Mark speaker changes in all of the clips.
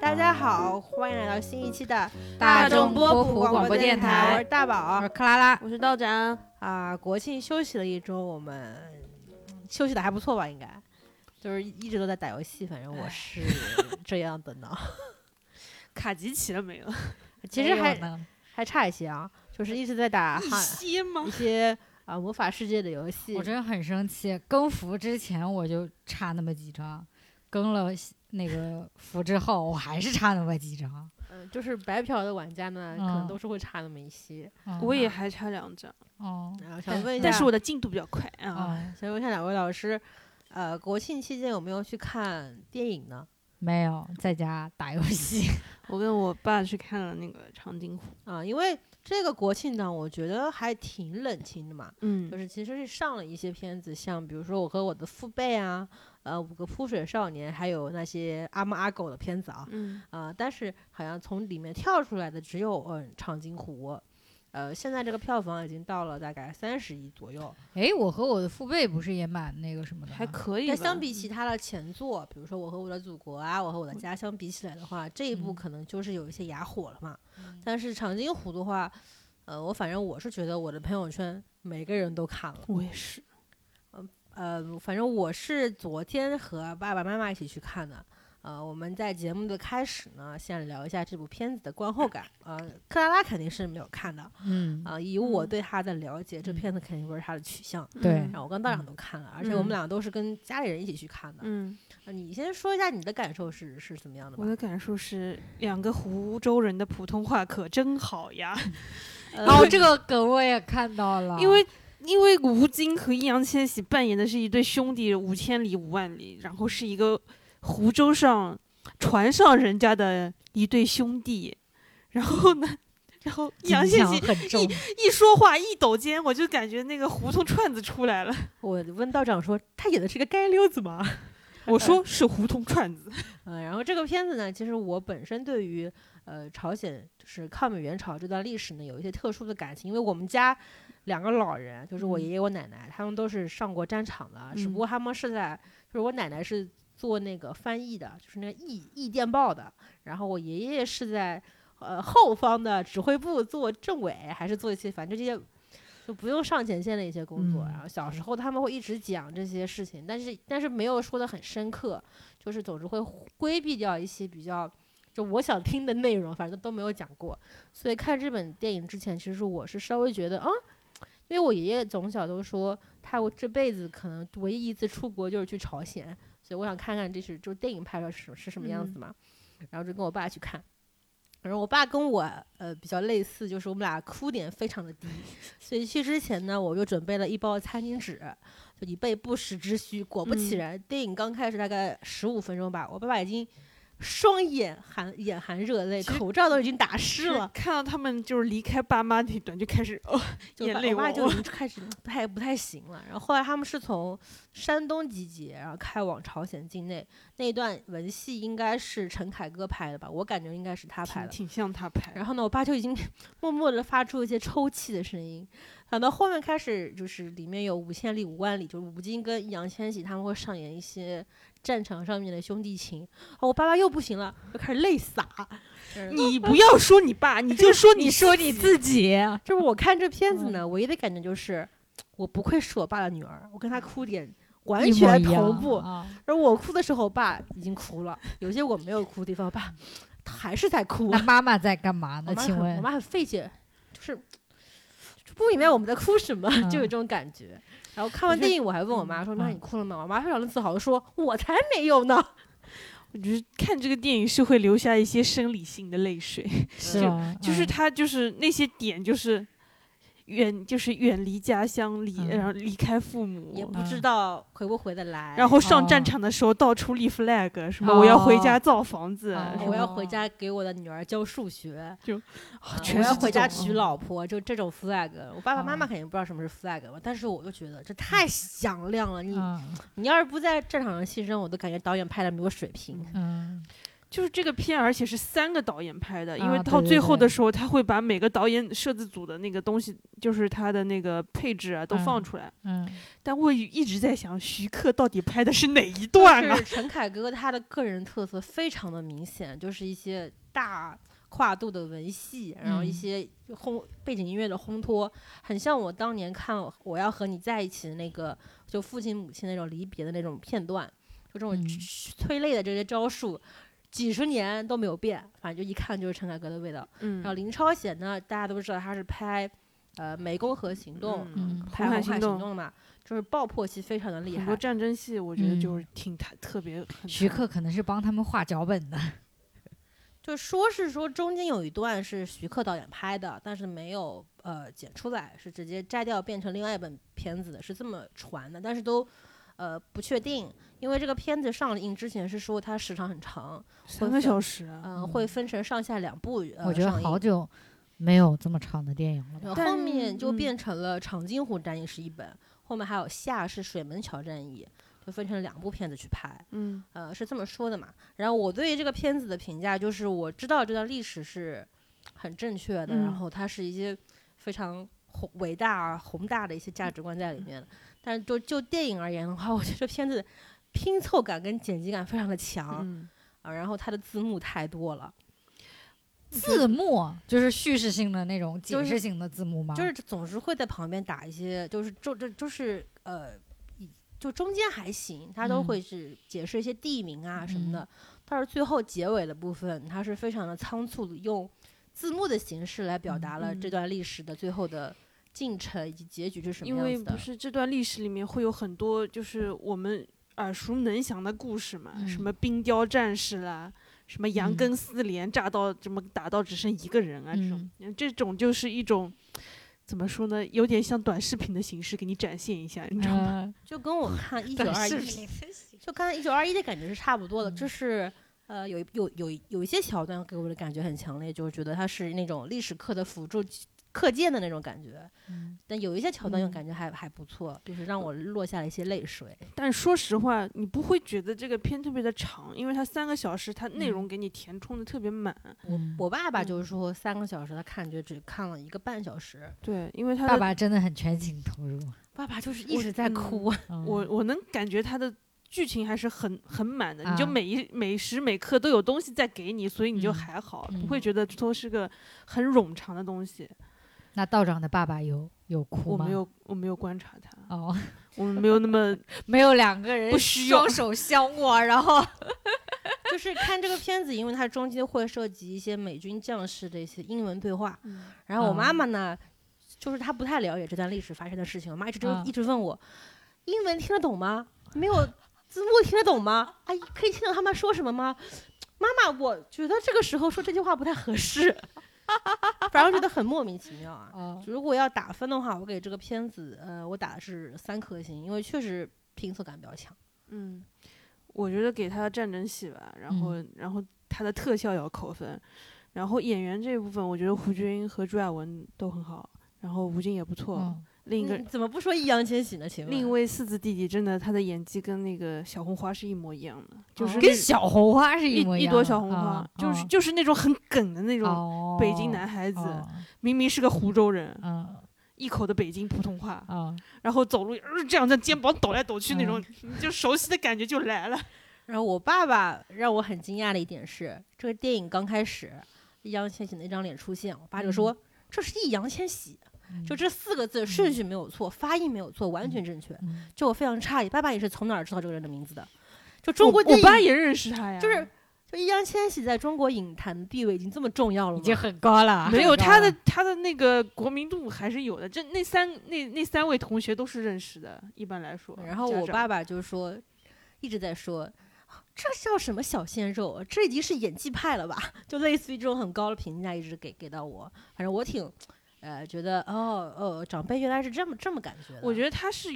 Speaker 1: 大家好，欢迎来到新一期的
Speaker 2: 大
Speaker 1: 众
Speaker 2: 众
Speaker 1: 波
Speaker 2: 波
Speaker 1: 普
Speaker 2: 普
Speaker 1: 广
Speaker 2: 广播
Speaker 1: 电
Speaker 2: 电台
Speaker 1: 我是大
Speaker 2: 我
Speaker 1: 宝
Speaker 2: 是，克拉拉，
Speaker 3: 我是道长，
Speaker 1: 啊，国庆休息了一周，我们嗯休息的还不错吧？应该就是一直都在打游戏，反正我是这样的 呢。
Speaker 3: 卡吉奇了没有？
Speaker 1: 其实
Speaker 2: 还
Speaker 1: 还还差一些啊，就是一直在 打哈
Speaker 3: 些吗
Speaker 1: 一？些啊魔法世界的游戏
Speaker 2: 我。真的很生气，更服之前我就差那么几张，更了那个服之后我还是差那么几张。
Speaker 1: 嗯，就是白嫖的玩家呢，可能
Speaker 2: 嗯
Speaker 1: 都是会差那么一些。
Speaker 2: 嗯
Speaker 3: 我也还差两张，
Speaker 2: 哦
Speaker 1: 然后想问一下，
Speaker 3: 但是我的进度比较快啊。
Speaker 2: 哦，
Speaker 1: 想问一下两位老师，呃，国庆期间有没有去看电影呢？
Speaker 2: 没有在家打游戏，
Speaker 3: 我跟我爸去看了那个《长津湖》，
Speaker 1: 啊，因为这个国庆档我觉得还挺冷清的嘛。就
Speaker 3: 嗯，
Speaker 1: 是其实是上了一些片子，像比如说我和我的父辈啊，呃，五个扑水少年，还有那些阿猫阿狗的片子啊，
Speaker 3: 嗯，
Speaker 1: 啊、但是好像从里面跳出来的只有嗯长津湖，呃，现在这个票房已经到了大概三十亿左右，
Speaker 2: 哎，我和我的父辈不是也蛮那个什么的吗，
Speaker 3: 还可以吧。
Speaker 1: 但相比其他的前作，比如说我和我的祖国啊，我和我的家乡比起来的话，这一部
Speaker 2: 嗯
Speaker 1: 可能就是有一些哑火了嘛。
Speaker 2: 嗯
Speaker 1: 但是长津湖的话，呃，我反正我是觉得我的朋友圈每个人都看了。
Speaker 3: 我也是，
Speaker 1: 呃，反正我是昨天和爸爸妈妈一起去看的。呃，我们在节目的开始呢，先聊一下这部片子的观后感。呃，克拉拉肯定是没有看的啊、
Speaker 2: 嗯，
Speaker 1: 以我
Speaker 3: 嗯
Speaker 1: 对她的了解，这
Speaker 2: 嗯
Speaker 1: 片子肯定不是她的取向。
Speaker 2: 对
Speaker 3: 嗯
Speaker 1: 然后我跟道长都看了，而且我们俩都是跟家里人一起去看的。
Speaker 3: 嗯，
Speaker 1: 呃你先说一下你的感受是是怎么样的
Speaker 3: 我
Speaker 1: 吧？
Speaker 3: 的感受是，两个湖州人的普通话可真好 呀，
Speaker 1: 呃
Speaker 2: 哦，这个梗我也看到了，
Speaker 3: 因为。因为吴京和易烊千玺扮演的是一对兄弟，五千里五万里，然后是一个湖州上船上人家的一对兄弟，然后呢，然后易烊
Speaker 2: 印
Speaker 3: 千
Speaker 2: 象
Speaker 3: 玺
Speaker 2: 很重，
Speaker 3: 一说话一抖肩，我就感觉那个胡同串子出来了。
Speaker 1: 我问道长说，他演的是个街溜子吗？
Speaker 3: 我说是胡同串子，
Speaker 1: 嗯，然后这个片子呢，其实我本身对于呃朝鲜就是抗美援朝这段历史呢，有一些特殊的感情，因为我们家两个老人，就是我
Speaker 3: 嗯
Speaker 1: 爷爷我奶奶，他们都是上过战场的，只不
Speaker 3: 嗯
Speaker 1: 过他们是在就是我奶奶是做那个翻译的，就是那个译译电报的，然后我爷爷是在呃后方的指挥部做政委，还是做一些反正这些。就不用上前线的一些工作，
Speaker 2: 嗯
Speaker 1: 然后小时候他们会一直讲这些事情，但是但是没有说的很深刻，就是总是会规避掉一些比较就我想听的内容，反正都没有讲过。所以看这本电影之前，其实我是稍微觉得啊，因为我爷爷从小都说他我这辈子可能唯一一次出国就是去朝鲜，所以我想看看这是就是电影拍出来是是什么
Speaker 3: 嗯
Speaker 1: 样子嘛，然后就跟我爸去看。然后我爸跟我呃比较类似，就是我们俩哭点非常的低，所以去之前呢，我就准备了一包餐巾纸，就以备不时之需。果不其
Speaker 3: 嗯
Speaker 1: 然，电影刚开始大概十五分钟吧，我爸爸已经双眼含眼含热泪，
Speaker 3: 其实
Speaker 1: 口罩都已经打湿了，
Speaker 3: 看到他们就是离开爸妈那段，就开始哦，
Speaker 1: 就
Speaker 3: 眼
Speaker 1: 爸
Speaker 3: 泪
Speaker 1: 我爸
Speaker 3: 汪
Speaker 1: 就已经
Speaker 3: 汪
Speaker 1: 开始不太不太行了。然后后来他们是从山东集结，然后开往朝鲜境内。那段文戏应该是陈凯歌拍的吧？我感觉应该是他拍
Speaker 3: 挺
Speaker 1: 的。
Speaker 3: 挺像他拍。
Speaker 1: 然后呢，我爸就已经 默默地发出一些抽泣的声音。等到后面开始，就是里面有五千里、五万里，就是吴京跟易烊千玺他们会上演一些战场上面的兄弟情。哦，我爸爸又不行了，又开始泪洒。嗯
Speaker 3: 你不要说你 爸，你就说
Speaker 2: 你
Speaker 3: 你
Speaker 2: 说你自己，
Speaker 1: 就是我看这片
Speaker 2: 嗯
Speaker 1: 子呢，唯一的感觉就是，我不愧是我爸的女儿，我跟他哭点完
Speaker 2: 嗯一模
Speaker 1: 全
Speaker 2: 一样
Speaker 1: 同步。
Speaker 2: 啊，
Speaker 1: 而我哭的时候，我爸已经哭了，有些我没有哭的地方，我 爸他还是在哭
Speaker 2: 那。妈妈在干嘛
Speaker 1: 我
Speaker 2: 呢？
Speaker 1: 妈
Speaker 2: 请
Speaker 1: 很我
Speaker 2: 问，
Speaker 1: 妈很费解，就是就不明白我们在哭什么，
Speaker 2: 嗯
Speaker 1: 就有这种感觉。然后看完
Speaker 3: 我觉得
Speaker 1: 电影，我还问我妈说：“妈，
Speaker 2: 嗯
Speaker 1: 你哭了吗？”我妈非常的自豪的说：“我才没有呢。
Speaker 3: 我觉得看这个电影是会留下一些生理性的泪水，
Speaker 2: 是
Speaker 1: 就
Speaker 2: 吧？
Speaker 3: 就是
Speaker 2: 嗯
Speaker 3: 他就是那些点就是。远就是远离家乡，离、
Speaker 2: 嗯
Speaker 3: 然后离开父”母，
Speaker 1: 也不知道回不回得来。
Speaker 3: 然后上战
Speaker 2: 哦
Speaker 3: 场的时候到处立 flag，什么我要回
Speaker 2: 哦
Speaker 3: 家造房子，啊
Speaker 2: 哦
Speaker 3: 什
Speaker 1: 我
Speaker 3: 么
Speaker 1: 要回家给我的女儿教数学。
Speaker 2: 哦
Speaker 1: 啊
Speaker 3: 全
Speaker 1: 我
Speaker 3: 是
Speaker 1: 要
Speaker 3: 这
Speaker 1: 回家
Speaker 3: 种嗯啊
Speaker 1: 娶老婆，就这种 flag，我爸爸妈妈
Speaker 2: 哦
Speaker 1: 肯定不知道什么是 flag 吧，但是我就觉得
Speaker 3: 嗯
Speaker 1: 这太响
Speaker 3: 啊
Speaker 1: 亮了。你
Speaker 2: 嗯
Speaker 1: 你要是不在战场上牺牲，我都感觉导演拍的没有水平。
Speaker 2: 嗯，
Speaker 3: 就是这个片，而且是三个导演拍的，因
Speaker 2: 啊
Speaker 3: 为
Speaker 2: 对
Speaker 3: 到
Speaker 2: 对
Speaker 3: 最后的
Speaker 2: 对
Speaker 3: 时候，他会把每个导演摄制组的那个东西，就是他的那个配置啊，都放
Speaker 2: 嗯
Speaker 3: 出来。
Speaker 2: 嗯，
Speaker 3: 但我一直在想，徐克到底拍的是哪一段啊
Speaker 1: 就？是陈凯歌他的个人特色非常的明显，就是一些大跨度的文戏，然后一
Speaker 2: 嗯
Speaker 1: 些烘背景音乐的烘托，很像我当年看《我要和你在一起》的那个就父亲母亲那种离别的那种片段，就这种
Speaker 2: 嗯
Speaker 1: 催泪的这些招数。几十年都没有变，反正就一看就是陈凯歌的味道。然后
Speaker 3: 嗯，
Speaker 1: 林超贤呢，大家都知道他是拍，呃，《湄公河行动》
Speaker 2: 嗯
Speaker 1: 拍《
Speaker 3: 海
Speaker 1: 红海
Speaker 3: 行
Speaker 1: 行动》嘛，就是爆破戏非常的厉
Speaker 3: 很
Speaker 1: 害
Speaker 3: 多。战争戏，我觉得就
Speaker 2: 嗯
Speaker 3: 是挺特特别很
Speaker 2: 徐
Speaker 3: 特
Speaker 2: 克可能是帮他们画脚本的，
Speaker 1: 就说是说中间有一段是徐克导演拍的，但是没有呃剪出来，是直接摘掉变成另外一本片子的，是这么传的，但是都呃不确定，因为这个片子上映之前是说它时长很长，
Speaker 3: 三个小时啊，
Speaker 1: 嗯、
Speaker 2: 嗯
Speaker 1: 会分成上下两部呃
Speaker 2: 我觉得
Speaker 1: 上映
Speaker 2: 好久没有这么长的电影了吧。
Speaker 1: 然后
Speaker 3: 但
Speaker 1: 后面就
Speaker 3: 嗯
Speaker 1: 变成了长津湖战役是一本，后面还有下是水门桥战役，就分成两部片子去拍。
Speaker 3: 嗯，
Speaker 1: 呃，是这么说的嘛。然后我对这个片子的评价就是，我知道这段历史是很正确的，
Speaker 3: 嗯
Speaker 1: 然后它是一些非常宏伟大啊、宏大的一些价值观在里面的。但就就电影而言的话，我觉得这片子拼凑感跟剪辑感非常的强、
Speaker 3: 嗯
Speaker 1: 啊，然后它的字幕太多了，
Speaker 2: 字幕就是叙事性的那种
Speaker 1: 就
Speaker 2: 解
Speaker 1: 是
Speaker 2: 释性的字幕
Speaker 3: 啊
Speaker 2: 吗？
Speaker 1: 就是总是会在旁边打一些，就是就就就是呃。一就中间还行，它都
Speaker 2: 嗯
Speaker 1: 会是解释一些地名啊什么的，
Speaker 2: 嗯
Speaker 1: 但是最后结尾的部分，它是非常的仓促地用字幕的形式来表达了
Speaker 3: 嗯
Speaker 1: 这段历史的最后的进程以及结局是什
Speaker 3: 因
Speaker 1: 么
Speaker 3: 为
Speaker 1: 样子
Speaker 3: 不
Speaker 1: 的。
Speaker 3: 是这段历史里面会有很多就是我们耳熟能详的故事嘛，什
Speaker 2: 嗯
Speaker 3: 么冰雕战士啦，什么杨
Speaker 2: 嗯
Speaker 3: 根四连炸到怎么打到只剩一个人啊，这种嗯这种就是一种怎么说呢，有点像短视频的形式给你展现一下，你知道吗？
Speaker 2: 嗯
Speaker 1: 就跟我看一九
Speaker 2: 短
Speaker 1: 二
Speaker 2: 视
Speaker 1: 一， 就看一九二一的感觉是差不多的，
Speaker 3: 嗯
Speaker 1: 就是。呃，有一有有一有一些桥段给我的感觉很强烈，就是觉得它是那种历史课的辅助课件的那种感觉，
Speaker 2: 嗯
Speaker 1: 但有一些桥段又
Speaker 3: 嗯
Speaker 1: 感觉还、还不错，就是让我落下了一些泪水。
Speaker 3: 但说实话，你不会觉得这个片特别的长，因为它三个小时，它内容给你填充的特别满。啊
Speaker 2: 嗯
Speaker 1: 我爸爸
Speaker 3: 嗯
Speaker 1: 就是说三个小时，他看就只看了一个半小时，
Speaker 3: 对，因为它
Speaker 2: 爸
Speaker 3: 的
Speaker 2: 爸真的很全情投 入。
Speaker 1: 爸爸就是
Speaker 3: 我
Speaker 1: 一直在
Speaker 3: 嗯
Speaker 1: 哭，
Speaker 2: 嗯
Speaker 3: 我我能感觉它的剧情还是很很满的，你就
Speaker 2: 啊
Speaker 3: 每一每时每刻都有东西在给你，所以你就
Speaker 2: 嗯
Speaker 3: 还好，
Speaker 2: 嗯
Speaker 3: 不会觉得说是个很冗长的东西。
Speaker 2: 那道长的爸爸有有哭
Speaker 3: 我
Speaker 2: 吗？
Speaker 3: 没有我没有观察它，
Speaker 2: 哦，
Speaker 3: 我们没有那么
Speaker 2: 没有两个人
Speaker 3: 不需要
Speaker 2: 双手相握，然 后
Speaker 1: 就是看这个片子，因为它中间会涉及一些美军将士的一些英文对话。
Speaker 3: 嗯
Speaker 1: 然后我妈妈呢，就是她不太了解这段历史发生的事情，我妈一直就、
Speaker 2: 啊
Speaker 3: 嗯
Speaker 1: 一直问我，英文听得懂吗？没有字幕听得懂吗？阿姨可以听到他们说什么吗？妈妈，我觉得这个时候说这句话不太合适， 反正觉得很莫名其妙啊。
Speaker 2: 哦
Speaker 1: 如果要打分的话，我给这个片子，呃，我打的是三颗星，因为确实拼凑感比较强。
Speaker 3: 嗯，我觉得给它战争戏吧，然后、
Speaker 2: 嗯
Speaker 3: 然后它的特效也要扣分，然后演员这一部分，我觉得胡
Speaker 2: 嗯
Speaker 3: 军和朱亚文都很好，然后吴京也不错，
Speaker 2: 嗯
Speaker 3: 另一个
Speaker 1: 你怎么不说易烊千玺呢？请问
Speaker 3: 另一位四字弟弟，真的他的演技跟那个小红花是一模一样的，就是
Speaker 1: 哦
Speaker 3: 那
Speaker 2: 跟小红花是
Speaker 3: 一
Speaker 2: 模
Speaker 3: 一
Speaker 2: 样的。
Speaker 3: 朵小红花，
Speaker 2: 啊
Speaker 3: 就是就是那种很梗的那种
Speaker 2: 哦
Speaker 3: 北京男孩子，
Speaker 2: 哦
Speaker 3: 明明是个湖州人，
Speaker 2: 嗯
Speaker 3: 一口的北京普通话，
Speaker 2: 嗯，
Speaker 3: 然后走路、呃这样这样肩膀抖来抖去那种，
Speaker 2: 嗯
Speaker 3: 你就熟悉的感觉就来了。
Speaker 1: 然后我爸爸让我很惊讶的一点是，这个电影刚开始，易烊千玺那张脸出现，我爸就
Speaker 3: 嗯
Speaker 1: 说：“这是易烊千玺。”
Speaker 2: 嗯
Speaker 1: 就这四个字顺序没有错，发音没有错，完全正确。
Speaker 2: 嗯
Speaker 1: 就我非常诧异，爸爸你是从哪儿知道这个人的名字的？就
Speaker 3: 我
Speaker 1: 中国电
Speaker 3: 我爸
Speaker 1: 影，
Speaker 3: 也认识他呀，
Speaker 1: 就是啊就易烊千玺在中国影坛的地位已经这么重要了
Speaker 2: 已
Speaker 1: 吗？
Speaker 2: 经很高了，啊
Speaker 3: 没有
Speaker 2: 很高
Speaker 3: 他的
Speaker 2: 了
Speaker 3: 他的那个国民度还是有的。这那三那那三位同学都是认识的，一般来说。
Speaker 1: 然后
Speaker 3: 家
Speaker 1: 我
Speaker 3: 长
Speaker 1: 爸爸就说，一直在说。啊这叫什么小鲜肉？啊这已经是演技派了吧？ 就类似于这种很高的评价，一直给给到我。反正我挺，呃，觉得哦哦，长辈原来是这么这么感觉的。
Speaker 3: 我觉得他是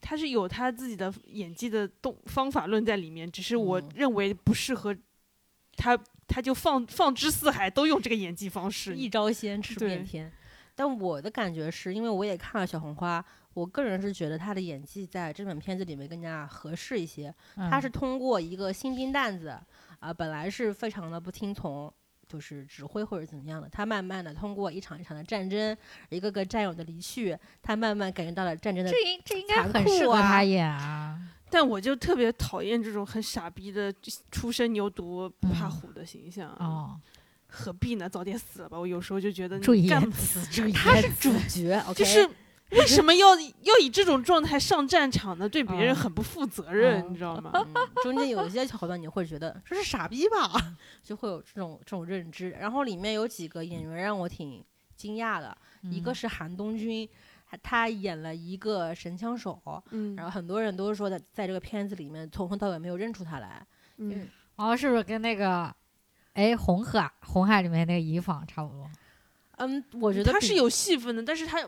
Speaker 3: 他是有他自己的演技的动方法论在里面，只是我
Speaker 1: 嗯
Speaker 3: 认为不适合他，他就放放之四海都用这个演技方式。
Speaker 1: 一招鲜吃遍
Speaker 3: 对
Speaker 1: 天。但我的感觉是因为我也看了小红花，我个人是觉得他的演技在这本片子里面更加合适一些。他
Speaker 2: 嗯
Speaker 1: 是通过一个新兵蛋子，啊、本来是非常的不听从。就是指挥或者怎么样的，他慢慢的通过一场一场的战争，一个个战友的离去，他慢慢感觉到了战争的
Speaker 2: 这应这应该
Speaker 1: 残
Speaker 2: 很
Speaker 1: 酷
Speaker 2: 适合
Speaker 1: 啊
Speaker 2: 他演啊。
Speaker 3: 但我就特别讨厌这种很傻逼的初生牛犊不怕
Speaker 2: 嗯
Speaker 3: 虎的形象，
Speaker 2: 哦，
Speaker 3: 何必呢？早点死了吧！我有时候就觉得
Speaker 2: 注
Speaker 3: 你
Speaker 2: 意
Speaker 3: 干
Speaker 2: 言
Speaker 3: 嘛
Speaker 2: 辞，注意
Speaker 1: 他
Speaker 2: 言
Speaker 1: 是
Speaker 2: 辞
Speaker 1: 主角，OK，
Speaker 3: 就是为什么要要以这种状态上战场呢？对别人
Speaker 2: 嗯
Speaker 3: 很不负责任，
Speaker 2: 嗯
Speaker 3: 你知道吗？
Speaker 1: 嗯中间有一些桥段，你会觉得这是傻逼吧，就会有这种这种认知。然后里面有几个演员让我挺惊讶的，一个
Speaker 2: 嗯
Speaker 1: 是韩东君，他他演了一个神枪手，
Speaker 3: 嗯
Speaker 1: 然后很多人都是说的，在这个片子里面从头到尾没有认出他来。
Speaker 3: 嗯，
Speaker 2: 哦，是不是跟那个哎红海红海里面那个乙方差不多？
Speaker 1: 嗯，我觉得
Speaker 3: 他
Speaker 1: 比
Speaker 3: 是有戏份的，但是他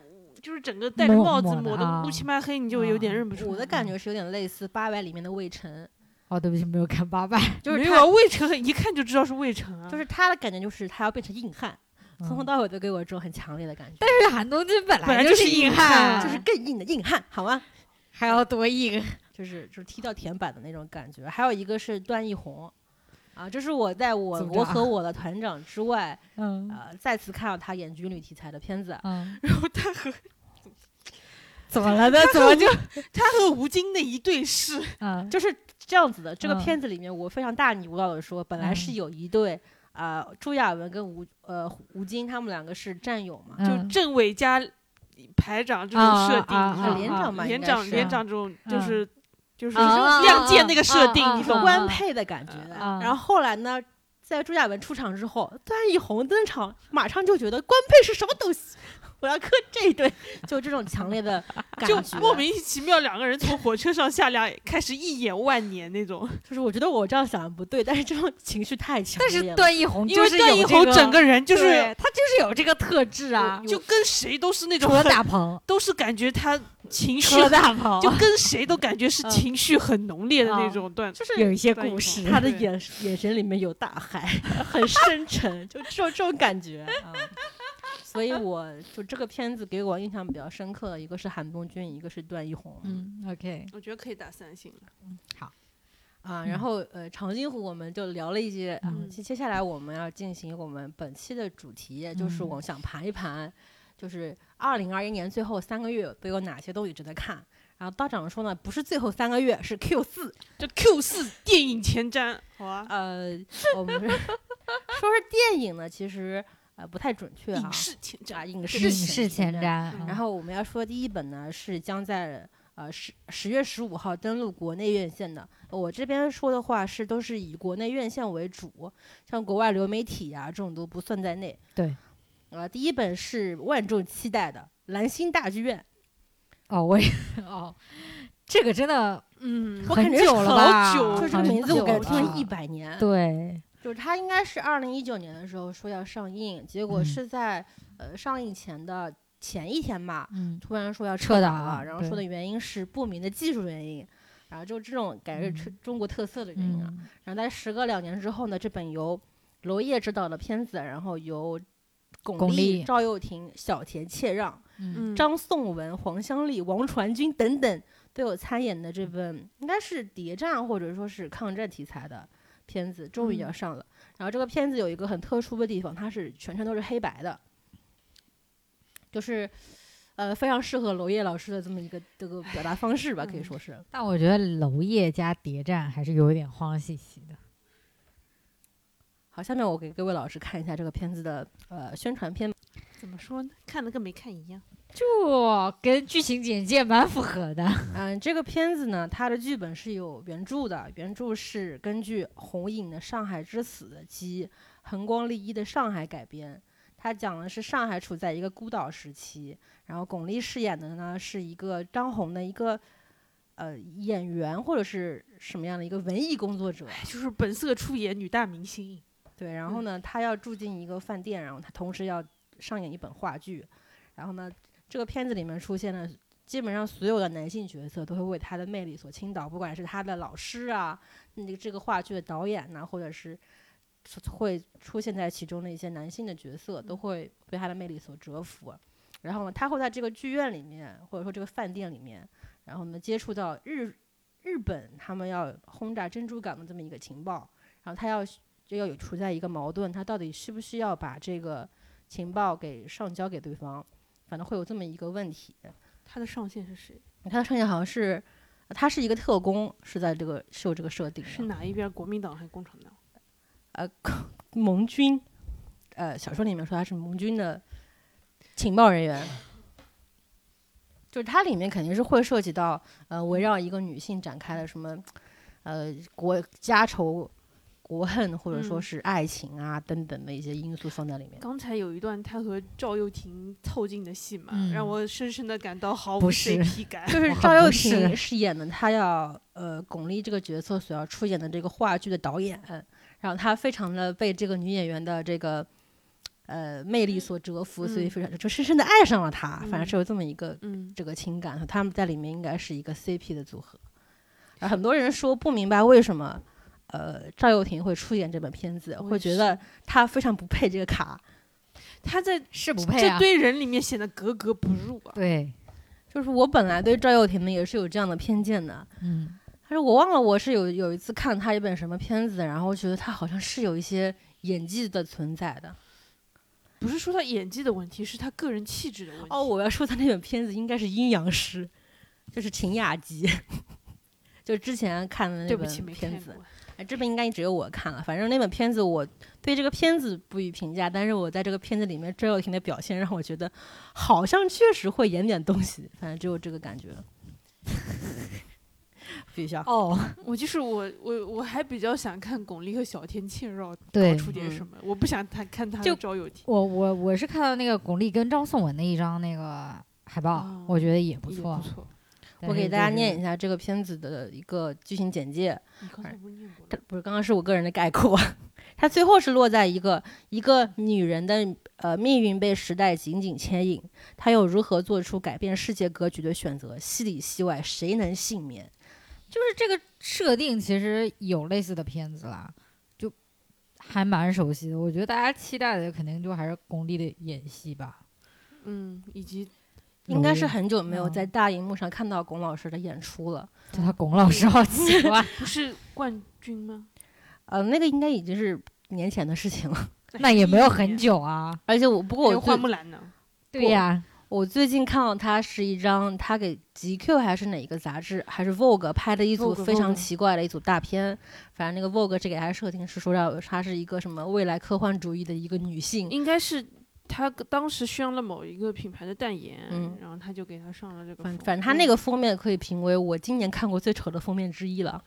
Speaker 3: 就是整个戴着
Speaker 2: 抹
Speaker 3: 帽子
Speaker 2: 抹的
Speaker 3: 抹的乌
Speaker 2: 啊
Speaker 3: 漆嘛黑，你就有点
Speaker 2: 啊
Speaker 3: 认不出来。
Speaker 1: 我的感觉是有点类似《八佰》里面的魏晨，
Speaker 2: 哦，对不起，没有看八佰。
Speaker 1: 就是
Speaker 3: 没
Speaker 1: 他
Speaker 3: 有魏晨，一看就知道是魏晨啊。
Speaker 1: 啊就是他的感觉就是他要变成硬汉，从头
Speaker 2: 嗯
Speaker 1: 到尾都给我这种很强烈的感觉，
Speaker 2: 但啊是韩东君本
Speaker 3: 本来
Speaker 2: 就
Speaker 3: 就是硬
Speaker 2: 硬
Speaker 3: 汉
Speaker 2: 汉，
Speaker 1: 就是更硬的硬汉，好吗？
Speaker 2: 还要多硬。
Speaker 1: 就是就是踢到田板的那种感觉。还有一个是段奕宏，啊，这是我在我
Speaker 2: 组长
Speaker 1: 我和我的团长之外，
Speaker 2: 啊嗯
Speaker 1: 呃，再次看到他演军旅题材的片子。
Speaker 2: 嗯，
Speaker 3: 然后他和
Speaker 2: 怎么了呢？怎么就
Speaker 3: 他和吴京的一对视，
Speaker 2: 嗯
Speaker 1: 就是这样子的，这个
Speaker 2: 嗯
Speaker 1: 片子里面，我非常大逆不道的说，本来是
Speaker 2: 嗯
Speaker 1: 有一对啊、呃朱亚文跟吴呃吴京他们两个是战友嘛，
Speaker 3: 就
Speaker 2: 嗯
Speaker 3: 政委加排长这种
Speaker 2: 啊
Speaker 3: 设定，
Speaker 2: 啊
Speaker 3: 你
Speaker 2: 啊
Speaker 3: 知道
Speaker 1: 连
Speaker 3: 吗
Speaker 1: 长嘛
Speaker 3: 连
Speaker 1: 应该
Speaker 3: 长
Speaker 1: 是
Speaker 3: 连长这种就
Speaker 2: 嗯
Speaker 3: 是就是
Speaker 2: 啊
Speaker 3: 亮剑那个设
Speaker 2: 啊
Speaker 3: 定，
Speaker 2: 啊
Speaker 3: 你
Speaker 1: 就
Speaker 3: 懂
Speaker 2: 啊
Speaker 3: 吗？
Speaker 1: 官配的感觉。
Speaker 2: 嗯
Speaker 1: 然后后来呢？在朱亚文出场之后，段奕宏登场，马上就觉得官配是什么东西，我要磕这一对，就这种强烈 的感觉，
Speaker 3: 就莫名其妙两个人从火车上下来，开始一眼万年那种。
Speaker 1: 就是我觉得我这样想不对，但是这种情绪太强
Speaker 2: 但
Speaker 1: 烈
Speaker 2: 是
Speaker 1: 了。
Speaker 2: 段奕宏
Speaker 3: 因
Speaker 2: 就
Speaker 3: 为
Speaker 2: 是
Speaker 3: 段
Speaker 2: 有
Speaker 3: 奕
Speaker 2: 这
Speaker 3: 宏
Speaker 2: 个
Speaker 3: 整个人就是
Speaker 2: 对他就是有这个特质啊，
Speaker 3: 就跟谁都是那
Speaker 2: 除
Speaker 3: 种
Speaker 2: 了
Speaker 3: 很
Speaker 2: 大 鹏，
Speaker 3: 都是感觉他情绪
Speaker 2: 除了大啊鹏
Speaker 3: 就，跟谁都感觉是
Speaker 2: 嗯
Speaker 3: 情绪很浓烈的那种段。
Speaker 1: 就是
Speaker 2: 有一些
Speaker 3: 段奕
Speaker 2: 故
Speaker 3: 宏
Speaker 2: 事。
Speaker 1: 他的
Speaker 3: 对
Speaker 1: 眼眼神里面有大海，很深沉，就这种这种感觉
Speaker 2: 嗯
Speaker 1: 啊。 所以我就这个片子给我印象比较深刻的一个是韩东君，一个是段奕宏，
Speaker 2: 嗯，OK，
Speaker 3: 我觉得可以打三星了。
Speaker 1: 啊，然
Speaker 2: 嗯
Speaker 1: 后呃，长津湖我们就聊了一些啊，
Speaker 2: 嗯
Speaker 1: 接接下来我们要进行我们本期的主题，就是
Speaker 2: 嗯
Speaker 1: 我想盘一盘，就是二零二一年最后三个月都有哪些东西值得看。然后道长说呢，不是最后三个月，是 Q 四。
Speaker 3: 就 Q 四电影前瞻，好啊，
Speaker 1: 呃，我们说是电影呢，其实呃不太准确啊
Speaker 3: 影，视前瞻
Speaker 1: 啊，影视
Speaker 2: 影
Speaker 1: 前
Speaker 2: 视前瞻。
Speaker 3: 嗯
Speaker 1: 然
Speaker 2: 啊
Speaker 1: 后我们要说第一本呢是将在呃十十月十五号登陆国内院线的。我这边说的话是都是以国内院线为主，像国外流媒体啊这种都不算在内。
Speaker 2: 对。
Speaker 1: 呃，第一本是万众期待的蓝星大剧院，
Speaker 2: 哦，我也哦，这个真的
Speaker 3: 嗯
Speaker 1: 我
Speaker 2: 很
Speaker 1: 感觉
Speaker 2: 久
Speaker 1: 好啊
Speaker 2: 了吧？
Speaker 3: 久
Speaker 1: 就是这个
Speaker 2: 很
Speaker 1: 名字我
Speaker 2: 久
Speaker 1: 感觉听
Speaker 2: 了啊
Speaker 1: 了一百年。
Speaker 2: 对，
Speaker 1: 就是它应该是二零一九年的时候说要上映，结果
Speaker 2: 嗯
Speaker 1: 是在、呃上映前的前一天吧，
Speaker 2: 嗯，
Speaker 1: 突然说要
Speaker 2: 撤
Speaker 1: 撤
Speaker 2: 档
Speaker 1: 了，
Speaker 2: 了
Speaker 1: 然后说的
Speaker 2: 对
Speaker 1: 原因是不明的技术原因，然后就这种感觉是
Speaker 2: 嗯
Speaker 1: 中国特色的原因啊。
Speaker 2: 嗯，
Speaker 1: 然后在时隔两年之后呢，这本由娄烨执导的片子，然后由巩
Speaker 2: 巩
Speaker 1: 俐、
Speaker 2: 俐
Speaker 1: 赵又廷、小田切让、
Speaker 2: 嗯，
Speaker 3: 嗯，
Speaker 1: 张颂文、黄湘丽、王传君等等都有参演的这
Speaker 3: 嗯
Speaker 1: 本应该是谍战或者说是抗战题材的片子，终于要
Speaker 3: 嗯
Speaker 1: 上了。然后这个片子有一个很特殊的地方，它是全程都是黑白的，就是呃非常适合娄烨老师的这么一个这个表达方式吧，可以
Speaker 3: 嗯
Speaker 1: 说是。
Speaker 2: 但我觉得娄烨加谍战还是有点慌兮兮的。
Speaker 1: 好，下面我给各位老师看一下这个片子的呃宣传片。
Speaker 3: 怎么说呢？看了跟没看一样。
Speaker 2: 就哦跟剧情简介蛮符合的，
Speaker 1: 嗯，这个片子呢，它的剧本是有原著的，原著是根据红影的《上海之死》及横光利一的《上海》改编。它讲的是上海处在一个孤岛时期，然后巩俐饰演的呢是一个张红的一个呃演员或者是什么样的一个文艺工作者。
Speaker 3: 哎，就是本色出演女大明星，
Speaker 1: 对，然后呢，他要住进一个饭店，然后他同时要上演一本话剧，然后呢，这个片子里面出现了基本上所有的男性角色都会为他的魅力所倾倒，不管是他的老师啊，那个这个话剧的导演呐、或者是会出现在其中的一些男性的角色，都会被他的魅力所折服。然后呢，他会在这个剧院里面，或者说这个饭店里面，然后呢接触到日日本他们要轰炸珍珠港的这么一个情报，然后他要就要有处在一个矛盾，他到底需不需要把这个情报给上交给对方，反正会有这么一个问题。
Speaker 3: 他的上线是谁？
Speaker 1: 他的上线好像是，他是一个特工，是在这个是有这个设定的，
Speaker 3: 是哪一边？国民党还是共产党？
Speaker 1: 盟军，呃，小说里面说他是盟军的情报人员，就是它里面肯定是会涉及到呃，围绕一个女性展开的什么呃国家仇、国恨，或者说
Speaker 3: 嗯
Speaker 1: 是爱情啊、等等的一些因素放在里面。
Speaker 3: 刚才有一段他和赵又廷凑近的戏嘛，
Speaker 2: 嗯
Speaker 3: 让我深深的感到毫
Speaker 2: 不
Speaker 3: 无
Speaker 2: 是
Speaker 3: CP 感。
Speaker 1: 就是
Speaker 2: 哇
Speaker 1: 赵又
Speaker 2: 不是
Speaker 1: 廷饰演的他要呃巩俐这个角色所要出演的这个话剧的导演，然后他非常的被这个女演员的这个呃魅力所折服，所以
Speaker 3: 嗯
Speaker 1: 非常就深深的爱上了她，反正
Speaker 3: 嗯
Speaker 1: 是有这么一个
Speaker 3: 嗯，
Speaker 1: 这个情感，他们在里面应该是一个 CP 的组合。啊，很多人说不明白为什么呃赵又廷会出演这本片子，
Speaker 3: 我
Speaker 1: 会
Speaker 3: 也
Speaker 1: 觉
Speaker 3: 是
Speaker 1: 得他非常不配这个卡，
Speaker 3: 他在
Speaker 2: 是不配
Speaker 3: 这
Speaker 2: 啊。
Speaker 3: 堆人里面显得格格不入啊。
Speaker 2: 对，
Speaker 1: 就是我本来对赵又廷呢也是有这样的偏见的。
Speaker 2: 嗯，
Speaker 1: 但是我忘了我是有有一次看他一本什么片子，然后觉得他好像是有一些演技的存在的。
Speaker 3: 不是说他演技的问题，是他个人气质的问题。
Speaker 1: 哦，我要说他那本片子应该是《阴阳师》，就是秦雅集， 就之前看的那
Speaker 3: 对不起，
Speaker 1: 本
Speaker 3: 没看
Speaker 1: 片子
Speaker 3: 过。。
Speaker 1: 哎，这本应该只有我看了。反正那本片子我对这个片子不予评价，但是我在这个片子里面周又廷的表现让我觉得好像确实会演点东西，反正只有这个感觉。 必须笑。
Speaker 2: 哦，
Speaker 3: 我就是我，我我还比较想看巩俐和小天庆绕搞
Speaker 2: 对
Speaker 3: 出点
Speaker 1: 嗯
Speaker 3: 什么，我不想他看他
Speaker 2: 就
Speaker 3: 的赵又廷。
Speaker 2: 我我我是看到那个巩俐跟张颂文的一张那个海报，
Speaker 3: 哦
Speaker 2: 我觉得也不
Speaker 3: 也
Speaker 2: 错
Speaker 1: 啊
Speaker 3: 不。错。
Speaker 1: 我给大家念一下这个片子的一个剧情简介。
Speaker 3: 你刚才
Speaker 1: 哎
Speaker 3: 不是念过
Speaker 1: 这
Speaker 3: 了？
Speaker 1: 不是刚刚是我个人的概括， 它最后是落在一个一个女人的呃命运被时代紧紧牵引，她又如何做出改变世界格局的选择？戏里戏外，谁能幸免？
Speaker 2: 就是这个设定其实有类似的片子啦，就还蛮熟悉的。我觉得大家期待的肯定就还是巩俐的演戏吧。
Speaker 3: 嗯，以及
Speaker 1: 应该是
Speaker 2: 嗯
Speaker 1: 很久没有
Speaker 2: 嗯
Speaker 1: 在大荧幕上看到龚老师的演出了。
Speaker 2: 叫他巩老师好奇 怪，
Speaker 3: 不是冠军吗？
Speaker 1: 呃，那个应该已经是年前的事情了。
Speaker 2: 那也没有 很
Speaker 3: 久。
Speaker 2: 久啊。
Speaker 1: 而且我不过
Speaker 3: 还
Speaker 1: 我
Speaker 3: 有花
Speaker 1: 最
Speaker 3: 木兰呢？
Speaker 2: 对呀、
Speaker 1: 我最近看到他是一张他给 GQ 还是哪个杂志还是 Vogue 拍的一组
Speaker 3: Vogue，
Speaker 1: 非常
Speaker 3: Vogue
Speaker 1: 奇怪的一组大片，反正那个 Vogue 只给他设定是说要她是一个什么未来科幻主义的一个女性，
Speaker 3: 应该是他当时宣了某一个品牌的代言，
Speaker 1: 嗯
Speaker 3: 然后他就给他上了这个
Speaker 1: 反
Speaker 3: 封。
Speaker 1: 反正他那个封面可以评为我今年看过最丑的封面之一了，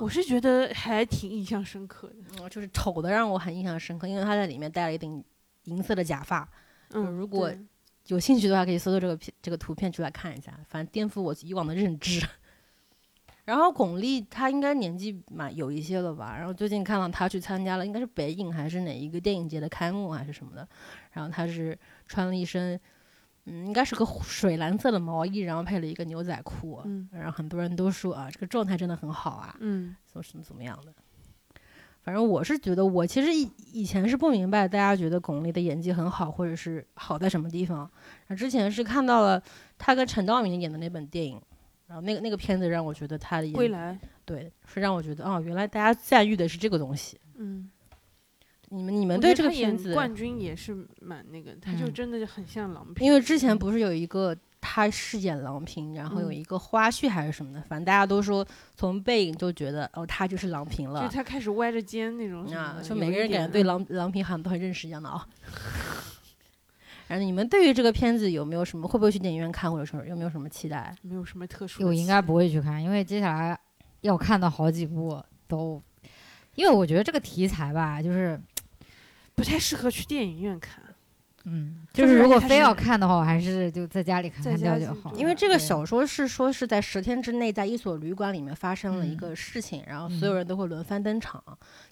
Speaker 3: 我是觉得还挺印象深刻的。
Speaker 1: 嗯就是丑的让我很印象深刻，因为他在里面戴了一顶银色的假发，
Speaker 3: 嗯，
Speaker 1: 如果
Speaker 3: 对
Speaker 1: 有兴趣的话，可以搜搜这个片这个图片出来看一下，反正颠覆我以往的认知。 然后巩俐她应该年纪蛮有一些了吧，然后最近看到她去参加了，应该是北影还是哪一个电影节的开幕还是什么的，然后她是穿了一身，嗯，应该是个水蓝色的毛衣，然后配了一个牛仔裤，
Speaker 3: 嗯
Speaker 1: 然后很多人都说啊，这个状态真的很好啊，
Speaker 3: 嗯，
Speaker 1: 怎么怎么怎么样的。反正我是觉得，我其实以以前是不明白大家觉得巩俐的演技很好，或者是好在什么地方。然后之前是看到了她跟陈道明演的那本电影，然后那个那个片子让我觉得她的
Speaker 3: 归
Speaker 1: 演
Speaker 3: 来，
Speaker 1: 对是让我觉得哦，原来大家赞誉的是这个东西。
Speaker 3: 嗯，
Speaker 1: 你们你
Speaker 3: 我
Speaker 1: 们
Speaker 3: 觉
Speaker 1: 对
Speaker 3: 得
Speaker 1: 这个
Speaker 3: 他演
Speaker 1: 片子，
Speaker 3: 冠军也是蛮那个，他就
Speaker 2: 嗯
Speaker 3: 真的很像郎平。
Speaker 1: 因为之前不是有一个她饰演郎平，然后有
Speaker 3: 嗯
Speaker 1: 一个花絮还是什么的，反正大家都说从背影就觉得哦，她就是郎平
Speaker 3: 就
Speaker 1: 了
Speaker 3: 是。他开始歪着肩那种什么
Speaker 1: 啊
Speaker 3: 的，，
Speaker 1: 就
Speaker 3: 有
Speaker 1: 每个
Speaker 3: 一
Speaker 1: 人感觉
Speaker 3: 点
Speaker 1: 对郎郎平好像都很认识一样的啊、 然后你们对于这个片子有没有什么，会不会去电影院看，或者说有没有什么期待？
Speaker 3: 没有什么特殊的期待。
Speaker 2: 我应该不会去看，因为接下来要看的好几部都，因为我觉得这个题材吧，就是
Speaker 3: 不太适合去电影院看，
Speaker 2: 嗯，
Speaker 3: 就
Speaker 2: 就是是如果
Speaker 3: 它
Speaker 2: 非
Speaker 3: 是
Speaker 2: 要看的话，我还是就在家里看
Speaker 3: 在
Speaker 2: 看掉
Speaker 3: 家自
Speaker 2: 就
Speaker 3: 己
Speaker 2: 好了。
Speaker 3: 做
Speaker 1: 因为这个
Speaker 2: 对
Speaker 1: 小说是说是在十天之内，在一所旅馆里面发生了一
Speaker 2: 嗯
Speaker 1: 个事情，然后所有
Speaker 2: 嗯
Speaker 1: 人都会轮番登场。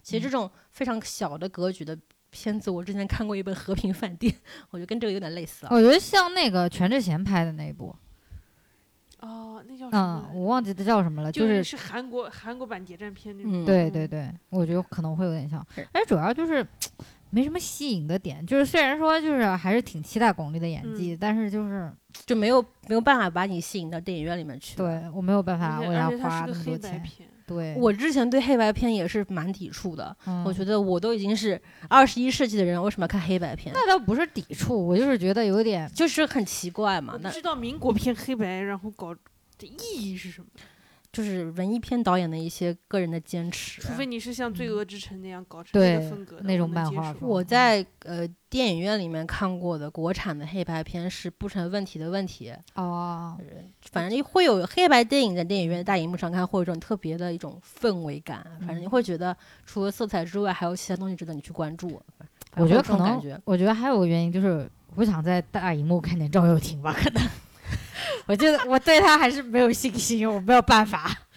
Speaker 1: 其实这种非常小的格局的片子，我之前看过一本《和平饭店》，我觉得跟这个有点类似啊。
Speaker 2: 我觉得像那个全智贤拍的那一部，
Speaker 3: 哦，那叫什
Speaker 2: 嗯，
Speaker 3: 么？
Speaker 2: 我忘记它叫什么了，
Speaker 3: 就是是韩国韩国版谍战片那种。
Speaker 1: 嗯，
Speaker 2: 对
Speaker 3: 嗯
Speaker 2: 对对，我觉得可能会有点像
Speaker 1: 是，
Speaker 2: 而主要就是没什么吸引的点，就是虽然说就是还是挺期待巩俐的演技，但是就是
Speaker 1: 就没有没有办法把你吸引到电影院里面去。
Speaker 2: 啊对我没有办法
Speaker 3: 而且
Speaker 2: 为
Speaker 3: 而
Speaker 2: 她
Speaker 3: 且它
Speaker 2: 花那
Speaker 3: 是个
Speaker 2: 么
Speaker 3: 黑
Speaker 2: 多
Speaker 3: 白
Speaker 2: 钱，
Speaker 3: 片，
Speaker 2: 对，
Speaker 1: 我之前对黑白片也是蛮抵触的，
Speaker 2: 嗯
Speaker 1: 我觉得我都已经是二十一世纪的人，为什么要看黑白片？
Speaker 2: 那倒不是抵触，我就是觉得有点
Speaker 1: 就是很奇怪嘛
Speaker 3: 我，不
Speaker 1: 那
Speaker 3: 知道民国片黑白，然后搞的意义是什么？
Speaker 1: 就是文艺片导演的一些个人的坚持。啊
Speaker 3: 除非你是像《罪恶之城》那样搞成
Speaker 2: 对
Speaker 3: 那个风格的
Speaker 2: 那种
Speaker 3: 我能
Speaker 2: 漫
Speaker 3: 接
Speaker 2: 画
Speaker 3: 受
Speaker 2: 风
Speaker 1: 我在呃电影院里面看过的国产的黑白片是不成问题的问题，
Speaker 2: 哦，
Speaker 1: 反正会有黑白电影在电影院大荧幕上看，会有一种特别的一种氛围感。啊反
Speaker 3: 嗯
Speaker 1: 正你会觉得除了色彩之外，还有其他东西值得你去关注。啊反
Speaker 2: 我觉
Speaker 1: 正会有这
Speaker 2: 得可
Speaker 1: 种感
Speaker 2: 能
Speaker 1: 觉，
Speaker 2: 我觉得还有个原因就是不想在大荧幕看见赵又廷吧，可能。 我觉得我对他还是没有信心，我没有办法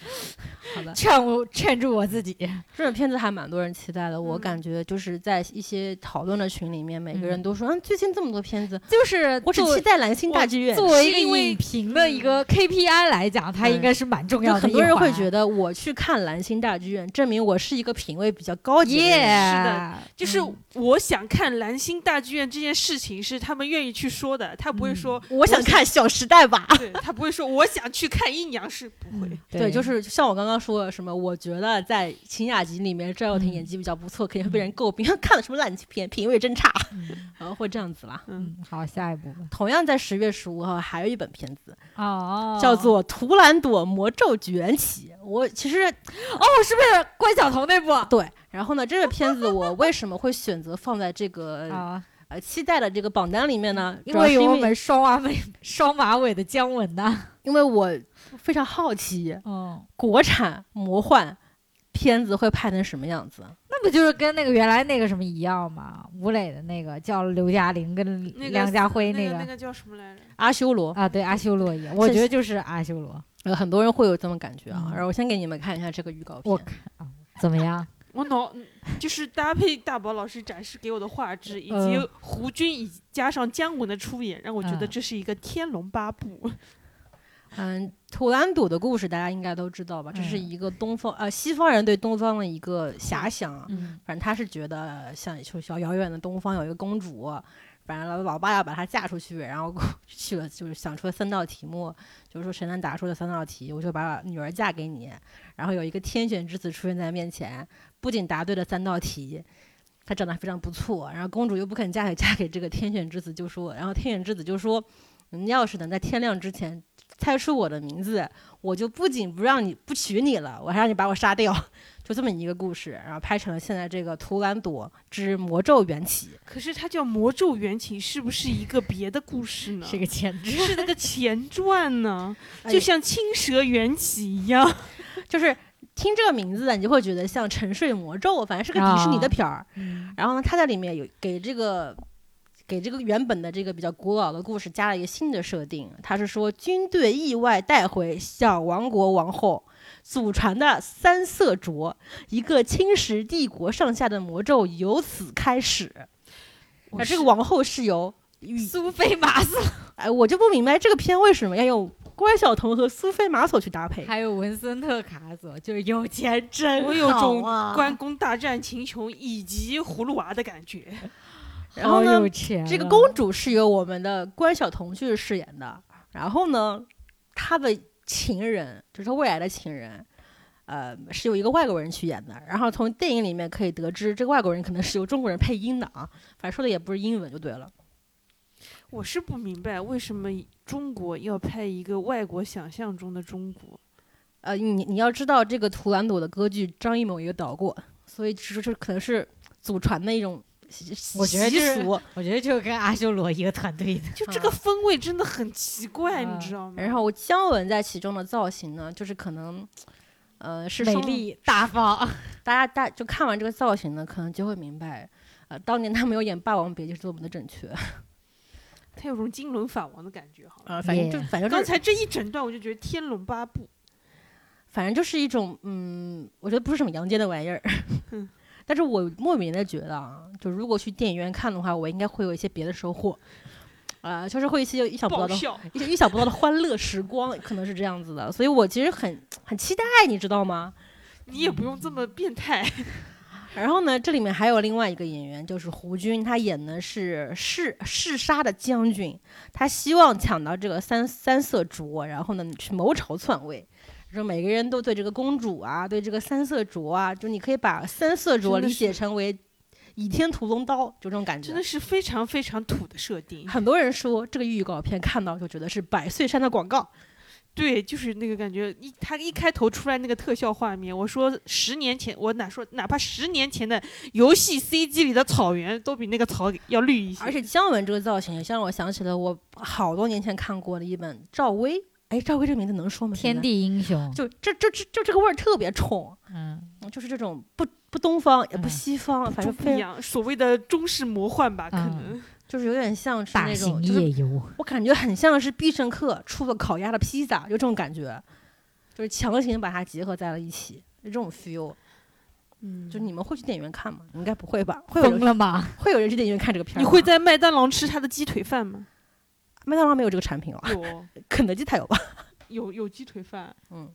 Speaker 1: 好 的，
Speaker 2: 劝我劝住我自己。
Speaker 1: 这种片子还蛮多人期待的。我
Speaker 3: 嗯
Speaker 1: 感觉就是在一些讨论的群里面，每个人
Speaker 2: 嗯
Speaker 1: 都说，嗯，最近这么多片子，
Speaker 2: 就是
Speaker 1: 呃我只
Speaker 2: 作
Speaker 1: 期待蓝星大剧院。
Speaker 2: 作为
Speaker 3: 是
Speaker 2: 一个
Speaker 3: 因为嗯
Speaker 2: 影评的一个 KPI 来讲，它
Speaker 1: 嗯
Speaker 2: 应该是蛮重
Speaker 1: 就
Speaker 2: 要的。
Speaker 1: 很多人会觉
Speaker 2: 得，
Speaker 1: 得我去看蓝星大剧院，证明我是一个品味比较高级的
Speaker 2: 耶、
Speaker 1: 人。
Speaker 3: 就是
Speaker 1: 嗯
Speaker 3: 我想看蓝星大剧院这件事情是他们愿意去说的，他不会说，
Speaker 2: 嗯
Speaker 1: 我想看《小时代》吧。
Speaker 3: 对他不会说我想去看阴阳师，不
Speaker 2: 嗯
Speaker 3: 会。
Speaker 1: 对，就是像我刚刚说的什么，我觉得在《秦雅集》里面，赵又廷演技比较不错，肯定会被人诟病， 看了什么烂片，品味真差，
Speaker 2: 嗯
Speaker 1: 然后会这样子啦。
Speaker 3: 嗯，
Speaker 2: 嗯，好，下一步吧。
Speaker 1: 同样在十月十五号还有一本片子，
Speaker 2: 哦，
Speaker 1: 叫做《图兰朵魔咒崛起》。我其实
Speaker 2: 哦，是不是关晓彤那部？
Speaker 1: 对，然后呢，这个片子我为什么会选择放在这个
Speaker 2: 啊，
Speaker 1: 呃期待的这个榜单里面呢？
Speaker 2: 因
Speaker 1: 主要是
Speaker 2: 为
Speaker 1: 因
Speaker 2: 有我
Speaker 1: 为
Speaker 2: 们双马尾、双马尾的姜文呐。
Speaker 1: 因为我非常好奇，
Speaker 3: 嗯
Speaker 2: 哦，
Speaker 1: 国产魔幻片子会拍成什么样子？
Speaker 2: 那不就是跟那个原来那个什么一样吗？吴磊的那个叫刘嘉玲跟
Speaker 3: 那个
Speaker 2: 梁家辉
Speaker 3: 那
Speaker 2: 个、
Speaker 3: 那个叫什么来着？
Speaker 1: 阿修罗，
Speaker 2: 啊，对，阿修罗一样，我觉得就是阿修罗。
Speaker 1: 有很多人会有这么感觉啊。
Speaker 2: 嗯
Speaker 1: 然后我先给你们看一下这个预告片
Speaker 2: 我。看啊，怎么样？
Speaker 3: 我脑嗯就是搭配大宝老师展示给我的画质，以及
Speaker 2: 嗯
Speaker 3: 胡军以加上姜文的出演，让我觉得
Speaker 2: 嗯
Speaker 3: 这是一个《天龙八部》
Speaker 1: 嗯，图兰朵的故事大家应该都知道吧？这是
Speaker 2: 嗯
Speaker 1: 一个东方呃西方人对东方的一个遐想啊。
Speaker 2: 嗯
Speaker 1: 反正他是觉得像就小遥远的东方有一个公主，反正老老爸要把她嫁出去，然后 去了就是想出了三道题目，就是说谁能答出的三道题，我就把女儿嫁给你。然后有一个天选之子出现在面前，不仅答对了三道题。她长得还非常不错，然后公主又不肯嫁给 嫁给这个天选之子，就说，然后天选之子就说，你要是能在天亮之前猜出我的名字，我就不仅不让你不娶你了，我还让你把我杀掉。就这么一个故事，然后拍成了现在这个《图兰朵之魔咒缘起
Speaker 3: 可是它叫《魔咒缘起》，是不是一个别的故事呢？
Speaker 2: 是个前置。
Speaker 3: 是那个前传 呢，
Speaker 1: 哎
Speaker 3: 就像《青蛇缘起》一样。》，
Speaker 1: 就是听这个名字，你就会觉得像《沉睡魔咒》，反正是个迪士尼的片儿。
Speaker 2: 嗯
Speaker 1: 然后呢，它在里面有给这个。给这个原本的这个比较古老的故事加了一个新的设定，它是说军队意外带回小王国王后祖传的三色镯，一个侵蚀帝国上下的魔咒由此开始。而这个王后是由与
Speaker 2: 苏菲玛索
Speaker 1: 哎，我就不明白这个片为什么要用关晓彤和苏菲玛索去搭配。
Speaker 2: 还有文森特卡索，就是有钱真
Speaker 3: 我有种
Speaker 2: 好啊
Speaker 3: 关公大战秦琼以及葫芦娃的感觉。
Speaker 1: 然后
Speaker 2: 好
Speaker 3: 哦
Speaker 1: 呢
Speaker 2: 有，钱
Speaker 1: 这个
Speaker 2: 啊
Speaker 3: 嗯
Speaker 1: 公主是由我们的关晓彤去饰演的。然后呢，她的情人就是未来的情人，呃，是由一个外国人去演的。然后从电影里面可以得知，这个外国人可能是由中国人配音的啊，反正说的也不是英文就对了。
Speaker 3: 我是不明白为什么中国要拍一个外国想象中的中国。
Speaker 1: 呃，你你要知道，这个《图兰朵》的歌剧张艺谋也导过，所以这这可能是祖传的一种习
Speaker 2: 我觉得
Speaker 1: 习
Speaker 2: 这是
Speaker 1: 俗。
Speaker 2: 我觉得就是跟阿修罗一个团队 的。
Speaker 3: 就这个风味真的很奇怪，
Speaker 2: 啊
Speaker 3: 你知道吗？
Speaker 1: 嗯然后姜文在其中的造型呢，就是可能，呃，是
Speaker 2: 美
Speaker 1: 双，
Speaker 2: 丽大 嗯方，
Speaker 1: 大家大就看完这个造型呢，可能就会明白，呃，当年他没有演《霸王别姬》是多么的正确。
Speaker 3: 它有种金轮法王的感觉，好吗？
Speaker 1: 呃，反正就
Speaker 2: Yeah
Speaker 1: 反正就
Speaker 3: 刚
Speaker 1: 是
Speaker 3: 才这一整段我就觉得《天龙八部》
Speaker 1: 反正就是一种，嗯，我觉得不是什么阳间的玩意儿
Speaker 3: 嗯。
Speaker 1: 但是我莫名的觉得啊，就如果去电影院看的话，我应该会有一些别的收获，呃，就是会一些意想不到
Speaker 3: 爆
Speaker 1: 的、
Speaker 3: 笑，
Speaker 1: 意想意想不到的欢乐时光，可能是这样子的。所以我其实很很期待，你知道吗？
Speaker 3: 你也不用这么变态。
Speaker 1: 嗯然后呢，这里面还有另外一个演员，就是胡军，他演的是嗜嗜杀的将军，他希望抢到这个三三色镯，然后呢去谋朝篡位。就是每个人都对这个公主啊，对这个三色镯啊，就你可以把三色镯
Speaker 3: 真的
Speaker 1: 理
Speaker 3: 是
Speaker 1: 解成为倚天屠龙刀，就这种感
Speaker 3: 真
Speaker 1: 觉
Speaker 3: 的。是非常非常土的设定。
Speaker 1: 很多人说这个预告片看到就觉得是百岁山的广告，
Speaker 3: 对，就是那个感觉，一他一开头出来那个特效画面，我说十年前，我哪说哪怕十年前的游戏 CG 里的草原都比那个草要绿一些。
Speaker 1: 而且姜文这个造型也像让我想起了我好多年前看过的一本赵薇，哎，赵薇这名字能说吗？现
Speaker 2: 天
Speaker 1: 在
Speaker 2: 地英雄，
Speaker 1: 就这这这就这个味儿特别冲，
Speaker 2: 嗯，
Speaker 1: 就是这种不不东方也不
Speaker 2: 嗯
Speaker 1: 西方，反正
Speaker 3: 就哎不
Speaker 1: 非
Speaker 3: 一样，所谓的中式魔幻吧，可
Speaker 2: 嗯
Speaker 3: 能
Speaker 1: 就是有点像是
Speaker 2: 大
Speaker 1: 那种就
Speaker 2: 型
Speaker 1: 是
Speaker 2: 夜游，
Speaker 1: 我感觉很像是必胜客出了烤鸭的披萨，就这种感觉，就是强行把它结合在了一起，就这种 feel。
Speaker 3: 嗯，
Speaker 1: 就是你们会去电影院看吗？应该不会吧？会有
Speaker 2: 疯
Speaker 1: 人
Speaker 2: 了吗？
Speaker 1: 会有人去电影院看这个片儿吗？
Speaker 3: 你会在麦当劳吃他的鸡腿饭吗？
Speaker 1: 麦当劳没有这个产品哦，
Speaker 3: 有
Speaker 1: 肯德基才有吧？
Speaker 3: 有有鸡腿饭，
Speaker 1: 嗯，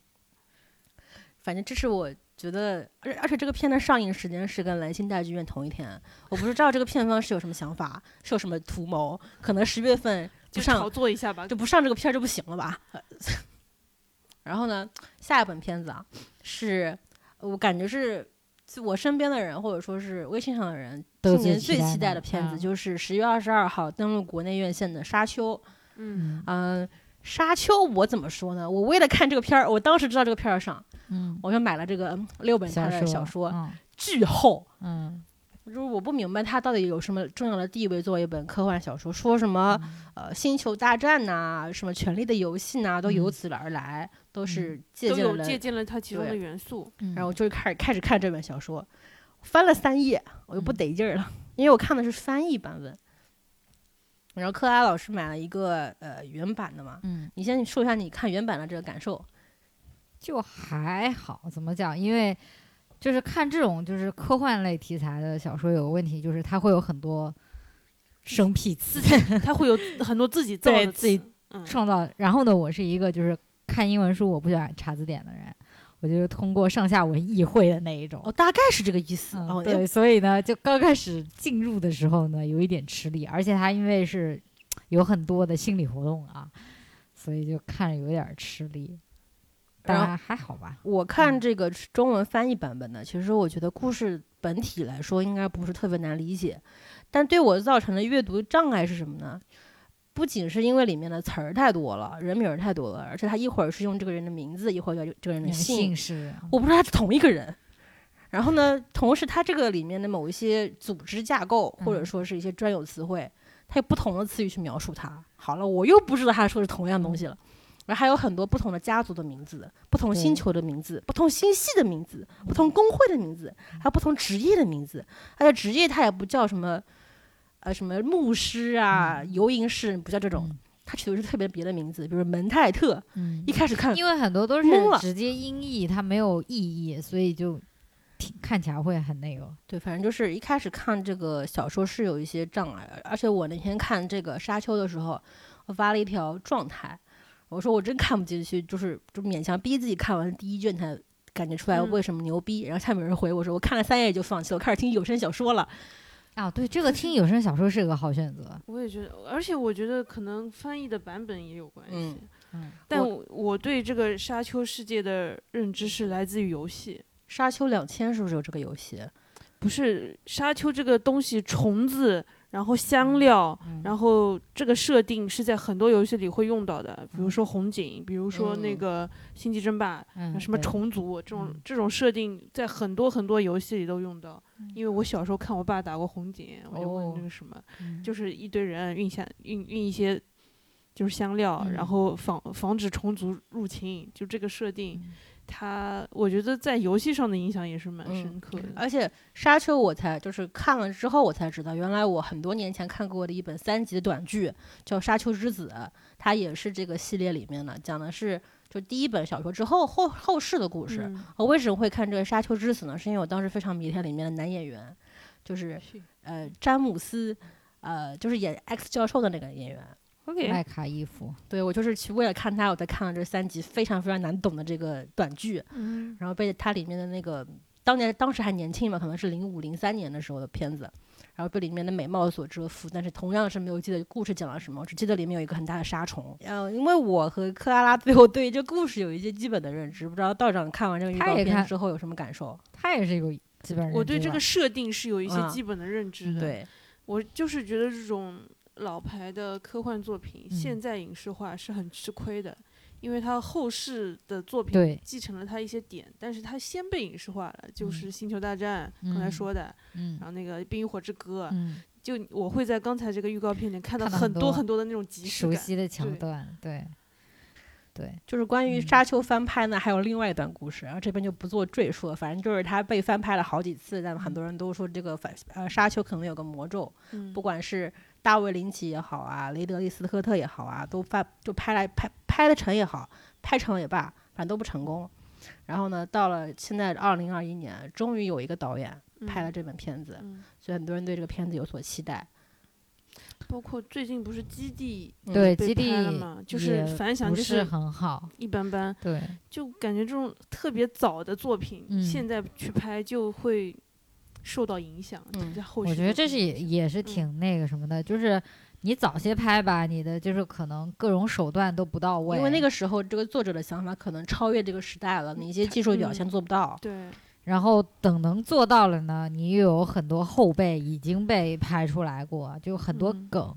Speaker 1: 反正这是我觉得，而而且这个片的上映时间是跟兰心大剧院同一天，我不知道这个片方是有什么想法，是有什么图谋，可能十月份
Speaker 3: 就
Speaker 1: 不上
Speaker 3: 炒作一下吧。
Speaker 1: 就不上这个片儿就不行了吧？ 然后呢，下一本片子啊，是我感觉是就我身边的人或者说是微信上的人，
Speaker 2: 都
Speaker 1: 今年最
Speaker 2: 最期待
Speaker 1: 期待
Speaker 2: 的
Speaker 1: 的片子
Speaker 2: 嗯
Speaker 1: 就是十月二十二号登陆国内院线的《沙丘》。
Speaker 3: 嗯，
Speaker 2: 嗯
Speaker 1: 嗯、沙丘我怎么说呢？我为了看这个片儿，我当时知道这个片儿要上，
Speaker 2: 嗯，
Speaker 1: 我就买了这个嗯六本他
Speaker 2: 小
Speaker 1: 的
Speaker 2: 说，
Speaker 1: 小说，啊
Speaker 2: 嗯
Speaker 1: 巨厚。
Speaker 2: 嗯，
Speaker 1: 就是我不明白它到底有什么重要的地位作为一本科幻小说，说什么呃《星球大战》呐，什么《权力的游戏》呐，都由
Speaker 2: 嗯
Speaker 1: 此而来，都
Speaker 2: 嗯
Speaker 1: 是借
Speaker 3: 都
Speaker 1: 鉴
Speaker 3: 有
Speaker 1: 了。
Speaker 3: 借鉴了它其中的
Speaker 1: 对
Speaker 3: 元素。
Speaker 2: 嗯
Speaker 1: 然后我就开始开始看这本小说，翻了三页，我就不得劲儿了，因为我看的是翻译版本。然后克拉老师买了一个呃原版的嘛，
Speaker 2: 嗯，
Speaker 1: 你先说一下你看原版的这个感受。
Speaker 2: 就还好，怎么讲？因为就是看这种就是科幻类题材的小说，有个问题就是它会有很多生僻 词
Speaker 3: 它会有很多自己造
Speaker 2: 对
Speaker 3: 的
Speaker 2: 自己
Speaker 3: 词嗯
Speaker 2: 创造。然后呢，我是一个就是看英文书我不喜欢查字典的人，我就是通过上下文意会的那一种。
Speaker 1: 哦，大概是这个意思。
Speaker 2: 嗯
Speaker 1: 哦，
Speaker 2: 对，所以呢，就刚开始进入的时候呢，有一点吃力，而且它因为是有很多的心理活动啊，所以就看着有点吃力，
Speaker 1: 然后
Speaker 2: 但还好吧。
Speaker 1: 我看
Speaker 2: 嗯
Speaker 1: 这个中文翻译版本呢，其实我觉得故事本体来说应该不是特别难理解，但对我造成的阅读障碍是什么呢？不仅是因为里面的词儿太多了，人名儿太多了，而且他一会儿是用这个人的名字，一会儿要用这个人的
Speaker 2: 女
Speaker 1: 姓
Speaker 2: 性，是，
Speaker 1: 我不知道他是同一个 人。然后呢，同时他这个里面的某一些组织架构，或者
Speaker 2: 嗯
Speaker 1: 说是一些专有词汇，它有不同的词语去描述它。好了，我又不知道他说的是同样东西了。然后还有很多不同的家族的名字、不同星
Speaker 2: 对嗯
Speaker 1: 球的名字、不同星系的名字、不同工会的名字，还有不同职业的名字。而且职业它也不叫什么，呃，什么牧师啊、游吟士，不叫这种
Speaker 2: 嗯，
Speaker 1: 它取的是特别别的名字，比如蒙泰特。
Speaker 2: 嗯
Speaker 1: 一，开始看
Speaker 2: 因为很多都
Speaker 1: 懵了
Speaker 2: 是直接音译，它没有意义，所以就挺看起来会很那个。
Speaker 1: 对，反正就是一开始看这个小说是有一些障碍，而而且我那天看这个《沙丘》的时候，我发了一条状态，我说我真看不进去，就是就勉强逼自己看完第一卷才感觉出来
Speaker 3: 嗯
Speaker 1: 为什么牛逼。然后下面有人回我说我看了三页就放弃了，我开始听有声小说了。
Speaker 2: 啊，对，这个听有声小说是个好选择。
Speaker 3: 我也觉得，而且我觉得可能翻译的版本也有关系。
Speaker 1: 嗯
Speaker 2: 嗯，
Speaker 3: 但
Speaker 1: 我
Speaker 3: 我我对这个沙丘世界的认知是来自于游戏，
Speaker 1: 《沙丘两千》是不是有这个游戏？
Speaker 3: 不是沙丘这个东西，虫子，然后
Speaker 1: 嗯
Speaker 3: 香料，然后这个设定是在很多游戏里会用到的，比如说红警，比如说那
Speaker 1: 嗯
Speaker 3: 个星际争霸，
Speaker 2: 嗯，
Speaker 3: 什么
Speaker 2: 对
Speaker 3: 虫族这种
Speaker 2: 嗯
Speaker 3: 这种设定，在很多很多游戏里都用到。因为我小时候看我爸打过红警，我就问
Speaker 1: 哦
Speaker 3: 这个什么，
Speaker 2: 嗯
Speaker 3: 就是一堆人运下运运一些就是香料，
Speaker 2: 嗯
Speaker 3: 然后防防止虫族入侵，就这个设定，
Speaker 2: 嗯
Speaker 3: 它我觉得在游戏上的影响也是蛮深刻的。
Speaker 1: 嗯而且《沙丘》我才就是看了之后我才知道，原来我很多年前看过的一本三集的短剧叫《沙丘之子》，它也是这个系列里面的，讲的是就第一本小说之后后后世的故事。
Speaker 3: 嗯
Speaker 1: 我为什么会看这个《沙丘之子》呢？是因为我当时非常迷恋里面的男演员，就是
Speaker 3: 是
Speaker 2: 嗯
Speaker 1: 呃詹姆斯，呃就是演 X 教授的那个演员。
Speaker 3: ，OK，
Speaker 2: 麦卡伊夫，
Speaker 1: 对我就是去为了看他，我才看了这三集非常非常难懂的这个短剧。
Speaker 3: 嗯，
Speaker 1: 然后被它里面的那个当年当时还年轻嘛，可能是零五零三年的时候的片子，然后被里面的美貌所折服，但是同样是没有记得故事讲了什么，我只记得里面有一个很大的沙虫。嗯、因为我和克拉拉最后对这故事有一些基本的认知，不知道道长看完这个预
Speaker 2: 他
Speaker 1: 告
Speaker 2: 也
Speaker 1: 片
Speaker 2: 看
Speaker 1: 之后有什么感受？
Speaker 2: 他也是一个基本上
Speaker 3: 我对这个设定是有一些
Speaker 1: 嗯
Speaker 3: 基本的认知的。
Speaker 1: 对，
Speaker 3: 我就是觉得这种老牌的科幻作品
Speaker 2: 嗯
Speaker 3: 现在影视化是很吃亏的，因为它后世的作品
Speaker 2: 对，
Speaker 3: 继承了它一些点，但是它先被影视化了，就
Speaker 2: 嗯
Speaker 3: 是《星球大战》刚才
Speaker 2: 嗯
Speaker 3: 说的，
Speaker 2: 嗯
Speaker 3: 然后那个《冰与火之歌》
Speaker 2: 嗯，
Speaker 3: 就我会在刚才这个预告片里看到
Speaker 2: 看到很
Speaker 3: 很多
Speaker 2: 多
Speaker 3: 很多的那种即视
Speaker 2: 熟
Speaker 3: 感。
Speaker 2: 悉的桥
Speaker 3: 对
Speaker 2: 段，对对，
Speaker 1: 就是关于
Speaker 2: 嗯
Speaker 1: 沙丘翻拍呢，还有另外一段故事，然后这边就不做赘述了。反正就是它被翻拍了好几次，但
Speaker 2: 嗯
Speaker 1: 很多人都说这个反呃沙丘可能有个魔咒，
Speaker 3: 嗯
Speaker 1: 不管是大卫林奇也好啊，雷德利·斯科特也好啊，都发就拍来拍拍的成也好，拍成了也罢，反正都不成功。然后呢，到了现在二零二一年，终于有一个导演拍了这本片子，
Speaker 3: 嗯，嗯
Speaker 1: 所以很多人对这个片子有所期待。
Speaker 3: 包括最近不是《基地
Speaker 1: 嗯
Speaker 2: 对
Speaker 3: 被
Speaker 2: 基地
Speaker 3: 拍了嘛就是
Speaker 2: 也
Speaker 3: 反响
Speaker 2: 不
Speaker 3: 就是
Speaker 2: 很好，
Speaker 3: 一般般，
Speaker 2: 对，
Speaker 3: 就感觉这种特别早的作品，
Speaker 2: 嗯
Speaker 3: 现在去拍就会受到影响。
Speaker 1: 嗯
Speaker 3: 在后续
Speaker 2: 我觉得这是
Speaker 3: 作品
Speaker 2: 也也是挺那个什么的，就是你早些拍吧，你的就是可能各种手段都不到位，
Speaker 1: 因为那个时候，这个作者的想法可能超越这个时代了，你一些技术表现做不到。
Speaker 3: 对，
Speaker 2: 然后等能做到了呢，你又有很多后辈已经被拍出来过，就很多
Speaker 3: 嗯
Speaker 2: 梗，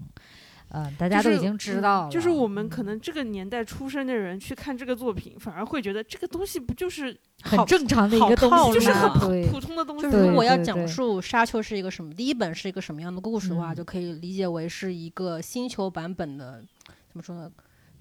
Speaker 2: 嗯、大家都
Speaker 3: 就是
Speaker 2: 已经知
Speaker 3: 嗯
Speaker 2: 道了。
Speaker 3: 就是我们可
Speaker 2: 嗯
Speaker 3: 能这个年代出生的人去看这个作品，反而会觉得这个东西不就是好
Speaker 2: 很正常的一
Speaker 1: 好
Speaker 2: 个东
Speaker 1: 套
Speaker 2: 西，
Speaker 1: 路
Speaker 3: 就是
Speaker 1: 啊
Speaker 3: 很
Speaker 2: 对
Speaker 3: 普普通的东西
Speaker 1: 就
Speaker 3: 吗？
Speaker 1: 是如果
Speaker 2: 对
Speaker 1: 要
Speaker 2: 对
Speaker 1: 讲
Speaker 2: 对
Speaker 1: 述《沙丘》是一个什么，第一本是一个什么样的故事的话，
Speaker 2: 嗯
Speaker 1: 就可以理解为是一个星球版本的，怎么说呢？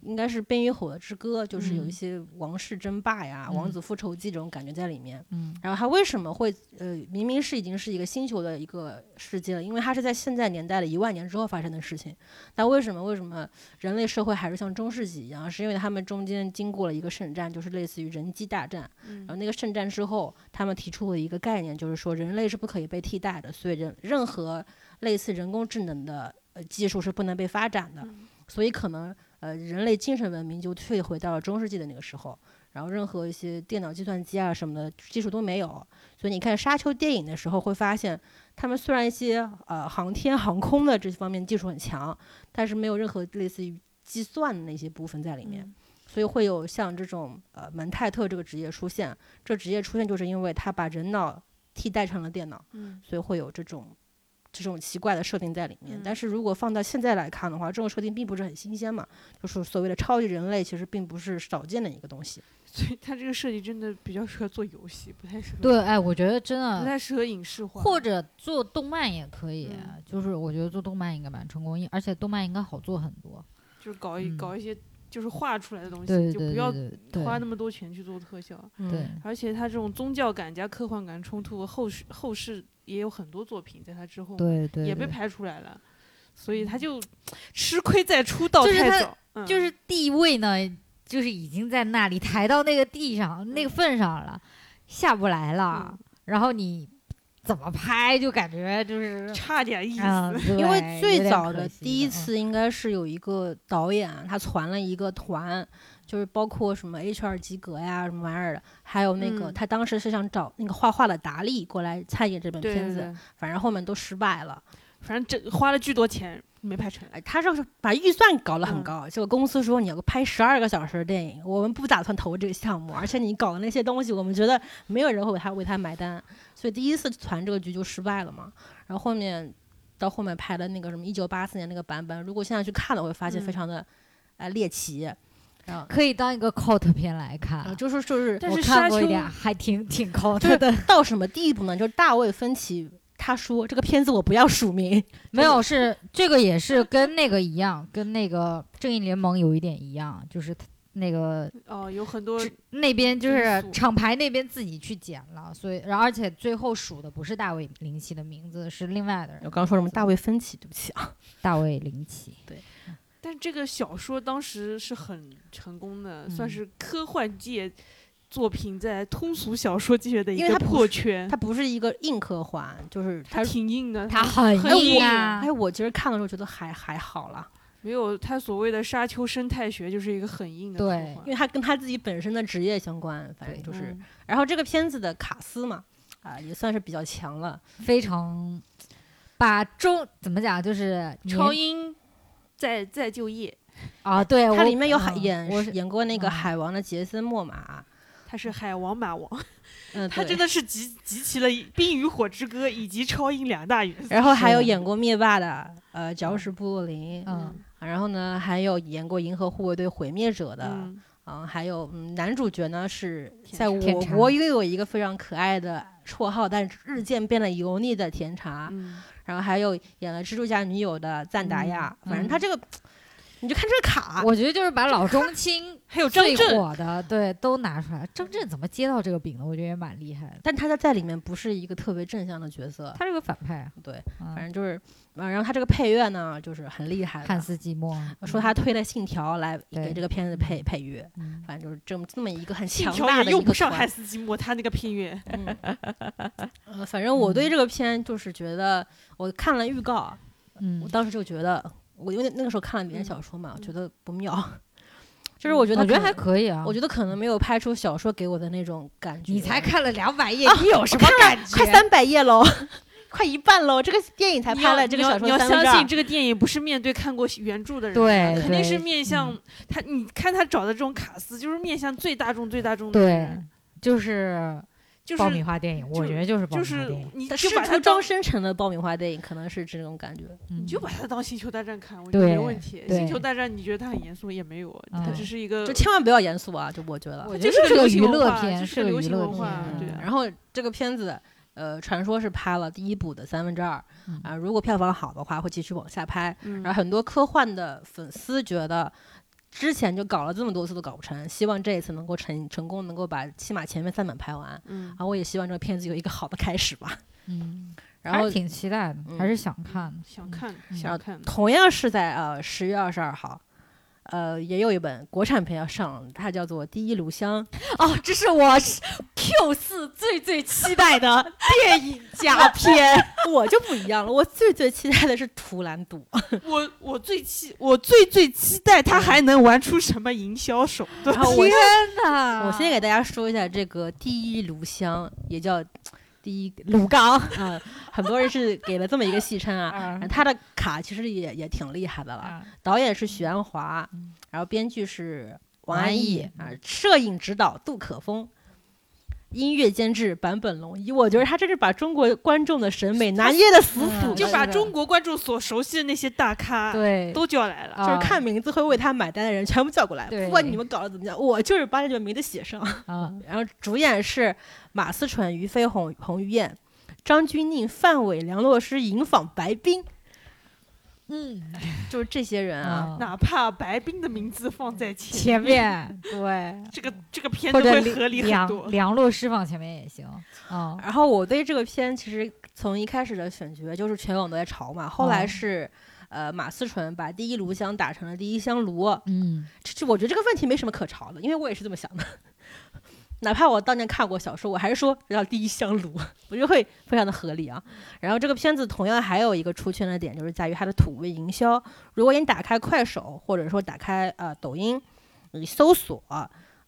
Speaker 1: 应该是《冰与火之歌》，就是有一
Speaker 2: 嗯
Speaker 1: 些王室争霸呀、
Speaker 2: 嗯
Speaker 1: 王子复仇记这种感觉在里面。
Speaker 2: 嗯
Speaker 1: 然后它为什么会呃，明明是已经是一个星球的一个世界了，因为它是在现在年代的一万年之后发生的事情。但为什么为什么人类社会还是像中世纪一样？是因为他们中间经过了一个圣战，就是类似于人机大战。
Speaker 3: 嗯
Speaker 1: 然后那个圣战之后，他们提出了一个概念，就是说人类是不可以被替代的，所以人任何类似人工智能的呃技术是不能被发展的，
Speaker 3: 嗯
Speaker 1: 所以可能呃人类精神文明就退回到了中世纪的那个时候，然后任何一些电脑计算机啊什么的技术都没有，所以你看《沙丘》电影的时候会发现，他们虽然一些呃航天航空的这方面技术很强，但是没有任何类似于计算的那些部分在里面。
Speaker 3: 嗯
Speaker 1: 所以会有像这种呃门泰特这个职业出现。这职业出现就是因为他把人脑替代成了电脑，
Speaker 3: 嗯
Speaker 1: 所以会有这种这种奇怪的设定在里面。
Speaker 3: 嗯
Speaker 1: 但是如果放到现在来看的话，这种设定并不是很新鲜嘛，就是所谓的超级人类其实并不是少见的一个东西。
Speaker 3: 所以它这个设计真的比较适合做游戏，不太适合，
Speaker 2: 对，哎，我觉得真
Speaker 3: 不
Speaker 2: 的，
Speaker 3: 太适合影视化，
Speaker 2: 或者做动漫也可以，
Speaker 3: 嗯
Speaker 2: 就是我觉得做动漫应该蛮成功，因而且动漫应该好做很多。
Speaker 3: 就是搞一
Speaker 2: 嗯
Speaker 3: 搞一些就是画出来的东西，
Speaker 2: 对
Speaker 3: 就
Speaker 2: 对
Speaker 3: 不要
Speaker 2: 对对
Speaker 3: 花那
Speaker 2: 对
Speaker 3: 么多钱去做特效。
Speaker 2: 对，
Speaker 3: 而且它这种宗教感加科幻感冲突，后世后世也有很多作品在它之后嘛
Speaker 2: 对对，
Speaker 3: 也
Speaker 2: 对
Speaker 3: 被拍出来了，所以他就吃亏在出道
Speaker 2: 就是
Speaker 3: 太
Speaker 2: 他
Speaker 3: 早，嗯
Speaker 2: 就是地位呢，就是已经在那里抬到那个地上那个份上了，下不来了。
Speaker 3: 嗯
Speaker 2: 然后你怎么拍，就感觉就是，
Speaker 3: 差点意思。
Speaker 2: 嗯，
Speaker 1: 因为
Speaker 2: 对
Speaker 1: 最
Speaker 2: 有点
Speaker 1: 早
Speaker 2: 可
Speaker 1: 的
Speaker 2: 惜
Speaker 1: 第一
Speaker 2: 嗯
Speaker 1: 次应该是有一个导演，啊他传了一个团，就是包括什么 HR 及格呀什么玩意儿的，还有那个、
Speaker 3: 嗯
Speaker 1: 他当时是想找那个画画的达利过来参演这本
Speaker 3: 对
Speaker 1: 片
Speaker 3: 对
Speaker 1: 子，
Speaker 3: 对，
Speaker 1: 反正后面都失败了。
Speaker 3: 反正这花了巨多钱没拍成，
Speaker 1: 哎，他就是把预算搞得很
Speaker 3: 嗯
Speaker 1: 高，结果公司说你要拍十二个小时的电影，我们不打算投这个项目，而且你搞的那些东西，我们觉得没有人会为他为他买单，所以第一次传这个局就失败了嘛。然后后面到后面拍的那个什么一九八四年那个版本，如果现在去看了，会发现非
Speaker 3: 嗯
Speaker 1: 常的、呃猎奇，然后
Speaker 2: 可以当一个 cult 片来
Speaker 1: 然后
Speaker 2: 看。
Speaker 1: 啊就是 就是
Speaker 3: 啊但
Speaker 2: 我
Speaker 3: 是
Speaker 2: 看
Speaker 3: 沙
Speaker 2: 过一
Speaker 3: 丘
Speaker 2: 点，还挺挺
Speaker 1: 就是
Speaker 2: cult 的。
Speaker 1: 到什么地步呢？就是大卫芬奇他说这个片子我不要署名，
Speaker 2: 没有，是这个也是跟那个一样，跟那个正义联盟有一点一样，就是它那个
Speaker 3: 哦、有很多
Speaker 2: 只那边就
Speaker 3: 因
Speaker 2: 是
Speaker 3: 素
Speaker 2: 厂牌那边自己去剪了，所以然后而且最后数的不是大卫林奇的名字，是另外的人。
Speaker 1: 我刚说什么大卫芬奇，对不起啊，
Speaker 2: 大卫林奇，
Speaker 3: 但这个小说当时是很成功的，
Speaker 2: 嗯
Speaker 3: 算是科幻界作品在通俗小说界的一
Speaker 1: 因为
Speaker 3: 个
Speaker 1: 它不是
Speaker 3: 破圈。
Speaker 1: 他不是一个硬科幻，就是他
Speaker 3: 它挺硬的，
Speaker 2: 他
Speaker 3: 它
Speaker 2: 很
Speaker 3: 很
Speaker 2: 硬
Speaker 3: 硬
Speaker 2: 啊
Speaker 1: 哎，，我其实看的时候觉得还还好啦，
Speaker 3: 没有他所谓的沙丘生态学就是一个很硬的科
Speaker 2: 对
Speaker 3: 幻
Speaker 1: 因为他跟他自己本身的职业相关，反正
Speaker 2: 对
Speaker 1: 就是。
Speaker 3: 嗯
Speaker 1: 然后这个片子的卡斯嘛，啊、也算是比较强了。
Speaker 2: 非常把中怎么讲就是年
Speaker 3: 超英再再就业，
Speaker 2: 啊，对，
Speaker 1: 它
Speaker 2: 我
Speaker 1: 里面有海
Speaker 2: 嗯
Speaker 1: 演
Speaker 2: 我是
Speaker 1: 演过那个
Speaker 2: 嗯
Speaker 1: 海王的杰森·莫玛，
Speaker 3: 他是海王马王，
Speaker 1: 嗯，
Speaker 3: 他
Speaker 1: 对
Speaker 3: 真的是集集齐了《冰与火之歌》以及超英两大元素。
Speaker 1: 然后还有
Speaker 2: 是
Speaker 1: 演过灭霸的，呃，脚屎布洛林，
Speaker 2: 嗯
Speaker 1: 啊然后呢，还有演过银河护卫队毁灭者的，嗯，
Speaker 3: 嗯，
Speaker 1: 还有嗯，男主角呢是
Speaker 3: 甜
Speaker 1: 在
Speaker 3: 茶
Speaker 1: 我
Speaker 2: 甜茶
Speaker 1: 国又有一个非常可爱的绰号，但是日渐变得油腻的甜茶，
Speaker 3: 嗯
Speaker 1: 然后还有演了蜘蛛侠女友的赞达亚，
Speaker 2: 嗯
Speaker 1: 反正
Speaker 2: 嗯
Speaker 1: 他这个，你就看这个卡，
Speaker 2: 我觉得就是把老中青
Speaker 3: 还有张
Speaker 2: 最
Speaker 3: 震，
Speaker 2: 火的对都拿出来。张震怎么接到这个饼的？我觉得也蛮厉害的。
Speaker 1: 但他在在里面不是一个特别正向的角色，
Speaker 2: 他是个反派啊，
Speaker 1: 对，
Speaker 2: 嗯
Speaker 1: 反正就是，嗯，然后他这个配乐呢，就是很厉害的，
Speaker 2: 汉斯季默，
Speaker 1: 说他推了《信条》来给
Speaker 2: 对
Speaker 1: 这个片子配配乐，
Speaker 2: 嗯
Speaker 1: 反正就是这么这么一个很
Speaker 3: 信
Speaker 1: 强
Speaker 3: 条
Speaker 1: 大
Speaker 3: 也
Speaker 1: 的
Speaker 3: 用
Speaker 1: 一
Speaker 3: 不
Speaker 1: 个
Speaker 3: 上
Speaker 1: 团
Speaker 3: 汉。斯季默，他那个配乐，
Speaker 1: 嗯，呃，反正我对
Speaker 3: 嗯
Speaker 1: 这个片就是觉得，我看了预告，我
Speaker 2: 嗯，
Speaker 1: 当时就觉得，我因为那个时候看了别人
Speaker 3: 嗯
Speaker 1: 小说嘛，我觉
Speaker 3: 嗯
Speaker 1: 得不妙， 就是我觉得
Speaker 2: 我觉得
Speaker 1: 可
Speaker 2: 还可以啊。
Speaker 1: 我觉得可能没有拍出小说给我的那种感觉。
Speaker 2: 你才 看了两百页，
Speaker 1: 啊
Speaker 2: 你有什么感觉？
Speaker 1: 快三百页喽， 快一半喽，这个电影才
Speaker 3: 你
Speaker 1: 拍
Speaker 3: 要
Speaker 1: 了这个
Speaker 3: 你要
Speaker 1: 小说
Speaker 3: 你要
Speaker 1: 三分之
Speaker 3: 相信
Speaker 1: 二。
Speaker 3: 这个电影不是面对看过原著的人的，
Speaker 2: 对
Speaker 3: 肯定
Speaker 2: 对
Speaker 3: 是面向他。你看他找的这种卡司，就是面向最大众、最大众的
Speaker 2: 对
Speaker 3: 人，，
Speaker 2: 就是
Speaker 3: 就
Speaker 2: 爆米
Speaker 3: 是
Speaker 2: 花电影，
Speaker 3: 就
Speaker 2: 我觉得就是爆米花
Speaker 3: 就是
Speaker 2: 电影。
Speaker 3: 你
Speaker 1: 它
Speaker 3: 就
Speaker 1: 试
Speaker 3: 把
Speaker 1: 图
Speaker 3: 它当
Speaker 1: 装深沉的爆米花电影，可能是这种感觉。
Speaker 2: 嗯
Speaker 3: 你就把它当星球大战看，我觉得
Speaker 2: 对
Speaker 3: 没问题。
Speaker 2: 对
Speaker 3: 星球大战你觉得它很严肃也没有，
Speaker 2: 嗯
Speaker 3: 它只是一个
Speaker 1: 就千万不要严肃啊！就我觉得，嗯
Speaker 2: 我
Speaker 3: 它
Speaker 2: 觉
Speaker 3: 就
Speaker 2: 得
Speaker 3: 是
Speaker 2: 这
Speaker 3: 个
Speaker 2: 个
Speaker 3: 流
Speaker 2: 娱
Speaker 3: 行文
Speaker 2: 乐
Speaker 3: 化
Speaker 2: 片，
Speaker 3: 就是是个
Speaker 2: 个
Speaker 3: 流
Speaker 2: 娱
Speaker 3: 行
Speaker 2: 乐
Speaker 3: 文化
Speaker 2: 片，
Speaker 3: 对啊
Speaker 1: 然后这个片子，呃，传说是拍了第一部的三分之二
Speaker 2: 嗯
Speaker 1: 啊，如果票房好的话，会继续往下拍。
Speaker 3: 嗯
Speaker 1: 然后很多科幻的粉丝觉得，之前就搞了这么多次都搞不成，希望这一次能够成成功，能够把起码前面三本拍完。
Speaker 3: 嗯
Speaker 1: 啊，我也希望这个片子有一个好的开始吧。
Speaker 2: 嗯，
Speaker 1: 然
Speaker 2: 还
Speaker 1: 后
Speaker 2: 是挺期待的，还
Speaker 1: 嗯
Speaker 2: 是想看的。
Speaker 3: 想看
Speaker 2: 嗯
Speaker 3: 想看，
Speaker 1: 同样是在呃十月二十二号。呃，也有一本国产片要上，它叫做《第一炉香》，
Speaker 2: 哦，这是我 Q 四最最期待 的电影
Speaker 1: 佳片。 我就不一样了，我最最期待的是《图兰朵》。
Speaker 2: 哦
Speaker 3: 我我最期我最最期待他还能玩出什么营销手段。
Speaker 1: 然后我
Speaker 2: 呐！
Speaker 1: 我先给大家说一下这个第一炉香，也叫第一
Speaker 2: 鲁刚，
Speaker 1: 啊、很多人是给了这么一个戏称 啊。
Speaker 2: 嗯
Speaker 1: 他的卡其实也也挺厉害的了，
Speaker 2: 啊
Speaker 1: 导演是许鞍华
Speaker 2: 嗯，
Speaker 1: 然后编剧是王
Speaker 2: 王
Speaker 1: 安
Speaker 2: 安
Speaker 1: 忆
Speaker 2: 忆
Speaker 1: 啊，摄影指导杜可风。音乐监制坂本龙一，我觉得他真是把中国观众的审美拿捏的死死的，
Speaker 2: 嗯
Speaker 3: 就把
Speaker 2: 是的
Speaker 3: 中国观众所熟悉的那些大咖
Speaker 2: 啊对，啊
Speaker 3: 都叫来了。
Speaker 1: 就是看名字会为他买单的人全部叫过来，
Speaker 2: 对
Speaker 1: 不管你们搞得怎么样，我就是把你们名字写上。
Speaker 2: 啊，
Speaker 1: 然后主演是马思纯、俞飞鸿、彭于晏、张钧甯、范伟、梁洛施、尹昉、白冰，
Speaker 2: 嗯
Speaker 1: 就是这些人啊。
Speaker 2: 那
Speaker 3: 哪怕白冰的名字放在前
Speaker 2: 嗯前面对，
Speaker 3: 这个这个片子
Speaker 2: 或者
Speaker 3: 会合
Speaker 2: 梁
Speaker 3: 理很多
Speaker 2: 梁。梁洛施放前面也行啊，
Speaker 1: 然后我对这个片其实从一开始的选角就是全网都在嘲嘛，后来是。呃，马思纯把第一炉香打成了第一香炉，
Speaker 2: 嗯
Speaker 1: 这这我觉得这个问题没什么可嘲的，因为我也是这么想的。 哪怕我当年看过小说，我还是说要第一香炉，我觉得会非常的合理啊。然后这个片子同样还有一个出圈的点，就是在于它的土味营销。如果你打开快手，或者说打开呃抖音，你搜索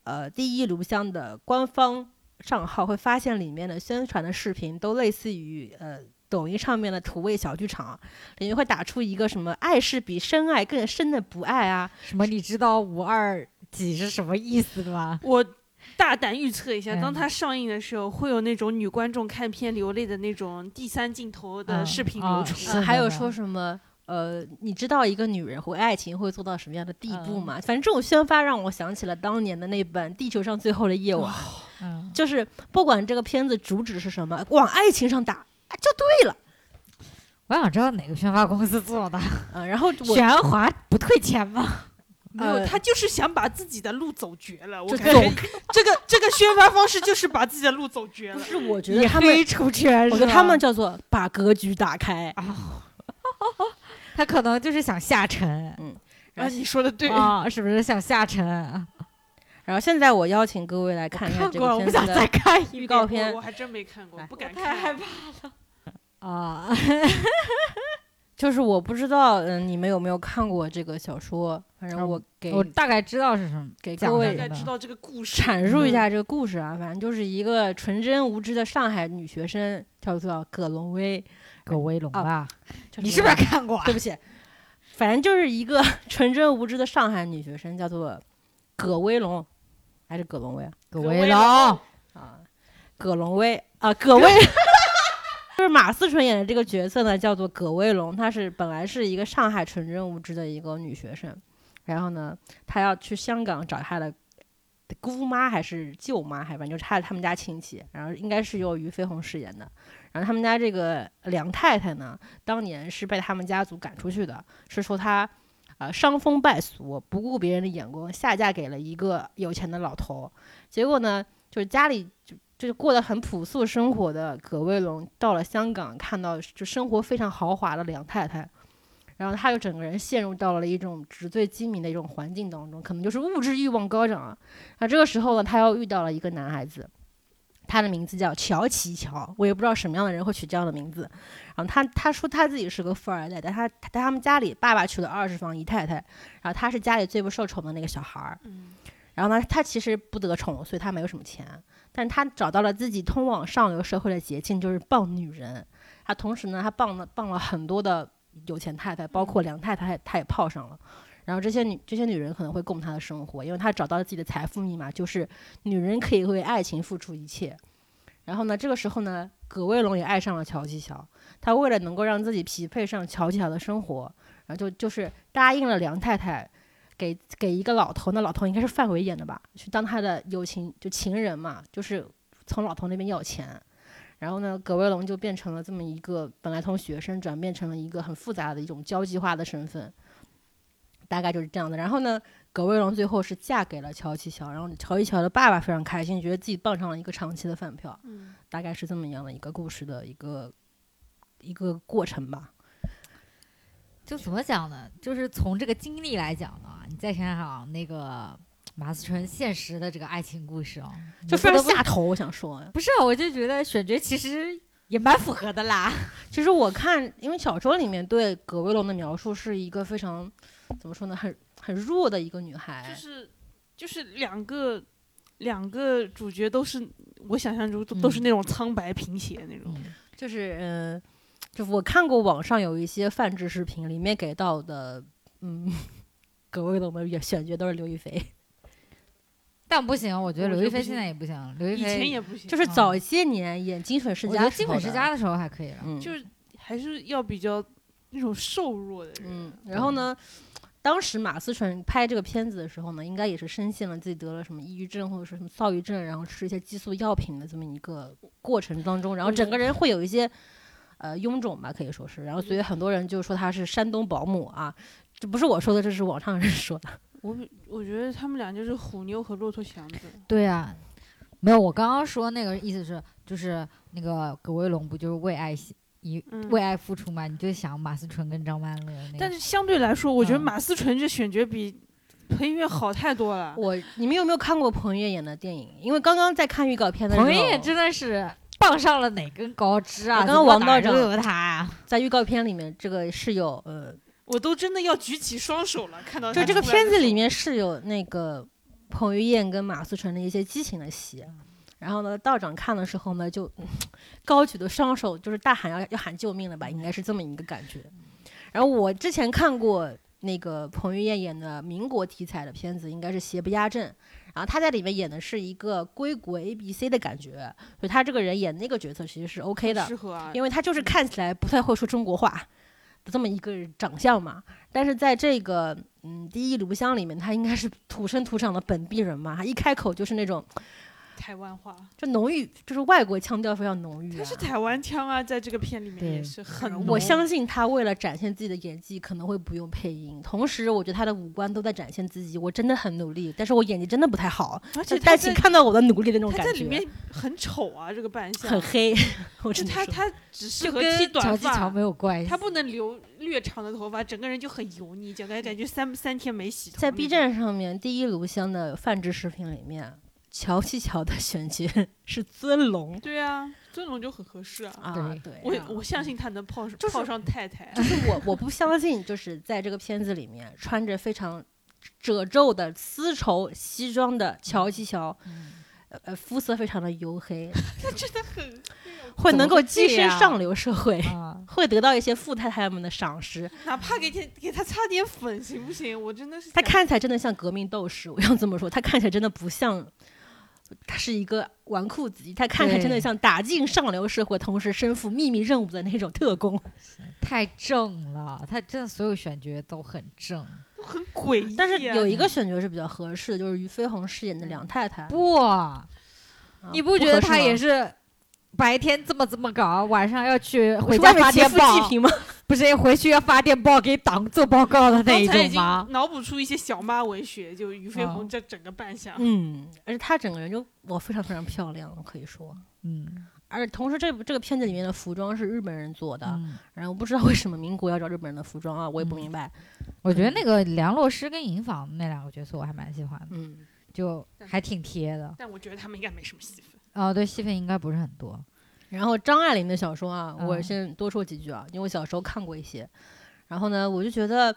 Speaker 1: 呃第一炉香的官方账号，会发现里面的宣传的视频都类似于呃。抖音上面的土味小剧场，里面会打出一个什么“爱是比深爱更深的不爱”啊，
Speaker 2: 什么？你知道五二几是什么意思吗？
Speaker 3: 我大胆预测一下，
Speaker 2: 嗯
Speaker 3: 当它上映的时候，会有那种女观众看片流泪的那种第三镜头的
Speaker 2: 嗯
Speaker 3: 视频
Speaker 2: 嗯
Speaker 3: 流出。
Speaker 2: 是
Speaker 1: 呃、还
Speaker 2: 的
Speaker 1: 有
Speaker 2: 呢
Speaker 1: 说什么？呃，你知道一个女人或爱情会做到什么样的地步
Speaker 2: 嗯
Speaker 1: 吗？反正这种宣发让我想起了当年的那本《地球上最后的夜晚》，
Speaker 2: 嗯，
Speaker 1: 就是不管这个片子主旨是什么，往爱情上打，啊就对了。
Speaker 2: 我想知道哪个宣发公司做的，
Speaker 1: 嗯、然后我
Speaker 2: 玄华不退钱吗？
Speaker 3: 没有，
Speaker 1: 呃
Speaker 3: 他就是想把自己的路走绝了。我
Speaker 1: 就
Speaker 3: 感觉这个这个宣发方式就是把自己的路走绝
Speaker 1: 不
Speaker 3: 了。
Speaker 1: 是我觉得
Speaker 2: 也
Speaker 1: 他们，
Speaker 2: 黑出圈，
Speaker 1: 我觉
Speaker 2: 是
Speaker 1: 得他
Speaker 2: 吧
Speaker 1: 们叫做把格局打开。
Speaker 2: 他可能就是想下沉
Speaker 3: 啊，你说 的对，
Speaker 2: 啊，是不是想下沉？啊
Speaker 1: 然后现在我邀请各位来看一下
Speaker 2: 看
Speaker 1: 这
Speaker 2: 过，
Speaker 1: 个
Speaker 2: 我不
Speaker 1: 片
Speaker 2: 想
Speaker 1: 子
Speaker 2: 再
Speaker 1: 的
Speaker 2: 看一
Speaker 1: 预
Speaker 2: 遍
Speaker 1: 告
Speaker 3: 哎我
Speaker 1: 片哎
Speaker 3: 我。还真没看过
Speaker 1: 来，
Speaker 3: 不敢看。
Speaker 2: 怕啊。
Speaker 1: 就是我不知道，嗯，你们有没有看过这个小说？反正我 给
Speaker 2: 我大概知道是什么，
Speaker 1: 给
Speaker 2: 讲
Speaker 1: 各
Speaker 2: 的
Speaker 1: 位
Speaker 3: 大
Speaker 2: 是
Speaker 3: 概
Speaker 2: 的
Speaker 3: 知道这个故事。
Speaker 1: 阐述
Speaker 2: 嗯
Speaker 1: 一下这个故事啊，反正就是一个纯真无知的上海女学生，叫做葛龙威。
Speaker 2: 葛威龙
Speaker 1: 啊
Speaker 2: 吧？
Speaker 1: 叫
Speaker 2: 你
Speaker 1: 什
Speaker 2: 是不
Speaker 1: 么
Speaker 2: 是
Speaker 1: 来着
Speaker 2: 看过啊？
Speaker 1: 对不起，反正就是一个 纯真无知的上海女学生，叫做葛威龙，还是葛龙威啊？
Speaker 2: 葛
Speaker 3: 威
Speaker 2: 威
Speaker 3: 龙
Speaker 2: 龙，
Speaker 1: 啊，葛龙威啊，葛威， 就是马思纯演的这个角色呢，叫做葛威龙，她是本来是一个上海纯真无知的一个女学生，然后呢，她要去香港找她的。姑妈还是舅妈，还反正就是她他们家亲戚，然后应该是由于飞鸿饰演的。然后他们家这个梁太太呢，当年是被他们家族赶出去的，是说她呃伤风败俗，不顾别人的眼光，下嫁给了一个有钱的老头。结果呢，就是家里就就是过得很朴素生活的葛卫龙，到了香港看到就生活非常豪华的梁太太，然后他就整个人陷入到了一种纸醉金迷的一种环境当中，可能就是物质欲望高涨啊。那这个时候呢，他又遇到了一个男孩子。他的名字叫乔奇乔，我也不知道什么样的人会取这样的名字。然后他他说他自己是个富二代，但他他他们家里爸爸娶了二十房姨太太，然后他是家里最不受宠的那个小孩儿。
Speaker 3: 嗯，
Speaker 1: 然后呢，他其实不得宠，所以他没有什么钱，但他找到了自己通往上流社会的捷径，就是傍女人。他同时呢，他傍了傍了很多的有钱太太，包括梁太太，他也泡上了。然后这些女这些女人可能会供他的生活，因为他找到了自己的财富密码，就是女人可以为爱情付出一切。然后呢，这个时候呢，葛威龙也爱上了乔吉乔，他为了能够让自己匹配上乔吉乔的生活，然后就就是答应了梁太太给给一个老头，那老头应该是范伟演的吧，去当他的友情就情人嘛，就是从老头那边要钱。然后呢，葛威龙就变成了这么一个本来从学生转变成了一个很复杂的一种交际化的身份，大概就是这样的。然后呢，葛威龙最后是嫁给了乔七乔，然后乔七乔的爸爸非常开心，觉得自己傍上了一个长期的饭票。
Speaker 3: 嗯
Speaker 1: 大概是这么样的一个故事的一个一个过程吧。
Speaker 2: 就怎么讲呢？就是从这个经历来讲呢，你再想想那个马思纯现实的这个爱情故事哦，
Speaker 1: 就
Speaker 2: 非
Speaker 1: 非常
Speaker 2: 常
Speaker 1: 下头，我想说，嗯
Speaker 2: 不是啊，我就觉得选角其实也蛮符合的啦。
Speaker 1: 其实我看，因为小说里面对葛威龙的描述是一个非常怎么说呢，很很弱的一个女孩
Speaker 3: 就，是就是两个两个主角都是我想象中都都是
Speaker 2: 嗯
Speaker 3: 那种苍白贫血那
Speaker 1: 嗯
Speaker 3: 种。
Speaker 1: 就是嗯、呃就我看过网上有一些泛制视频，里面给到的嗯，葛威龙的选选角都是刘亦菲，
Speaker 2: 但不行，我觉得
Speaker 3: 我
Speaker 2: 刘
Speaker 3: 觉
Speaker 2: 亦
Speaker 3: 得
Speaker 2: 菲
Speaker 3: 不
Speaker 2: 现
Speaker 3: 行
Speaker 2: 在也不行，刘亦
Speaker 3: 以
Speaker 2: 菲
Speaker 3: 前也不行，
Speaker 1: 就是
Speaker 2: 啊
Speaker 1: 早些年演《金粉世
Speaker 2: 我
Speaker 1: 家
Speaker 2: 觉》得
Speaker 1: 时
Speaker 2: 金
Speaker 1: 候
Speaker 2: 粉世
Speaker 1: 的
Speaker 2: 家，的时啊候还可以了。
Speaker 1: 嗯，
Speaker 3: 就是还是要比较那种瘦弱的人。
Speaker 1: 嗯，然后呢，当时马思纯拍这个片子的时候呢，应该也是深陷了自己得了什么抑郁症或者是什么躁郁症，然后吃一些激素药品的这么一个过程当中，然后整个人会有一些呃臃肿吧，可以说是，然后所以很多人就说她是山东保姆啊，这不是我说的，这是网上人说的。
Speaker 3: 我我觉得他们俩就是虎妞和骆驼祥子。
Speaker 2: 对啊，没有，我刚刚说那个意思是，就是那个葛威龙不就是为爱牺一
Speaker 3: 嗯
Speaker 2: 为爱付出嘛？你就想马思纯跟张曼乐那个，
Speaker 3: 但是相对来说，我觉得
Speaker 2: 嗯
Speaker 3: 马思纯这选角比彭于晏好太多了。
Speaker 1: 我你们有没有看过彭于晏演的电影？因为刚刚在看预告片的时候，
Speaker 2: 彭于晏真的是傍上了哪根高枝
Speaker 1: 我
Speaker 2: 啊？怎
Speaker 1: 跟
Speaker 2: 么
Speaker 1: 王
Speaker 2: 哪
Speaker 1: 道
Speaker 2: 儿
Speaker 1: 长
Speaker 2: 都有他啊。
Speaker 1: 在预告片里面，这个是有呃，
Speaker 3: 我都真的要举起双手了，看到
Speaker 1: 就
Speaker 3: 他
Speaker 1: 这个
Speaker 3: 出来的
Speaker 1: 片子
Speaker 3: 时候
Speaker 1: 里面是有那个彭于晏跟马思纯的一些激情的戏，
Speaker 3: 嗯
Speaker 1: 然后呢，道长看的时候呢，就 嗯高举的双手，就是大喊要要喊救命了吧，应该是这么一个感觉。然后我之前看过那个彭于晏演的民国题材的片子，应该是《邪不压正》，然后他在里面演的是一个归国 A B C 的感觉，所以他这个人演那个角色其实是 OK 的
Speaker 3: 适，合啊，
Speaker 1: 因为他就是看起来不太会说中国话的这么一个长相嘛。但是在这个嗯《第一炉香》里面，他应该是土生土长的本地人嘛，他一开口就是那种
Speaker 3: 台湾话，
Speaker 1: 就浓郁，就是外国腔调非常浓郁、啊。嗯
Speaker 3: 他是台湾腔啊，在这个片里面
Speaker 2: 对
Speaker 3: 也是很浓。
Speaker 1: 我相信他为了展现自己的演技，可能会不用配音。同时，我觉得他的五官都在展现自己。我真的很努力，但是我演技真的不太好。
Speaker 3: 而且
Speaker 1: 就
Speaker 3: 他
Speaker 1: 但请
Speaker 3: 在
Speaker 1: 看到我的努力的那种
Speaker 3: 他
Speaker 1: 感
Speaker 3: 在
Speaker 1: 觉，
Speaker 3: 里面很丑啊，这个扮相
Speaker 1: 很。黑。 我
Speaker 3: 就
Speaker 1: 真的
Speaker 3: 他
Speaker 1: 说，
Speaker 3: 他只适
Speaker 2: 就
Speaker 3: 合
Speaker 2: 跟
Speaker 3: 剃
Speaker 2: 乔
Speaker 3: 短
Speaker 2: 继乔
Speaker 3: 发
Speaker 2: 没，有关系。
Speaker 3: 他不能留略长的头发，整个人就很油腻，整个人感觉三三天没洗头那
Speaker 1: 在
Speaker 3: 种。
Speaker 1: B 站上面第一炉香的泛制视频里面，乔西乔的选角是尊龙
Speaker 3: 对啊，尊龙就很合适啊。
Speaker 1: 啊，
Speaker 2: 对
Speaker 1: 对啊
Speaker 3: 我我相信他能泡上
Speaker 1: 就是
Speaker 3: 泡上太太，啊
Speaker 1: 就是我我不相信，就是在这个片子里面穿着非常褶皱的丝绸西装的乔西乔，
Speaker 2: 嗯
Speaker 1: 呃呃，肤色非常的黝 黑，
Speaker 3: 真的很，
Speaker 1: 会
Speaker 2: 怎
Speaker 1: 能
Speaker 2: 么
Speaker 1: 够
Speaker 2: 会
Speaker 1: 跻
Speaker 2: 这
Speaker 1: 身
Speaker 2: 样
Speaker 1: 上流社会，
Speaker 2: 啊，
Speaker 1: 会得到一些富太太们的赏识。
Speaker 3: 哪怕给点给他擦点粉行不行？我真的是
Speaker 1: 他
Speaker 3: 想
Speaker 1: 看起来真的像革命斗士，我要这么说，他看起来真的不像，他是一个纨绔子弟，他看起来真的
Speaker 2: 对
Speaker 1: 像打进上流社会，同时身负秘密任务的那种特工。
Speaker 2: 太正了，他真的所有选角都很正。
Speaker 3: 都很诡异啊，
Speaker 1: 但是有一个选角是比较合适的，就是俞飞鸿饰演的梁太太。
Speaker 2: 不，
Speaker 1: 啊
Speaker 2: 你不觉得他也
Speaker 1: 是
Speaker 2: 是白天这么这么搞，晚上要去
Speaker 1: 合
Speaker 2: 回
Speaker 1: 适吗
Speaker 2: 家
Speaker 1: 是外面
Speaker 2: 发
Speaker 1: 劫
Speaker 2: 电
Speaker 1: 富济
Speaker 2: 报？
Speaker 1: 贫吗？
Speaker 2: 不是回去要发电报给党做报告的那
Speaker 3: 刚
Speaker 2: 一
Speaker 3: 才已
Speaker 2: 种
Speaker 3: 经
Speaker 2: 吗？
Speaker 3: 脑补出一些小妈文学，就俞飞鸿
Speaker 2: 哦
Speaker 3: 这整个扮相，
Speaker 1: 嗯，而且她整个人就我非常非常漂亮，可以说。
Speaker 2: 嗯，
Speaker 1: 而且同时这部，这这个片子里面的服装是日本人做的，
Speaker 2: 嗯
Speaker 1: 然后我不知道为什么民国要找日本人的服装啊，我也不
Speaker 2: 嗯
Speaker 1: 明白。
Speaker 2: 我觉得那个梁洛施跟银纺那两个角色我还蛮喜欢的，
Speaker 1: 嗯，
Speaker 2: 就还挺贴的。
Speaker 3: 但我觉得他们应该没什么戏份。
Speaker 2: 哦，对，戏份应该不是很多。
Speaker 1: 然后张爱玲的小说啊，我
Speaker 2: 嗯
Speaker 1: 先多说几句啊，因为我小时候看过一些。然后呢，我就觉得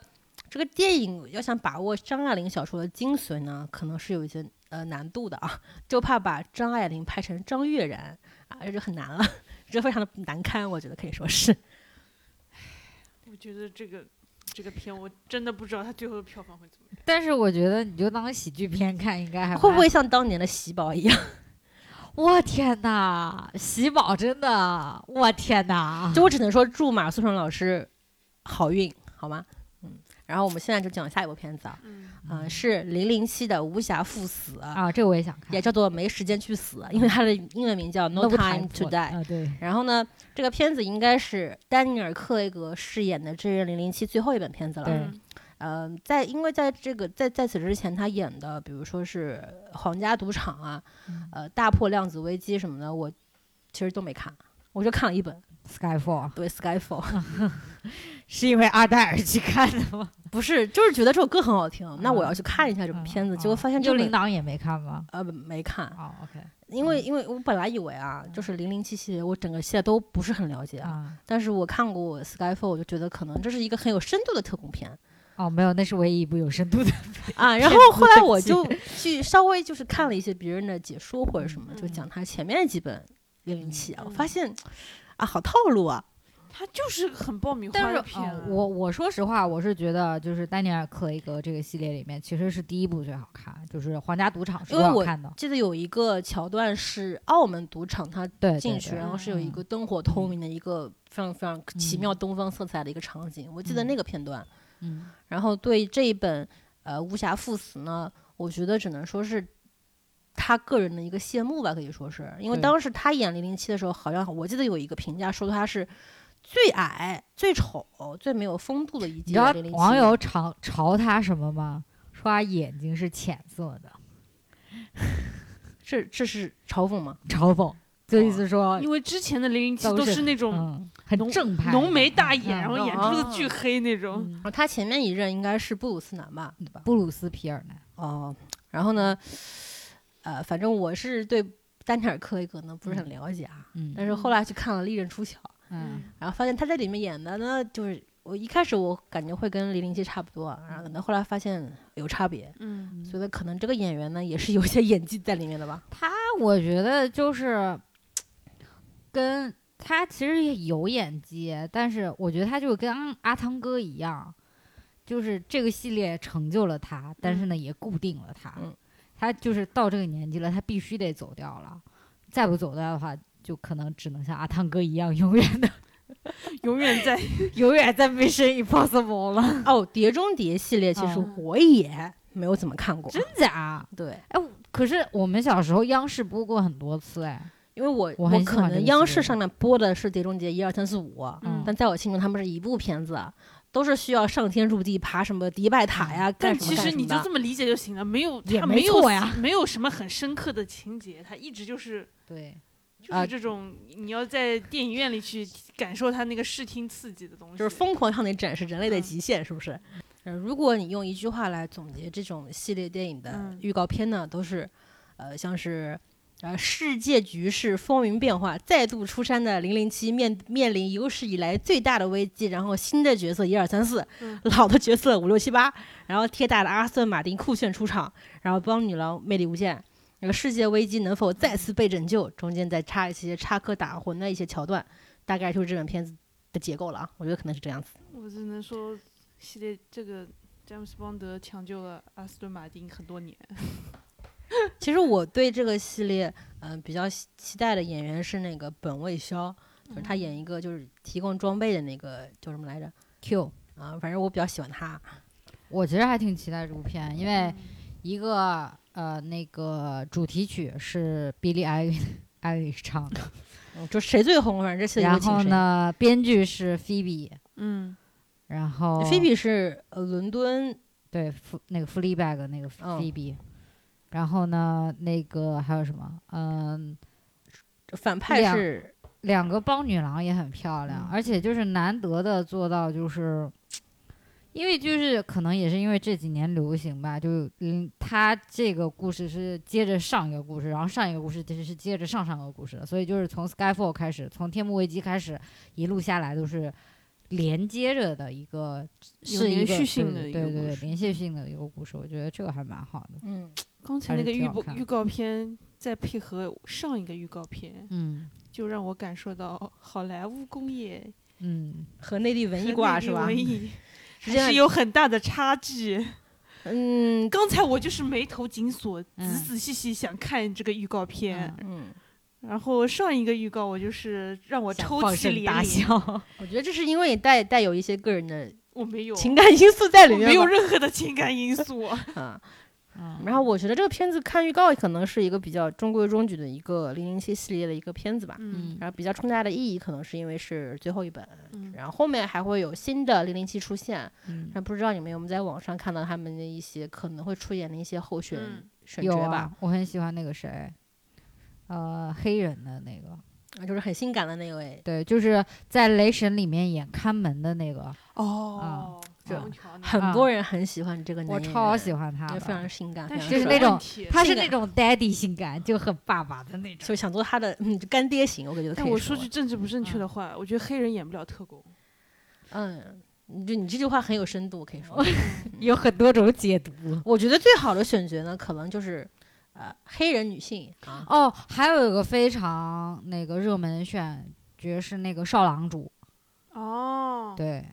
Speaker 1: 这个电影要想把握张爱玲小说的精髓呢，可能是有一些呃难度的啊， 就怕把张爱玲拍成张悦然啊，这就很难了， 这非常的难堪，我觉得可以说是。
Speaker 3: 我觉得这个这个片，我真的不知道它最后的票房会怎么样。
Speaker 2: 但是我觉得你就当喜剧片看，应该还
Speaker 1: 会不
Speaker 2: 蛮
Speaker 1: 会？像当年的喜宝一样？
Speaker 2: 我天哪，喜宝真的，我天哪！
Speaker 1: 就我只能说祝马素成老师好运，好吗？嗯，然后我们现在就讲下一部片子啊，
Speaker 3: 嗯，
Speaker 1: 嗯、是零零七的《无暇赴死》
Speaker 2: 啊，这个我也想看。
Speaker 1: 也叫做没时间去死，因为它的英文名叫 No Time to Die。
Speaker 2: 啊，对，
Speaker 1: 然后呢，这个片子应该是丹尼尔·克雷格饰演的《真人零零七》最后一本片子了。
Speaker 2: 对
Speaker 3: 嗯
Speaker 1: 嗯、在因为在这个在在此之前，他演的比如说是《皇家赌场》啊，呃，《大破量子危机》什么的，我其实都没看，我就看了一本，
Speaker 2: Skyfall
Speaker 1: 对《Skyfall》。
Speaker 2: 是因为阿黛尔去看的吗？
Speaker 1: 不是，就是觉得这首歌很好听，哦那我要去看一下这部
Speaker 2: 嗯
Speaker 1: 片子，
Speaker 2: 嗯
Speaker 1: 结果发现
Speaker 2: 嗯
Speaker 1: 这
Speaker 2: 幽
Speaker 1: 本
Speaker 2: 灵党也没看吗？
Speaker 1: 呃没看，
Speaker 2: 哦，OK
Speaker 1: 因为因为我本来以为啊，就是零零七系列，我整个系列都不是很了解啊，
Speaker 2: 啊，
Speaker 1: 但是我看过《Skyfall》，我就觉得可能这是一个很有深度的特工 片
Speaker 2: 哦，没有，那是唯一一部有深 度的。
Speaker 1: 啊。然后
Speaker 2: 对
Speaker 1: 后来我
Speaker 2: 对
Speaker 1: 就去稍微就是看了一些别人的解说或者什么，就
Speaker 3: 嗯
Speaker 1: 讲他前面几本零零七啊，我
Speaker 3: 嗯
Speaker 1: 发现啊好套路啊，
Speaker 3: 它就是很爆米花
Speaker 2: 但是
Speaker 3: 的，片啊。
Speaker 2: 嗯我我说实话，我是觉得就是丹尼尔·克雷格这个系列里面，其实是第一部最好看，就是《皇家赌场》是
Speaker 1: 因为
Speaker 2: 好
Speaker 1: 我
Speaker 2: 看的。
Speaker 1: 记得有一个桥段是澳门赌场，它
Speaker 2: 对对
Speaker 1: 进去，
Speaker 2: 对
Speaker 1: 然后是有一
Speaker 2: 嗯
Speaker 1: 个灯火通明的一个非常非常奇
Speaker 2: 嗯
Speaker 1: 妙东方色彩的一个场景，我记得那个片段。
Speaker 2: 嗯，
Speaker 1: 然后对这一本呃《无暇赴死》呢，我觉得只能说是他个人的一个谢幕吧，可以说是因为
Speaker 2: 对
Speaker 1: 当时他演零零七的时候，好像我记得有一个评价说他是最矮、最丑、最没有风度的一
Speaker 2: 你
Speaker 1: 届
Speaker 2: 知道
Speaker 1: 零零七。
Speaker 2: 网友嘲嘲他什么吗？说他眼睛是浅色的，
Speaker 1: 这这是嘲讽吗？
Speaker 2: 嘲讽，就意思说，
Speaker 3: 因为之前的零零七
Speaker 2: 都
Speaker 3: 都
Speaker 2: 是
Speaker 3: 是那种
Speaker 2: 嗯，很
Speaker 3: 浓
Speaker 2: 正派的，
Speaker 3: 浓眉大眼，
Speaker 2: 嗯
Speaker 3: 然后眼珠子巨黑那种。
Speaker 2: 嗯
Speaker 1: 然后哦他前面一任应该是布鲁斯南吧，对吧？
Speaker 2: 布鲁斯·皮尔南。
Speaker 1: 哦，然后呢，呃，反正我是对丹尼尔·克雷格呢不是很了解啊，
Speaker 2: 嗯
Speaker 1: 但是后来去看了《利刃出鞘》，
Speaker 2: 嗯，
Speaker 1: 然后发现他在里面演的呢，就是我一开始我感觉会跟零零七差不多啊，然后可能后来发现有差别，
Speaker 3: 嗯，
Speaker 1: 觉得可能这个演员呢也是有一些演技在里面的吧。
Speaker 2: 他我觉得就是跟他其实也有演技，但是我觉得他就跟阿汤哥一样，就是这个系列成就了他，但是呢也固定了他。
Speaker 1: 嗯
Speaker 2: 他就是到这个年纪了，他必须得走掉了，再不走掉的话。就可能只能像阿汤哥一样，永远 的、
Speaker 3: 永远 在
Speaker 2: 永远在 Mission Impossible 了，
Speaker 1: 哦，《碟中谍》系列其实
Speaker 2: 嗯
Speaker 1: 我也没有怎么看过，
Speaker 2: 真假？
Speaker 1: 对，
Speaker 2: 哎，我可是我们小时候央视播过很多次，哎，
Speaker 1: 因为我
Speaker 2: 我很喜
Speaker 1: 可
Speaker 2: 欢这
Speaker 1: 能
Speaker 2: 个
Speaker 1: 央
Speaker 2: 系
Speaker 1: 视
Speaker 2: 列
Speaker 1: 上面播的是《碟中谍》一二三四五，啊
Speaker 3: 嗯
Speaker 1: 但在我心中他们是一部片子，都是需要上天入地爬什么迪拜塔呀，干
Speaker 3: 但
Speaker 1: 什么
Speaker 3: 其
Speaker 1: 干
Speaker 3: 实
Speaker 1: 什
Speaker 3: 你
Speaker 1: 么
Speaker 3: 就这
Speaker 1: 的。
Speaker 3: 么理解就行了，没有
Speaker 2: 也
Speaker 3: 它
Speaker 2: 没
Speaker 3: 没有
Speaker 2: 错呀
Speaker 3: 没有什么很深刻的情节，它一直就是
Speaker 2: 对，
Speaker 3: 就
Speaker 1: 啊
Speaker 3: 是这种你要在电影院里去感受它那个视听刺激的东西，
Speaker 1: 就是疯狂向你展示人类的
Speaker 3: 嗯
Speaker 1: 极限，是不是？呃如果你用一句话来总结这种系列电影的
Speaker 3: 嗯
Speaker 1: 预告片呢，都是，呃，像是然后世界局势风云变化，再度出山的零零七面面临有史以来最大的危机，然后新的角色一二三四
Speaker 3: 嗯，
Speaker 1: 老的角色五六七八，然后铁打的阿斯顿马丁酷炫出场，然后帮女郎魅力无限。那个世界危机能否再次被拯救，中间再插一些插科打诨的一些桥段，大概就是这本片子的结构了啊。我觉得可能是这样子。
Speaker 3: 我只能说，系列这个詹姆斯邦德抢救了阿斯顿马丁很多年。
Speaker 1: 其实我对这个系列，嗯、比较期期待的演员是那个本卫肖，就是
Speaker 2: 嗯
Speaker 1: 他演一个就是提供装备的那个叫什么来着？
Speaker 2: Q，
Speaker 1: 啊，反正我比较喜欢他。
Speaker 2: 我其实还挺期待这部片，因
Speaker 1: 哎
Speaker 2: 为一个呃那个主题曲是 Billie Eilish Eilish 唱的，
Speaker 1: 嗯就谁最红，反正这次就会
Speaker 2: 然
Speaker 1: 请
Speaker 2: 后
Speaker 1: 谁。
Speaker 2: 呢编剧是 Phoebe，
Speaker 3: 嗯，
Speaker 2: 然后
Speaker 1: 菲比是呃伦敦，
Speaker 2: 对，福那个 Fleabag 那个
Speaker 1: 嗯
Speaker 2: Phoebe，、然后呢，那个还有什么？嗯，
Speaker 1: 反派
Speaker 2: 两
Speaker 1: 是
Speaker 2: 两个帮女郎也很漂亮，
Speaker 3: 嗯
Speaker 2: 而且就是难得的做到，就是因为就是可能也是因为这几年流行吧，就嗯，它这个故事是接着上一个故事，然后上一个故事其实是接着上上个故事的，所以就是从 Skyfall 开始，从天幕危机开始，一路下来都是。连接着的一个
Speaker 3: 有
Speaker 2: 是一
Speaker 3: 连
Speaker 2: 个
Speaker 3: 续
Speaker 2: 对
Speaker 3: 性
Speaker 2: 对
Speaker 3: 的一
Speaker 2: 对
Speaker 3: 个
Speaker 2: 对
Speaker 3: 故
Speaker 2: 对
Speaker 3: 事嗯
Speaker 2: 连续性的一个故事，我觉得这个还蛮好的。
Speaker 1: 嗯，
Speaker 3: 刚才
Speaker 2: 还
Speaker 3: 那
Speaker 2: 是
Speaker 3: 个
Speaker 2: 挺
Speaker 3: 预
Speaker 2: 好
Speaker 3: 播
Speaker 2: 看
Speaker 3: 预告片，再配合上一个预告片，
Speaker 2: 嗯
Speaker 3: 就让我感受到好莱坞工业
Speaker 2: 嗯，
Speaker 1: 和内地
Speaker 3: 和
Speaker 1: 文艺
Speaker 3: 内
Speaker 1: 挂
Speaker 3: 地
Speaker 1: 是吧
Speaker 3: 文？艺
Speaker 1: 是这
Speaker 3: 还是
Speaker 1: 样
Speaker 3: 有很大的差距。
Speaker 1: 嗯
Speaker 3: 刚才我就是眉头紧锁，
Speaker 2: 嗯
Speaker 3: 仔仔细细想看这个预告片，
Speaker 2: 嗯
Speaker 1: 嗯，
Speaker 3: 然后上一个预告我就是让我
Speaker 2: 想
Speaker 3: 抽
Speaker 2: 放
Speaker 3: 泣
Speaker 2: 声
Speaker 3: 连
Speaker 2: 大
Speaker 3: 连，
Speaker 2: 笑。
Speaker 1: 我觉得这是因为你带带有一些个人的
Speaker 3: 我没有，
Speaker 1: 情感因素在里
Speaker 3: 我
Speaker 1: 面吧，
Speaker 3: 没有任何的情感因素。
Speaker 1: 啊。
Speaker 2: 嗯
Speaker 1: 然后我觉得这个片子看预告可能是一个比较中规中矩的一个零零七系列的一个片子吧。
Speaker 3: 嗯
Speaker 1: 然后比较重大的意义可能是因为是最后一本，
Speaker 3: 嗯
Speaker 1: 然后后面还会有新的零零七出现，
Speaker 2: 嗯
Speaker 1: 但不知道你们有没有在网上看到他们的一些可能会出演的一些候选、
Speaker 3: 嗯
Speaker 1: 选角
Speaker 2: 有
Speaker 1: 吧
Speaker 2: 啊，，我很喜欢那个谁，呃，黑人的那个，
Speaker 1: 啊就是很性感的那位，
Speaker 2: 对，就是在《雷神》里面演看门的那个，
Speaker 3: 哦，
Speaker 2: 这
Speaker 3: 王乔那
Speaker 1: 很多人很喜欢这个男
Speaker 2: 嗯啊我
Speaker 1: 演员，
Speaker 2: 超喜欢他
Speaker 1: 对，非常
Speaker 2: 的。
Speaker 1: 性感，
Speaker 3: 但
Speaker 1: 非
Speaker 3: 是
Speaker 1: 常
Speaker 2: 就是
Speaker 1: 帅
Speaker 2: 那种
Speaker 3: 问题
Speaker 2: 他是
Speaker 1: 性
Speaker 2: 那
Speaker 1: 感
Speaker 2: 种 daddy 性感，就很爸爸的那种。
Speaker 1: 就想做他的嗯干爹型，我感觉
Speaker 2: 哎
Speaker 1: 可以
Speaker 3: 但我说句
Speaker 1: 了
Speaker 3: 政治不正
Speaker 2: 嗯
Speaker 3: 确的话，我觉得黑人演不了特工。
Speaker 1: 嗯，你就你这句话很有深度，我可以 说。
Speaker 2: 有很多种解读。
Speaker 1: 我觉得最好的选角呢，可能就是呃黑人女性啊，
Speaker 2: 哦，还有一个非常那个热门选角是那个少郎主，
Speaker 3: 哦，
Speaker 2: 对，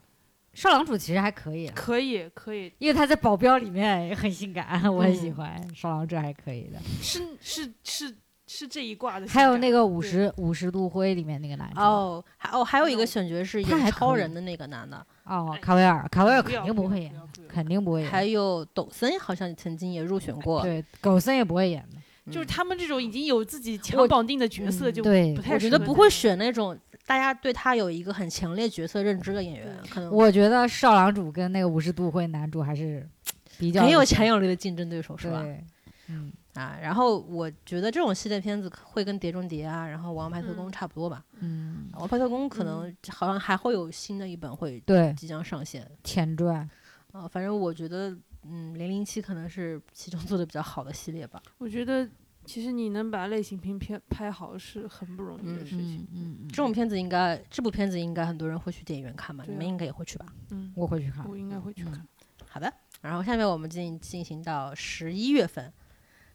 Speaker 2: 少郎主其实还可以啦，啊
Speaker 3: 可以可以，
Speaker 2: 因为他在保镖里面也很性感， 我很喜
Speaker 1: 嗯
Speaker 2: 欢。少郎这还可以的，
Speaker 3: 是是是是这一挂的性
Speaker 2: 还
Speaker 3: 感。
Speaker 2: 有那个五
Speaker 3: 对
Speaker 2: 十五十度灰里面那个男主，
Speaker 1: 哦，还哦还有一
Speaker 3: 那
Speaker 1: 个
Speaker 3: 我
Speaker 1: 选角是
Speaker 2: 嗯他还
Speaker 1: 演超
Speaker 2: 可以
Speaker 1: 人的那个男的，
Speaker 2: 哦，卡维尔，卡维尔
Speaker 3: 不
Speaker 2: 肯
Speaker 3: 要
Speaker 2: 定
Speaker 3: 不
Speaker 2: 不
Speaker 3: 要
Speaker 2: 会
Speaker 3: 不
Speaker 2: 演
Speaker 3: 要，不要
Speaker 2: 肯定不会
Speaker 1: 还
Speaker 2: 演。
Speaker 1: 有抖森好像曾经也入选过，
Speaker 2: 哎对，狗森也不会演的。
Speaker 1: 嗯
Speaker 3: 就是他们这种已经有自己
Speaker 1: 我
Speaker 3: 强绑定的角色，
Speaker 1: 嗯
Speaker 3: 就
Speaker 2: 对
Speaker 3: 不，太
Speaker 1: 我觉
Speaker 3: 适
Speaker 1: 得
Speaker 3: 合
Speaker 1: 不
Speaker 3: 这
Speaker 1: 会
Speaker 3: 种
Speaker 1: 选那种大家对他有一个很强烈角色认知的演员，可能
Speaker 2: 我觉得少郎主跟那个五十度灰男主还是比较
Speaker 1: 很有强有力的竞争对手，是吧？
Speaker 2: 对，嗯，
Speaker 1: 啊，然后我觉得这种系列片子会跟《碟中谍》啊，然后《王牌特工》
Speaker 3: 嗯
Speaker 1: 差不多吧，
Speaker 2: 嗯，
Speaker 1: 王牌特工》可能好像还会有新的一本会
Speaker 2: 对，
Speaker 1: 即将上线
Speaker 2: 前传，
Speaker 1: 啊，反正我觉得。嗯，零零七可能是其中做的比较好的系列吧。
Speaker 3: 我觉得其实你能把类型片片拍好是很不容易的
Speaker 1: 嗯
Speaker 3: 事
Speaker 2: 嗯
Speaker 3: 情。
Speaker 2: 嗯，嗯
Speaker 1: 这种片子应该，这部片子应该很多人会去电影院看吧？
Speaker 3: 对
Speaker 1: 你
Speaker 3: 啊
Speaker 1: 们应该也会去吧？
Speaker 3: 嗯，
Speaker 2: 我会去看
Speaker 3: 我。应该会去
Speaker 2: 嗯
Speaker 3: 看。
Speaker 1: 好的，然后下面我们进进行到十一月份，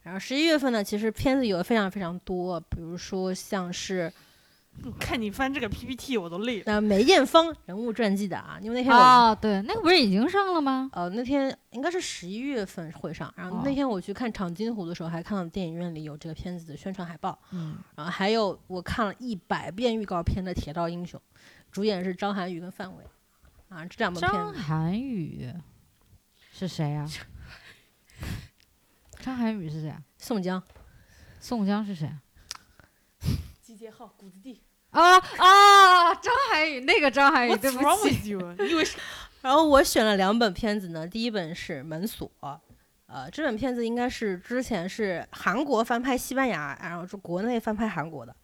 Speaker 1: 然后十一月份呢，其实片子有非常非常多，比如说像是
Speaker 3: 我嗯看你翻这个 PPT 我都累了。
Speaker 1: 那梅艳芳人物传记的啊，因为那天我、
Speaker 2: 哦，对，那个不是已经上了吗？
Speaker 1: 呃那天应该是十一月份会上，然后
Speaker 2: 哦
Speaker 1: 那天我去看长津湖的时候，还看到电影院里有这个片子的宣传海报，
Speaker 2: 嗯，
Speaker 1: 然后还有我看了一百遍预告片的《铁道英雄》，主演是张涵予跟范伟啊，这两部片
Speaker 2: 张
Speaker 1: 子
Speaker 2: 涵予是谁啊？张涵予是谁啊？
Speaker 1: 宋江。
Speaker 2: 宋江是谁啊？
Speaker 3: 集结号，谷子地。
Speaker 2: 啊啊！张涵予，那个张涵予，对
Speaker 3: What's
Speaker 2: 不
Speaker 3: wrong
Speaker 2: 起，
Speaker 3: with you？你以为是？
Speaker 1: 然后我选了两本片子呢，第一本是《门锁》，呃，这本片子应该是之前是韩国翻拍西班牙，然后是国内翻拍韩国的。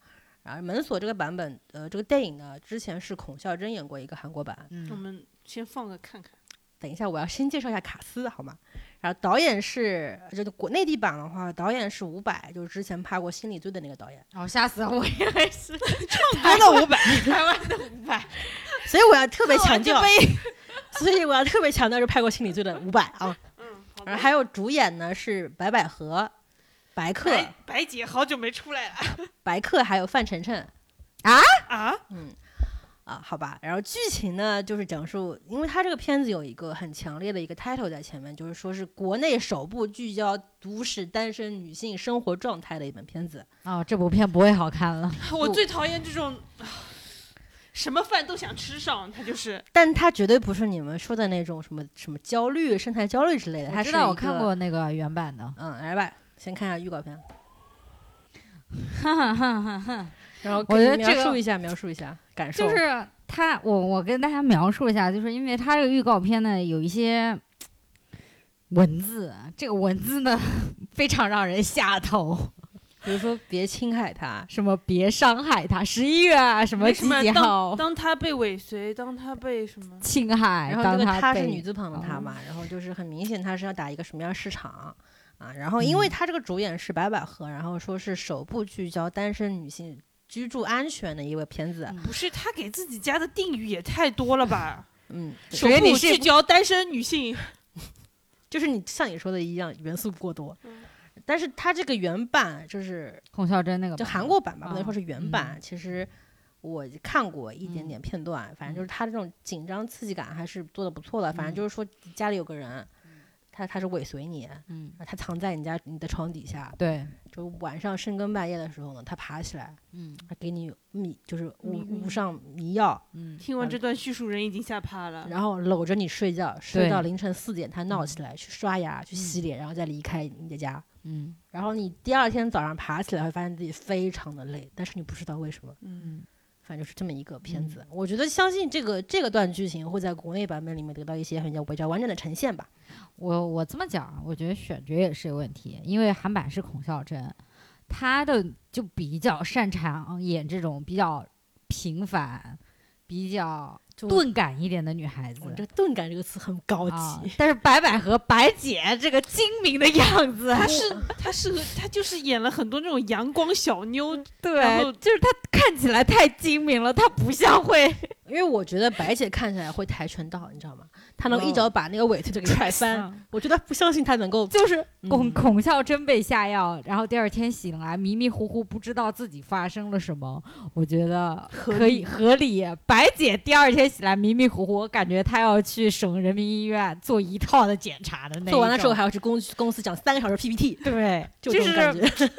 Speaker 1: 然后《门锁》这个版本，呃，这个电影呢，之前是孔孝真演过一个韩国版，
Speaker 3: 我
Speaker 2: 嗯
Speaker 3: 们先放个看看。
Speaker 1: 等一下，我要先介绍一下卡斯好吗？然后导演是，就是国内地版的话，导演是伍佰，就是之前拍过《心理罪》的那个导演。
Speaker 2: 哦，吓死我！我以为是
Speaker 1: 真的伍佰，
Speaker 2: 台湾的五百，
Speaker 1: 所以我要特别强调
Speaker 2: 我，这杯
Speaker 1: 所以我要特别强调是拍过《心理罪》的伍佰啊。
Speaker 3: 嗯，好
Speaker 1: 然
Speaker 3: 的
Speaker 1: 后还有主演呢是白百合、白客、
Speaker 2: 哎
Speaker 3: 白白姐好久没出来了
Speaker 1: 白客还有范丞丞。
Speaker 3: 啊！
Speaker 1: 嗯，啊，好吧。然后剧情呢，就是讲述，因为它这个片子有一个很强烈的一个 title 在前面，就是说是国内首部聚焦都市单身女性生活状态的一本片子。
Speaker 2: 哦，这部片不会好看了。
Speaker 3: 我最讨厌这种啊什么饭都想吃上，他就是
Speaker 1: 但它绝对不是你们说的那种什么什么焦虑、身材焦虑之类的。它
Speaker 2: 我
Speaker 1: 是
Speaker 2: 知道，
Speaker 1: 一
Speaker 2: 我看
Speaker 1: 个。
Speaker 2: 过那个原版的。
Speaker 1: 嗯，来吧，先看一下预告片，
Speaker 2: 哈哈哈哈哈！
Speaker 1: 然后
Speaker 2: 我
Speaker 1: 给
Speaker 2: 觉
Speaker 1: 你
Speaker 2: 得
Speaker 1: 描
Speaker 2: 这个
Speaker 1: 述一下，描述一下感受。
Speaker 2: 就是他，我我跟大家描述一下，就是因为他这个预告片呢有一些文字，这个文字呢 非常让人下头，
Speaker 1: 比如说，别侵害他，
Speaker 2: 什么别伤害他，十一月啊什么
Speaker 3: 没
Speaker 2: 几
Speaker 3: 什么
Speaker 2: 几号
Speaker 3: 当当他被尾随，当他被什么？
Speaker 2: 侵害，
Speaker 1: 然后
Speaker 2: 当
Speaker 1: 这个
Speaker 2: 他
Speaker 1: 他是
Speaker 2: 被
Speaker 1: 女字旁的他
Speaker 2: 哦
Speaker 1: 嘛，然后就是很明显他是要打一个什么样的市场啊？然后因为
Speaker 2: 嗯
Speaker 1: 他这个主演是白百合，然后说是首部聚焦单身女性居住安全的一个片子，
Speaker 2: 嗯
Speaker 3: 不是他给自己加的定语也太多 了吧？
Speaker 1: 嗯，对
Speaker 3: 首
Speaker 2: 觉得你
Speaker 3: 部
Speaker 2: 是
Speaker 3: 聚焦单身女性，
Speaker 1: 就是你像你说的一样，元素不过多
Speaker 3: 嗯。
Speaker 1: 但是它这个原版就是
Speaker 2: 孔孝真那个
Speaker 1: 就
Speaker 2: 吧
Speaker 1: 韩国版吧，不能
Speaker 2: 啊
Speaker 1: 说是原版。其实我看过一点
Speaker 2: 嗯
Speaker 1: 点片段，反正
Speaker 2: 嗯
Speaker 1: 就是他这种紧张刺激感还是做的不错的。反正
Speaker 2: 嗯
Speaker 1: 就是说家里有个人，他他是尾随你，
Speaker 2: 嗯
Speaker 1: 他藏在你家你的床底下，
Speaker 2: 对
Speaker 1: 就晚上深更半夜的时候呢，他爬起来，
Speaker 2: 嗯
Speaker 1: 他给你迷，就是捂
Speaker 3: 迷晕
Speaker 1: 捂上迷药，
Speaker 2: 嗯
Speaker 3: 听完这段叙述，人已经吓趴了。
Speaker 1: 然后搂着你睡觉，睡到
Speaker 2: 对
Speaker 1: 凌晨四点，他闹起来去刷牙、去洗脸，然后再离开你的家。
Speaker 2: 嗯
Speaker 1: 然后你第二天早上爬起来，会发现自己非常的累，但是你不知道为什么。
Speaker 3: 嗯，
Speaker 1: 反正就是这么一个片子，我觉得相信这个这个段剧情会在国内版本里面得到一些比较比较完整的呈现吧。
Speaker 2: 我我这么讲啊，我觉得选角也是有问题，因为韩版是孔孝真，他的就比较擅长演这种比较平凡、比较
Speaker 1: 就
Speaker 2: 钝感一点的女孩子
Speaker 1: 我这个钝感这个词很高级，
Speaker 2: 啊。但是白百合白姐这个精明的样子，
Speaker 3: 她是她适合她就是演了很多那种阳光小妞，
Speaker 2: 嗯
Speaker 3: 然后
Speaker 2: 对，就是她看起来太精明了，她不像会
Speaker 1: 因为我觉得白姐看起来会跆拳道，你知道吗？她能
Speaker 2: 哦
Speaker 1: 一脚把那个尾腿就给踹 翻，我觉得不相信她能够。
Speaker 2: 就是孔、
Speaker 1: 嗯
Speaker 2: 孔孝真被下药，然后第二天醒来迷迷糊糊，不知道自己发生了什么。我觉得可以合理。白姐第二天醒来迷迷糊糊，我感觉她要去省人民医院做一套的检查的那一
Speaker 1: 做完了之后
Speaker 2: 种
Speaker 1: 还要去公公司讲三个小时 PPT，
Speaker 2: 对，
Speaker 1: 就
Speaker 2: 就
Speaker 1: 这种感
Speaker 2: 是
Speaker 1: 觉。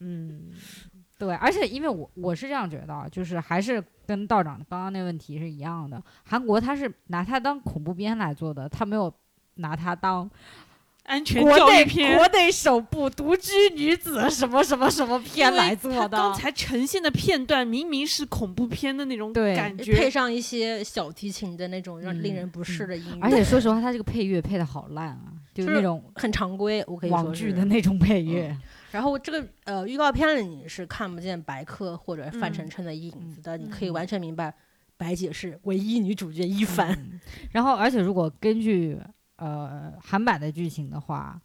Speaker 2: 嗯，对，而且因为我我是这样觉得啊，就是还是跟道长刚刚那问题是一样的，韩国他是拿它当恐怖片来做的，他没有拿它当
Speaker 3: 安全
Speaker 2: 国
Speaker 3: 教育
Speaker 2: 内
Speaker 3: 片
Speaker 2: 国内首部独居女子什么什么什么片来做
Speaker 3: 她
Speaker 2: 的。
Speaker 3: 刚才呈现的片段明明是恐怖片的那种
Speaker 2: 对
Speaker 3: 感
Speaker 1: 配
Speaker 3: 觉，
Speaker 1: 上一些小提琴的那种让
Speaker 2: 嗯
Speaker 1: 令人不适的音乐，
Speaker 2: 而且说实话，它这个配乐配的好烂啊，就
Speaker 1: 就是
Speaker 2: 那种
Speaker 1: 很常规，我可以说是
Speaker 2: 网剧的。那种配乐。
Speaker 1: 然后这个呃预告片里你是看不见白客或者范丞丞的影子的，你可以
Speaker 3: 嗯
Speaker 1: 完全明白白姐是唯一女主角一凡。
Speaker 2: 嗯然后，而且如果根据呃韩版的剧情的话，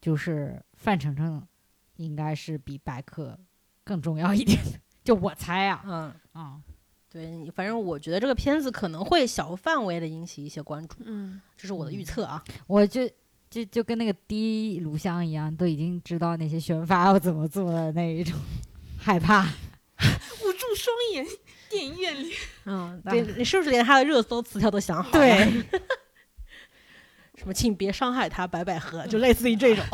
Speaker 2: 就是范丞丞应该是比白客更重要一点，就我猜啊，
Speaker 1: 嗯，
Speaker 2: 啊、
Speaker 1: 对，你反正我觉得这个片子可能会小范围的引起一些关注，
Speaker 3: 嗯，
Speaker 1: 这是我的预测啊。
Speaker 2: 我就。就就跟那个滴炉香一样，都已经知道那些宣发要怎么做的那一种， 害怕。
Speaker 3: 捂住双眼，电影院里
Speaker 1: 嗯，
Speaker 2: 那
Speaker 1: 对，你是不是连他的热搜词条都想好了？，
Speaker 2: 对，
Speaker 1: 什么请别伤害他，白百合，
Speaker 2: 嗯
Speaker 1: 就类似于 这种。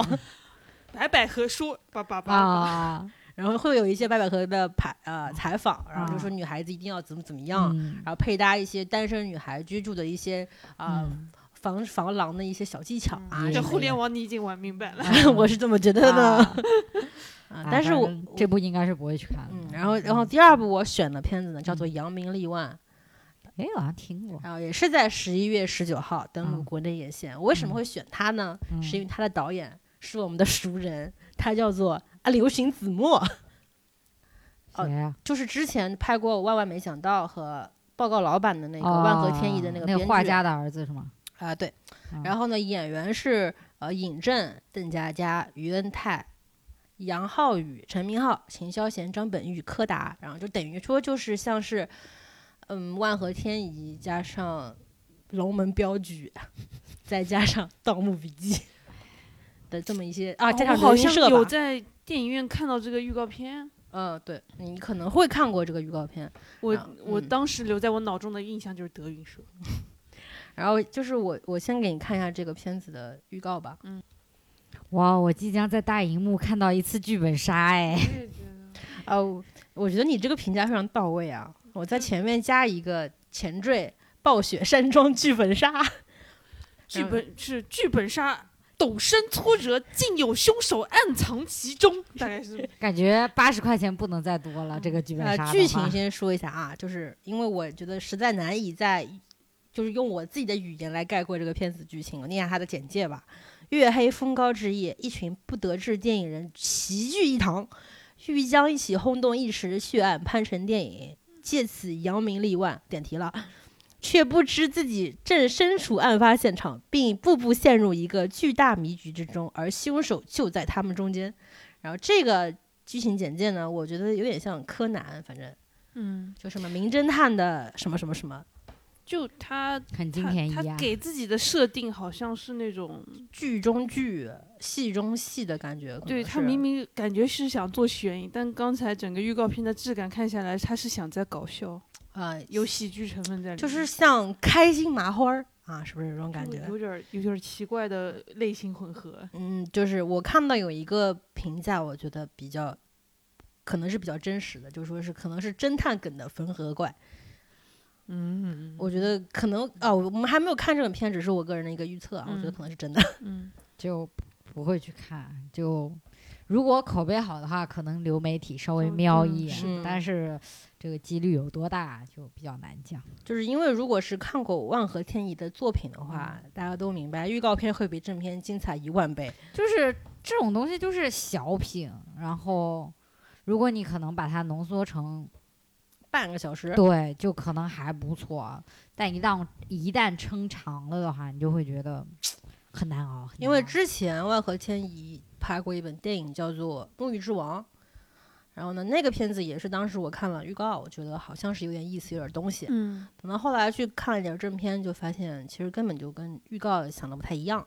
Speaker 3: 白百合说叭叭叭，
Speaker 2: 啊，
Speaker 1: 然后会有一些白百合的采呃采访，然后就说女孩子一定要怎么怎么样，
Speaker 2: 嗯
Speaker 1: 然后配搭一些单身女孩居住的一些啊、
Speaker 2: 嗯
Speaker 1: 防防狼的一些小技巧啊。
Speaker 2: 嗯
Speaker 1: 什
Speaker 3: 这
Speaker 1: 么
Speaker 3: 互联网你已经玩明白了。
Speaker 1: 的 我是这么觉得的。
Speaker 2: 啊
Speaker 1: 啊
Speaker 2: 嗯啊
Speaker 1: 但是
Speaker 2: 反
Speaker 1: 我
Speaker 2: 正这部应该是不会去看的。
Speaker 1: 嗯，然后然后第二部我选的片子呢叫
Speaker 2: 嗯
Speaker 1: 做《扬名立万》，
Speaker 2: 哎，我好像听过，
Speaker 1: 然后也是在十一月十九号登陆
Speaker 2: 嗯
Speaker 1: 国内院线。我为什么
Speaker 2: 嗯
Speaker 1: 会选它呢？
Speaker 2: 嗯
Speaker 1: 是因为它的导演是我们的熟人，他叫做啊流行子墨，哦
Speaker 2: 谁呀？
Speaker 1: 就是之前拍过《万万没想到》和《报告老板》的那个
Speaker 2: 哦
Speaker 1: 万合天宜的那个
Speaker 2: 那
Speaker 1: 编
Speaker 2: 个
Speaker 1: 剧
Speaker 2: 画家的儿子是吗？
Speaker 1: 啊，对
Speaker 2: 嗯。
Speaker 1: 然后呢，演员是呃尹正、邓家佳、于恩泰、杨浩宇、陈明昊、秦霄贤、张本煜、柯达，然后就等于说就是像是嗯万合天宜加上龙门镖局， 再加上《盗墓笔记》的这么一些啊，加上
Speaker 3: 哦我好
Speaker 1: 德云
Speaker 3: 像
Speaker 1: 社吧
Speaker 3: 有在电影院看到这个预告片，
Speaker 1: 嗯，对你可能会看过这个预告片。
Speaker 3: 我、
Speaker 1: 啊
Speaker 3: 我
Speaker 1: 嗯
Speaker 3: 当时留在我脑中的印象就是德云社。
Speaker 1: 然后就是我，我先给你看一下这个片子的预告吧。
Speaker 2: 哇，我即将在大荧幕看到一次剧本杀哎！
Speaker 1: 哦，我我觉得你这个评价非常到位啊！我在前面加一个前缀“暴雪山庄剧本杀
Speaker 3: 剧本是剧本杀，陡生挫折，竟有凶手暗藏其中，大概是这么
Speaker 2: 感觉八十块钱不能再多了，这个剧”。本
Speaker 1: 呃
Speaker 2: 杀的，话。
Speaker 1: 剧情先说一下啊，就是因为我觉得实在难以在，就是用我自己的语言来概括这个片子剧情。我念一下它的简介吧：月黑风高之夜，一群不得志电影人齐聚一堂，欲将一起轰动一时的血案拍成电影，借此扬名立万。点题了，却不知自己正身处案发现场，并步步陷入一个巨大迷局之中，而凶手就在他们中间。然后这个剧情简介呢，我觉得有点像柯南，反正
Speaker 3: 嗯，
Speaker 1: 就什么名侦探的什么什么什么
Speaker 3: 就他
Speaker 2: 很金
Speaker 3: 他
Speaker 2: 田一
Speaker 3: 他
Speaker 2: 啊，
Speaker 3: 给自己的设定好像是那种，
Speaker 1: 剧中剧、戏中戏的感觉。可能
Speaker 3: 对他
Speaker 1: 是啊
Speaker 3: 明明感觉是想做悬疑，但刚才整个预告片的质感看下来，他是想在搞笑，
Speaker 1: 啊、
Speaker 3: 有喜剧成分在里面，
Speaker 1: 就是像开心麻花儿啊，是不是这种
Speaker 3: 就
Speaker 1: 感觉？
Speaker 3: 有点儿有点儿奇怪的类型混合。
Speaker 1: 嗯，就是我看到有一个评价，我觉得比较可能是比较真实的，就说是可能是侦探梗的缝合怪。
Speaker 3: 嗯，
Speaker 1: 我觉得可能啊，我们还没有看这本片，只是我个人的一个预测啊，我觉得
Speaker 3: 嗯
Speaker 1: 可能是真的。
Speaker 3: 嗯，
Speaker 2: 就不会去看。就如果口碑好的话，可能流媒体稍微
Speaker 3: 嗯
Speaker 2: 瞄
Speaker 3: 嗯
Speaker 2: 一眼，
Speaker 1: 是的
Speaker 2: 但是这个几率有多大就比较难讲。
Speaker 1: 就是因为如果是看过万合天宜的作品的话，大家都明白，预告片会比正片精彩一万倍。
Speaker 2: 就是这种东西就是小品，然后如果你可能把它浓缩成
Speaker 1: 半个小时，
Speaker 2: 对，就可能还不错。但一旦一旦撑长了的话，你就会觉得很难熬。很
Speaker 1: 因为
Speaker 2: 难熬
Speaker 1: 之前万合天宜拍过一本电影叫做《沐浴之王》，然后呢，那个片子也是当时我看了预告，我觉得好像是有点意思，有点东西。
Speaker 3: 嗯，
Speaker 1: 等到后来去看了一点正片，就发现其实根本就跟预告想的不太一样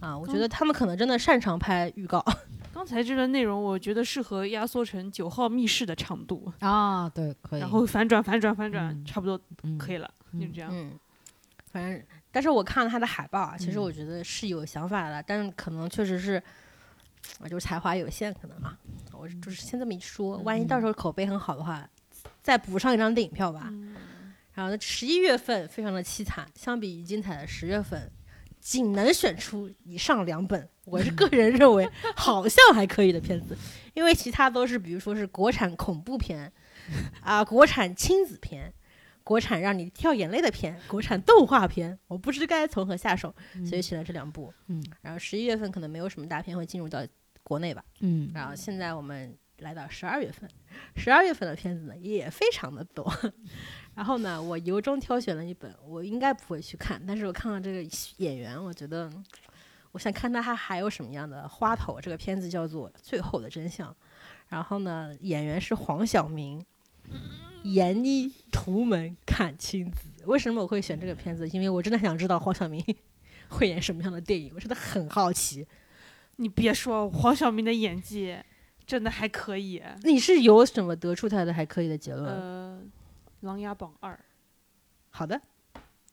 Speaker 1: 啊。我觉得他们可能真的擅长拍预告，
Speaker 3: 刚才这段内容我觉得适合压缩成九号密室的长度，
Speaker 2: 啊，对，可以，
Speaker 3: 然后反转反转反转，
Speaker 2: 嗯
Speaker 3: 差不多
Speaker 2: 嗯
Speaker 3: 可以了，就
Speaker 2: 嗯
Speaker 3: 这样。
Speaker 1: 嗯，反正但是我看了他的海报啊，其实
Speaker 2: 嗯
Speaker 1: 我觉得是有想法的，但是可能确实是。我就是才华有限，可能啊，我就是先这么一说，万一到时候口碑很好的话，再补上一张电影票吧。
Speaker 3: 嗯
Speaker 1: 然后十一月份非常的凄惨，相比于精彩的十月份，仅能选出以上两本，我是个人认为好像还可以的片子，因为其他都是比如说是国产恐怖片，啊、国产亲子片。国产让你掉眼泪的片，国产动画片，我不知该从何下手，所以选了这两部。
Speaker 2: 嗯
Speaker 1: 然后十一月份可能没有什么大片会进入到国内吧。
Speaker 2: 嗯，
Speaker 1: 然后现在我们来到十二月份，十二月份的片子呢也非常的多。 然后呢，我由衷挑选了一本，我应该不会去看，但是我看到这个演员，我觉得嗯我想看他还还有什么样的花头。这个片子叫做《最后的真相》，然后呢，演员是黄晓明。闫妮图门看青子，为什么我会选这个片子？因为我真的想知道黄晓明会演什么样的电影，我真的很好奇。
Speaker 3: 你别说，黄晓明的演技真的还可以。
Speaker 1: 你是有什么得出他的还可以的结论？
Speaker 3: 呃，《琅琊榜二》
Speaker 1: 好的，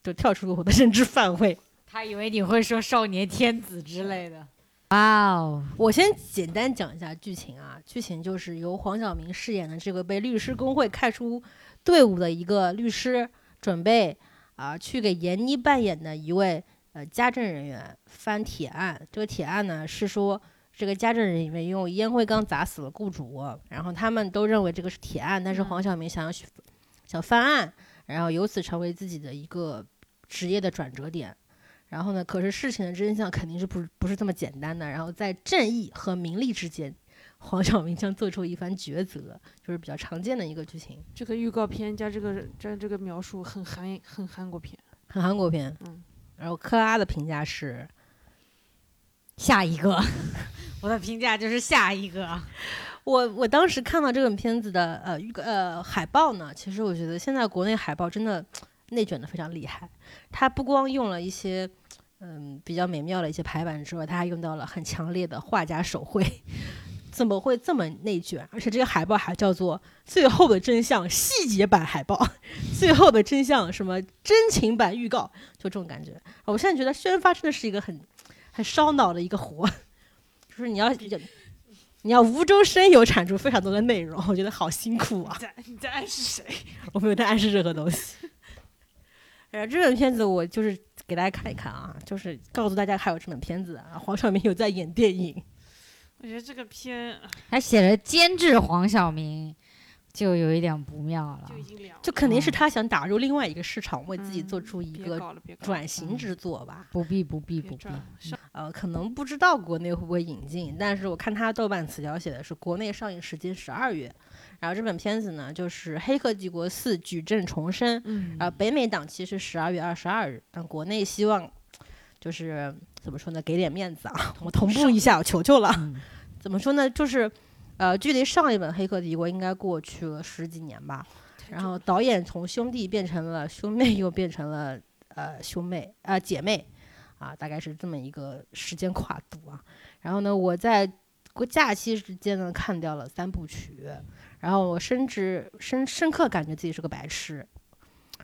Speaker 1: 就跳出了我的认知范围。
Speaker 2: 他以为你会说少年天子之类的。 哇哦，
Speaker 1: 我先简单讲一下剧情啊，剧情就是由黄晓明饰演的这个被律师工会开除队伍的一个律师，准备啊、去给闫妮扮演的一位呃家政人员翻铁案。这个铁案呢是说。这个家政人员用烟灰缸砸死了雇主，然后他们都认为这个是铁案，但是
Speaker 3: 嗯
Speaker 1: 黄晓明想要去想翻案，然后由此成为自己的一个职业的转折点。然后呢，可是事情的真相肯定是不是不是这么简单的。然后在正义和名利之间，黄晓明将做出一番抉择，就是比较常见的一个剧情，
Speaker 3: 这个预告片加这个加这个描述很韩很韩国片，
Speaker 1: 很韩国片。
Speaker 3: 嗯
Speaker 1: 然后克拉的评价是，
Speaker 2: 下一个， 我的评价就是下一个。
Speaker 1: 我我当时看到这个片子的呃预告呃海报呢，其实我觉得现在国内海报真的内卷的非常厉害。它不光用了一些嗯比较美妙的一些排版之外，它还用到了很强烈的画家手绘。 怎么会这么内卷？而且这个海报还叫做《最后的真相》细节版海报， 《最后的真相》什么真情版预告，就这种感觉。我现在觉得宣发真的是一个很很烧脑的一个活， 就是你要要你要无中生有产出非常多的内容，我 觉得好辛苦啊！
Speaker 3: 你在你在暗示谁？
Speaker 1: 我没有在暗示任何东西。 然后这本片子我就是给大家看一看啊，就是告诉大家还有这本片子啊，黄晓明有在演电影。
Speaker 3: 我觉得这个片啊
Speaker 2: 还写了监制黄晓明，就有一点不妙了
Speaker 3: 就。已经凉了，
Speaker 1: 就肯定是他想打入另外一个市场，为自己做出一
Speaker 3: 嗯别
Speaker 1: 个
Speaker 3: 搞了，别搞了，
Speaker 1: 转型之作吧。
Speaker 2: 不必不必
Speaker 3: 别
Speaker 2: 不必
Speaker 3: 转，了，上
Speaker 1: 呃，可能不知道国内会不会引进，但是我看他豆瓣词条写的是国内上映时间十二月。然后这本片子呢，就是《黑客帝国四：矩阵重生》，
Speaker 3: 嗯
Speaker 1: 啊，北美档期是十二月二十二日，但国内希望就是怎么说呢，给点面子啊，我们同步一下，我求求了。
Speaker 2: 嗯
Speaker 1: 怎么说呢，就是呃，距离上一本《黑客帝国》应该过去了十几年吧。然后导演从兄弟变成了兄妹，又变成了呃兄妹啊、呃、姐妹啊，大概是这么一个时间跨度啊。然后呢，我在过假期时间呢看掉了三部曲，然后我深知深深刻感觉自己是个白痴，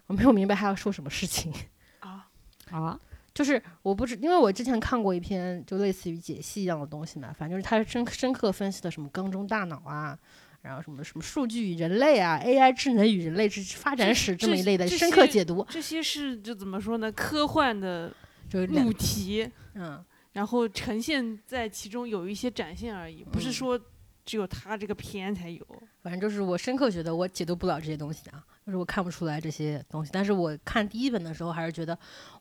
Speaker 1: 我没有明白他要说什么事情。
Speaker 3: 啊，
Speaker 2: 啊，
Speaker 1: 就是我不知，因为我之前看过一篇就类似于解析一样的东西嘛，反正就是它深深刻分析的什么缸中大脑啊，然后什么什么数据与人类啊，AI 智能与人类之发展史这么一类的
Speaker 3: 这
Speaker 1: 深刻
Speaker 3: 些
Speaker 1: 解读，
Speaker 3: 这些是就怎么说呢？科幻的
Speaker 1: 就是两
Speaker 3: 路题，
Speaker 1: 嗯
Speaker 3: 然后呈现在其中有一些展现而已，不是
Speaker 1: 嗯
Speaker 3: 说只有他这个片才有。
Speaker 1: 反正就是我深刻觉得我解读不了这些东西啊，就是我看不出来这些东西。但是我看第一本的时候，还是觉得，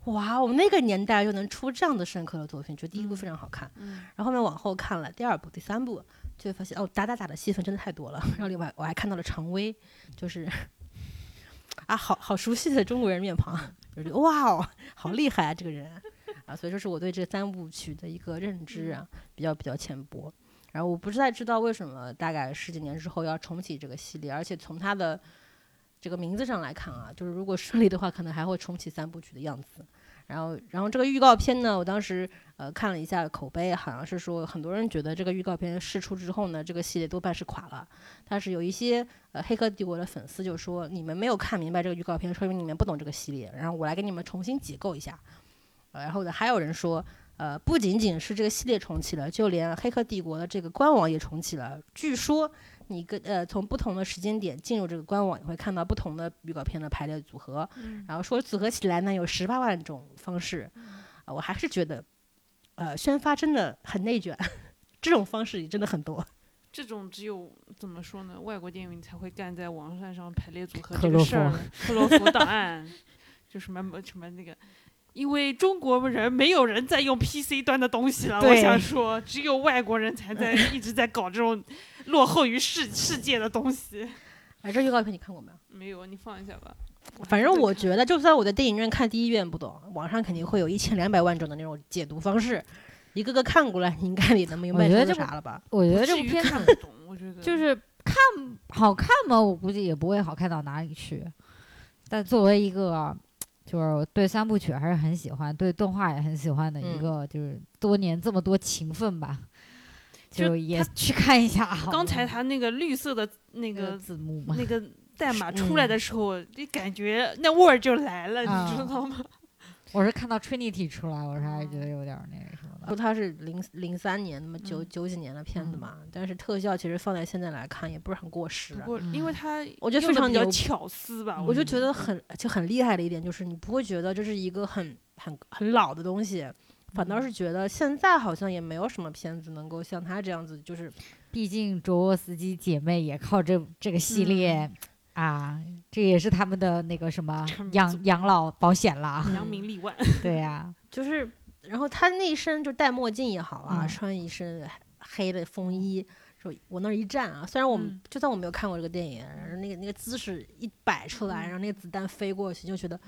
Speaker 1: 哇，我们那个年代就能出这样的深刻的作品，觉得第一部非常好看。
Speaker 3: 嗯，
Speaker 1: 然后后面往后看了第二部、第三部，就会发现哦，打打打的戏份真的太多了。 然后另外我还看到了常威，就是啊，好好熟悉的中国人面庞，就觉得哇哦，好厉害啊，这个人啊，所以说是我对这三部曲的一个认知啊，比较比较浅薄。然后我不太知道为什么，大概十几年之后要重启这个系列，而且从它的这个名字上来看啊，就是如果顺利的话，可能还会重启三部曲的样子。然后，然后这个预告片呢，我当时呃看了一下口碑，好像是说很多人觉得这个预告片释出之后呢，这个系列多半是垮了。但是有一些呃《黑客帝国》的粉丝就说，你们没有看明白这个预告片，说明你们不懂这个系列，然后我来给你们重新解构一下。呃然后呢，还有人说，呃，不仅仅是这个系列重启了，就连《黑客帝国》的这个官网也重启了。据说你跟呃从不同的时间点进入这个官网，你会看到不同的预告片的排列组合，然后说组合起来呢有十八万种方式。啊我还是觉得，呃，宣发真的很内卷， 这种方式也真的很多。
Speaker 3: 这种只有怎么说呢？外国电影才会干在网站上排列组合
Speaker 2: 克
Speaker 3: 这个
Speaker 2: 洛
Speaker 3: 事 儿，克洛弗档案，就什么什么那个。因为中国人没有人在用 PC 端的东西了，我
Speaker 1: 对
Speaker 3: 想说，只有外国人 才在一直在搞这种落后于世世界的东西。
Speaker 1: 哎，这预告片你看过没有？
Speaker 3: 没有，你放一下吧。
Speaker 1: 反正我觉得，就算我在电影院看第一遍不懂，网上肯定会有一千两百万种的那种解读方式，一个个看过来，你应该也能明白
Speaker 2: 我觉
Speaker 1: 这
Speaker 2: 得
Speaker 1: 是
Speaker 2: 这
Speaker 1: 啥了吧？
Speaker 2: 我觉
Speaker 3: 不
Speaker 2: 得这
Speaker 3: 至
Speaker 2: 部
Speaker 3: 于
Speaker 2: 片
Speaker 3: 看
Speaker 2: 子
Speaker 3: 不懂，我觉得
Speaker 2: 就是看好看吗？我估计也不会好看到哪里去。但作为一个就是我对三部曲还是很喜欢，对动画也很喜欢的
Speaker 1: 嗯
Speaker 2: 一个，就是多年这么多情分吧，
Speaker 3: 就
Speaker 2: 就也
Speaker 3: 他
Speaker 2: 去看一下好了。
Speaker 3: 刚才他那个绿色的那
Speaker 2: 那
Speaker 3: 个
Speaker 2: 字幕嘛，
Speaker 3: 那个代码
Speaker 1: 嗯
Speaker 3: 出来的时候，你感觉那味儿就来了，
Speaker 2: 啊
Speaker 3: 你知道吗？
Speaker 2: 我是看到 Trinity 出来，我是还是觉得有点那
Speaker 3: 哦
Speaker 2: 个什么
Speaker 1: 说
Speaker 2: 的。
Speaker 1: 它是零零三年，那么九
Speaker 3: 嗯
Speaker 1: 九几年的片子嘛，但是特效其实放在现在来看也不是很过时
Speaker 3: 不
Speaker 1: 啊。
Speaker 3: 过因为他
Speaker 1: 我觉得非常
Speaker 3: 用得
Speaker 1: 牛
Speaker 3: 比
Speaker 1: 嗯
Speaker 3: 较巧思吧，
Speaker 1: 我
Speaker 3: 我
Speaker 1: 就觉得很就很厉害的一点就是，你不会觉得这是一个很很很老的东西，反
Speaker 3: 嗯
Speaker 1: 倒是觉得现在好像也没有什么片子能够像它这样子，就是
Speaker 2: 毕竟卓沃斯基姐妹也靠这这个系列、啊，这也是他们的那个什么
Speaker 3: 嗯成名作
Speaker 2: 养养老保险啦。
Speaker 3: 扬名立 万，
Speaker 2: 对呀、
Speaker 1: 就是，然后他那一身就戴墨镜也好啊，
Speaker 2: 嗯
Speaker 1: 穿一身黑的风衣，说往那儿一站啊，虽然我们、
Speaker 3: 嗯
Speaker 1: 就算我没有看过这个电影，然后那个那个姿势一摆出来，
Speaker 3: 嗯
Speaker 1: 然后那个子弹飞过去，就觉得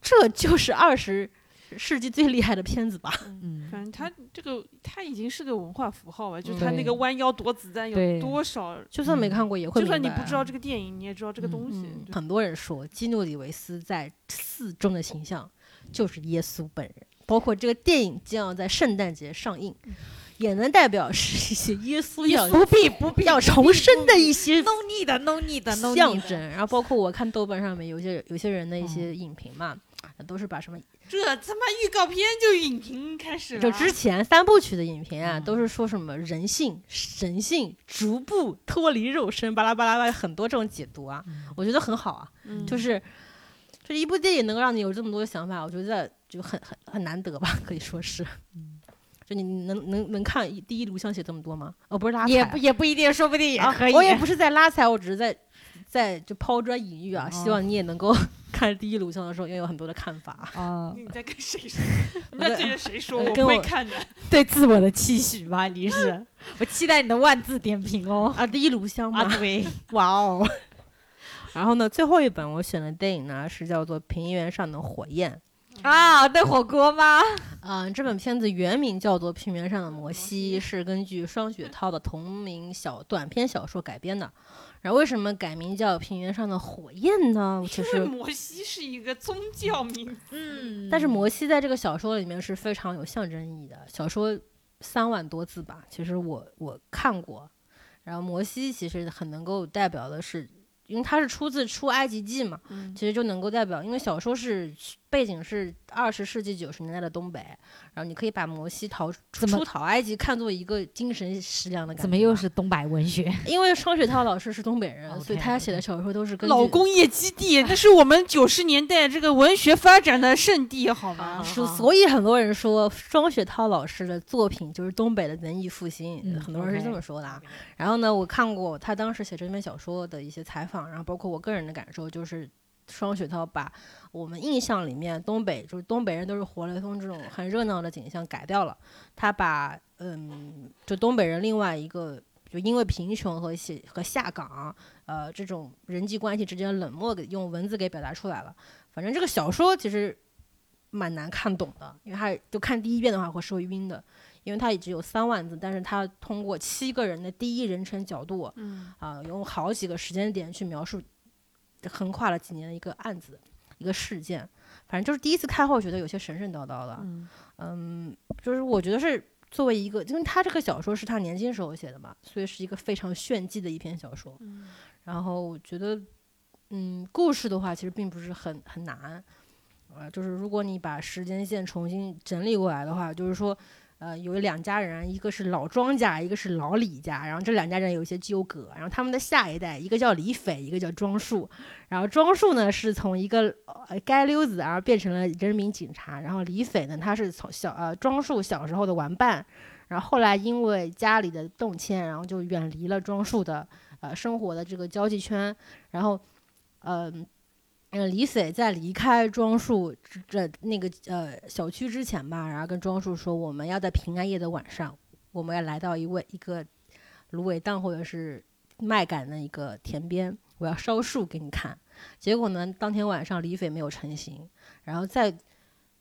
Speaker 1: 这就是二十世纪最厉害的片子吧。
Speaker 2: 嗯，
Speaker 3: 反正他这个他已经是个文化符号了，就他
Speaker 2: 对
Speaker 3: 那个弯腰躲子弹
Speaker 2: 对
Speaker 3: 有多少，
Speaker 1: 就算没看过，也会
Speaker 3: 嗯
Speaker 1: 明
Speaker 3: 就
Speaker 1: 白啊
Speaker 3: 算你不知道这个电影，你也知道这个东西。
Speaker 1: 嗯，
Speaker 3: 对
Speaker 1: 很多人说基努里维斯在四中的形象就是耶稣本人，包括这个电影将要在圣诞节上映，也能代表是一些耶稣要
Speaker 2: 不必不必
Speaker 1: 要重生的一些
Speaker 2: no need no need no
Speaker 1: 象
Speaker 2: need，
Speaker 1: 征。然后包括我看豆瓣上面有些有些人的一些影评嘛，都是把什么
Speaker 3: 这他妈预告片就影评开始了，啊
Speaker 1: 就之前三部曲的影评啊，
Speaker 2: 嗯
Speaker 1: 都是说什么人性、神性逐步脱离肉身，巴拉巴拉巴拉，很多这种解读啊，
Speaker 2: 嗯
Speaker 1: 我觉得很好啊，
Speaker 3: 嗯
Speaker 1: 就是就是一部电影能够让你有这么多想法，我觉得就很很很难得吧，可以说是， 就你能能能看一第一炉香写这么多吗？哦，不是拉踩
Speaker 2: 也
Speaker 1: 啊，
Speaker 2: 不也不一定，说不定也
Speaker 1: 啊
Speaker 2: 可以。
Speaker 1: 我也不是在拉踩，我只是在在就抛砖引玉啊，希
Speaker 2: 哦
Speaker 1: 望你也能够 看第一炉香的时候要有很多的看法 啊。
Speaker 2: 啊，
Speaker 3: 你在跟 谁说？你在对着谁说？
Speaker 1: 我
Speaker 3: 我
Speaker 1: 呃跟
Speaker 3: 不会
Speaker 1: 我
Speaker 3: 看的。
Speaker 2: 对自我的期许吧，你是， 我期待你的万字点评哦。
Speaker 1: 啊，第一炉香嘛，
Speaker 2: 对，
Speaker 1: 哇哦！然后呢，最后一本我选的电影呢是叫做《平原上的火焰
Speaker 2: 啊，那火锅吗？》。
Speaker 1: 嗯，这本片子原名叫做《平原上的摩西》，是根据双雪涛的同名小短篇小说改编的。然后为什么改名叫《平原上的火焰》呢？其
Speaker 3: 因为
Speaker 1: 实，
Speaker 3: 摩西是一个宗教名，
Speaker 2: 嗯
Speaker 1: 但是摩西在这个小说里面是非常有象征意义的。小说三万多字吧，其实我我看过。然后摩西其实很能够代表的是，因为它是出自《出埃及记》嘛，
Speaker 3: 嗯
Speaker 1: 其实就能够代表，因为小说是背景是二十世纪九十年代的东北，然后你可以把摩西逃出
Speaker 2: 怎么
Speaker 1: 出逃埃及看作一个精神食粮的感觉吧。
Speaker 2: 怎么又是东北文学？
Speaker 1: 因为双雪涛老师是东北人，所以
Speaker 2: OK，
Speaker 1: 他写的小说都是跟
Speaker 3: 老工业基地，那是我们九十年代这个文学发展的圣地，好吗？
Speaker 1: 啊是，所以很多人说双雪涛老师的作品就是东北的文艺复兴，
Speaker 2: 嗯
Speaker 1: 很多人是这
Speaker 2: OK
Speaker 1: 么说的。啊。然后呢，我看过他当时写这篇小说的一些采访，然后包括我个人的感受就是。双雪涛把我们印象里面东北就是东北人都是活雷锋这种很热闹的景象改掉了，他把嗯，就东北人另外一个就因为贫穷和下和下岗，呃，这种人际关系之间的冷漠给用文字给表达出来了。反正这个小说其实蛮难看懂的，因为它就看第一遍的话会是会晕的，因为它也只有三万字，但是它通过七个人的第一人称角度啊、
Speaker 3: 嗯，
Speaker 1: 用好几个时间点去描述横跨了几年的一个案子、一个事件。反正就是第一次看后觉得有些神神叨叨的，
Speaker 3: 嗯
Speaker 1: 嗯，就是我觉得是作为一个，因为他这个小说是他年轻时候写的嘛，所以是一个非常炫技的一篇小说。
Speaker 3: 嗯
Speaker 1: 然后我觉得，嗯，故事的话其实并不是很很难，呃，就是如果你把时间线重新整理过来的话，就是说，呃，有两家人，一个是老庄家，一个是老李家，然后这两家人有一些纠葛，然后他们的下一代，一个叫李斐，一个叫庄树，然后庄树呢是从一个呃街溜子啊变成了人民警察，然后李斐呢他是从小呃庄树小时候的玩伴。然后后来因为家里的动迁，然后就远离了庄树的呃生活的这个交际圈，然后，嗯、呃，李斐在离开庄树这这那个呃小区之前吧，然后跟庄树说，我们要在平安夜的晚上，我们要来到一位一个芦苇荡或者是麦秆的一个田边，我要烧树给你看。结果呢，当天晚上李斐没有成行，然后再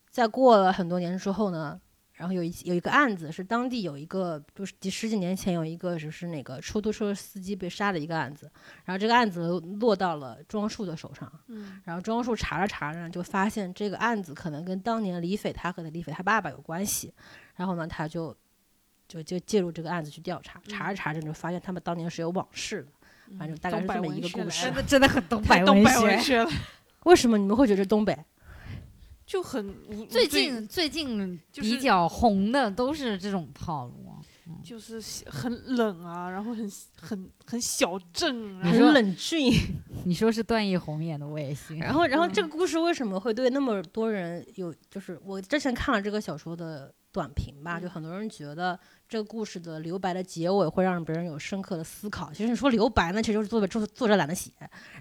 Speaker 1: 再过了很多年之后呢，然后有一有一个案子是当地有一个就是几十几年前有一个就是那个出租车司机被杀的一个案子，然后这个案子落到了庄树的手上，
Speaker 3: 嗯
Speaker 1: 然后庄树查着查着呢就发现这个案子可能跟当年李斐他和李斐他爸爸有关系，然后呢他就就就介入这个案子去调查，查着查着就发现他们当年是有往事的，
Speaker 3: 嗯
Speaker 1: 反正大概是这么一个故事
Speaker 2: 真
Speaker 3: 东北文学来了
Speaker 2: 的真的很东
Speaker 3: 太
Speaker 2: 北文
Speaker 3: 东北
Speaker 2: 学
Speaker 3: 文。学了，
Speaker 1: 为什么你们会觉得东北？
Speaker 3: 就很无
Speaker 2: 最近最近
Speaker 3: 就是
Speaker 2: 比较红的都是这种套路。啊
Speaker 3: 就是很冷啊，然后很很很小镇，然
Speaker 2: 你
Speaker 3: 后
Speaker 1: 很
Speaker 2: 说
Speaker 1: 冷峻，
Speaker 2: 你说是段奕宏演的，我也信。
Speaker 1: 然后，然后这
Speaker 3: 嗯
Speaker 1: 个故事为什么会对那么多人有？就是我之前看了这个小说的短评吧，就
Speaker 3: 嗯
Speaker 1: 很多人觉得这个故事的留白的结尾会让别人有深刻的思考。其实你说留白呢，其实就是作者作作者懒得写，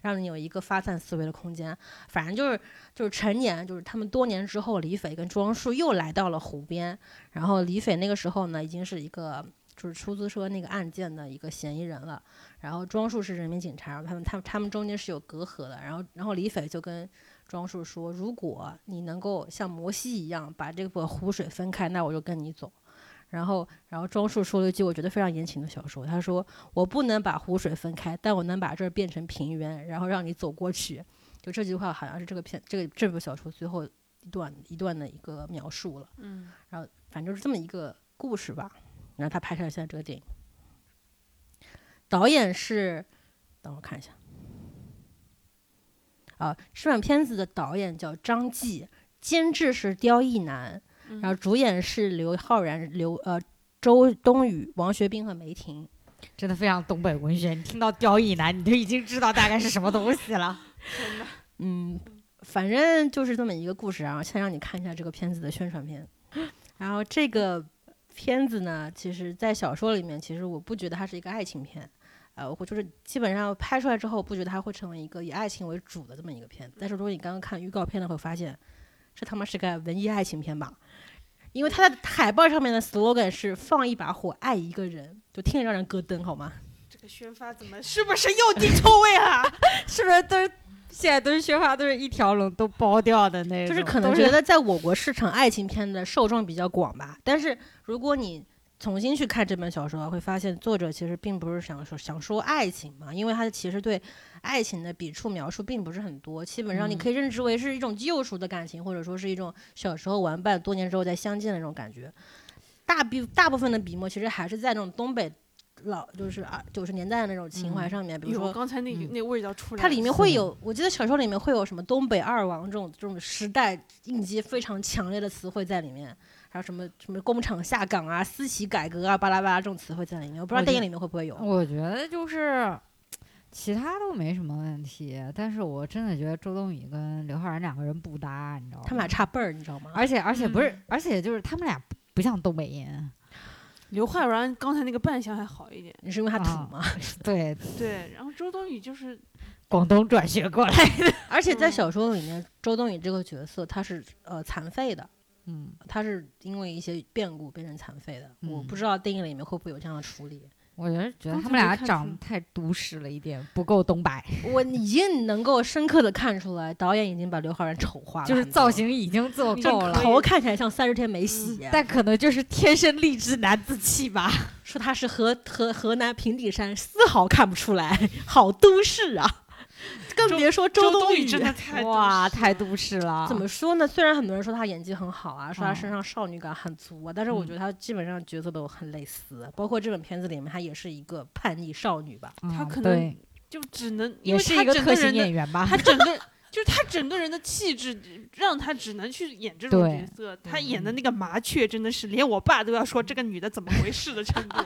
Speaker 1: 让你有一个发散思维的空间。反正就是就是成年，就是他们多年之后，李斐跟庄树又来到了湖边，然后李斐那个时候呢，已经是一个。就是出租车那个案件的一个嫌疑人了，然后庄树是人民警察，他们他们他们中间是有隔阂的，然后然后李斐就跟庄树说：“如果你能够像摩西一样把这个湖水分开，那我就跟你走。”然后，然后庄树说了一句我觉得非常言情的小说，他说：“我不能把湖水分开，但我能把这儿变成平原，然后让你走过去。”就这句话好像是这个片这个这部小说最后一段一段的一个描述了。
Speaker 3: 嗯，
Speaker 1: 然后反正就是这么一个故事吧。然后他拍摄了现在这个电影，导演是，等我看一下，啊，这版片子的导演叫张继，监制是刁亦男，
Speaker 3: 嗯
Speaker 1: 然后主演是刘昊然、刘呃周冬雨、王学兵和梅婷。
Speaker 2: 真的非常东北文学。你听到刁亦男，你就已经知道大概是什么东西了。
Speaker 3: 天哪
Speaker 1: 嗯，反正就是这么一个故事啊。先让你看一下这个片子的宣传片。然后这个片子呢，其实，在小说里面，其实我不觉得它是一个爱情片，呃，我就是基本上拍出来之后，不觉得它会成为一个以爱情为主的这么一个片子。但是如果你刚刚看预告片的会发现，这他妈是个文艺爱情片吧？因为它的海报上面的 slogan 是“放一把火，爱一个人”，就听着让人咯噔，好吗？
Speaker 3: 这个宣发怎么是不是又 地臭味啊？
Speaker 2: 是不是都是现在都是宣发都是一条龙都包掉的那
Speaker 1: 就是
Speaker 2: 种
Speaker 1: 可能
Speaker 2: 都
Speaker 1: 觉得在我国市场，爱情片的受众比较广吧。但是如果你重新去看这本小说啊，会发现作者其实并不是想说想说爱情嘛，因为他其实对爱情的笔触描述并不是很多，基本上你
Speaker 2: 嗯
Speaker 1: 可以认知为是一种旧熟的感情，或者说是一种小时候玩伴，多年之后再相见的那种感觉。大笔大部分的笔墨其实还是在那种东北老就是啊九十年代的那种情怀
Speaker 2: 嗯
Speaker 1: 上面，比如说
Speaker 3: 有刚才那
Speaker 2: 嗯
Speaker 3: 那味道出来了，
Speaker 1: 它里面会
Speaker 2: 是的
Speaker 1: 有，我记得小说里面会有什么东北二王这种这种时代印记非常强烈的词汇在里面，还有什么什么工厂下岗啊、私企改革啊、巴拉巴拉这种词汇在里面。我不知道
Speaker 2: 我
Speaker 1: 电
Speaker 2: 觉哦
Speaker 1: 影里面会不会有。
Speaker 2: 我觉得就是其他都没什么问题，但是我真的觉得周冬雨跟刘昊然两个人不搭，你知道吗？
Speaker 1: 他们俩差辈儿，你知道吗？
Speaker 2: 而且而且不是，
Speaker 3: 嗯
Speaker 2: 而且就是他们俩不不像东北人，
Speaker 3: 刘昊然刚才那个扮相还好一点，
Speaker 1: 你是因为他土
Speaker 2: 啊
Speaker 1: 吗？
Speaker 2: 对，
Speaker 3: 对，然后周冬雨就是
Speaker 2: 广东转学过来 的，
Speaker 1: 而且在
Speaker 3: 嗯
Speaker 1: 小说里面，周冬雨这个角色她是呃残废的，
Speaker 2: 嗯，
Speaker 1: 她是因为一些变故变成残废的。我不
Speaker 2: 嗯
Speaker 1: 知道电影里面会不会有这样的处理。
Speaker 2: 我觉得觉得
Speaker 3: 刚
Speaker 2: 他
Speaker 3: 才
Speaker 2: 们
Speaker 3: 没
Speaker 2: 俩
Speaker 3: 看
Speaker 2: 长
Speaker 3: 出
Speaker 2: 得太都市了一点，不够东北，
Speaker 1: 我已经能够深刻的看出来，导演已经把刘昊然丑化了很
Speaker 2: 就
Speaker 1: 多了，
Speaker 2: 是造型已经做
Speaker 3: 你
Speaker 2: 够
Speaker 3: 可
Speaker 2: 了嗯
Speaker 3: 以。
Speaker 1: 头看起来像三十天没洗。啊
Speaker 2: 但可能就是天生丽质难自弃 吧。
Speaker 1: 说他是河河河南平顶山，丝毫看不出来，好都市啊！更
Speaker 3: 周
Speaker 1: 别说
Speaker 3: 周
Speaker 1: 冬
Speaker 3: 雨真的太都
Speaker 2: 哇，
Speaker 3: 市
Speaker 2: 太
Speaker 3: 了
Speaker 2: 都市了。
Speaker 1: 怎么说呢？虽然很多人说他演技很好啊，说他
Speaker 2: 嗯
Speaker 1: 身上少女感很足啊，但是我觉得他基本上角色都很类似，啊包括这本片子里面，他也是一个叛逆少女吧。
Speaker 2: 嗯？
Speaker 3: 他可能
Speaker 2: 对
Speaker 3: 就只能因
Speaker 2: 也
Speaker 3: 为
Speaker 2: 是
Speaker 3: 他
Speaker 2: 一个
Speaker 3: 整
Speaker 2: 特型
Speaker 3: 人的
Speaker 2: 演员吧
Speaker 3: 他。整个就是他整个人的气质，让他只能去演这种
Speaker 2: 对
Speaker 3: 角色。他演的那个麻雀，真的是连我爸都要说这个女的怎么回事的程 度。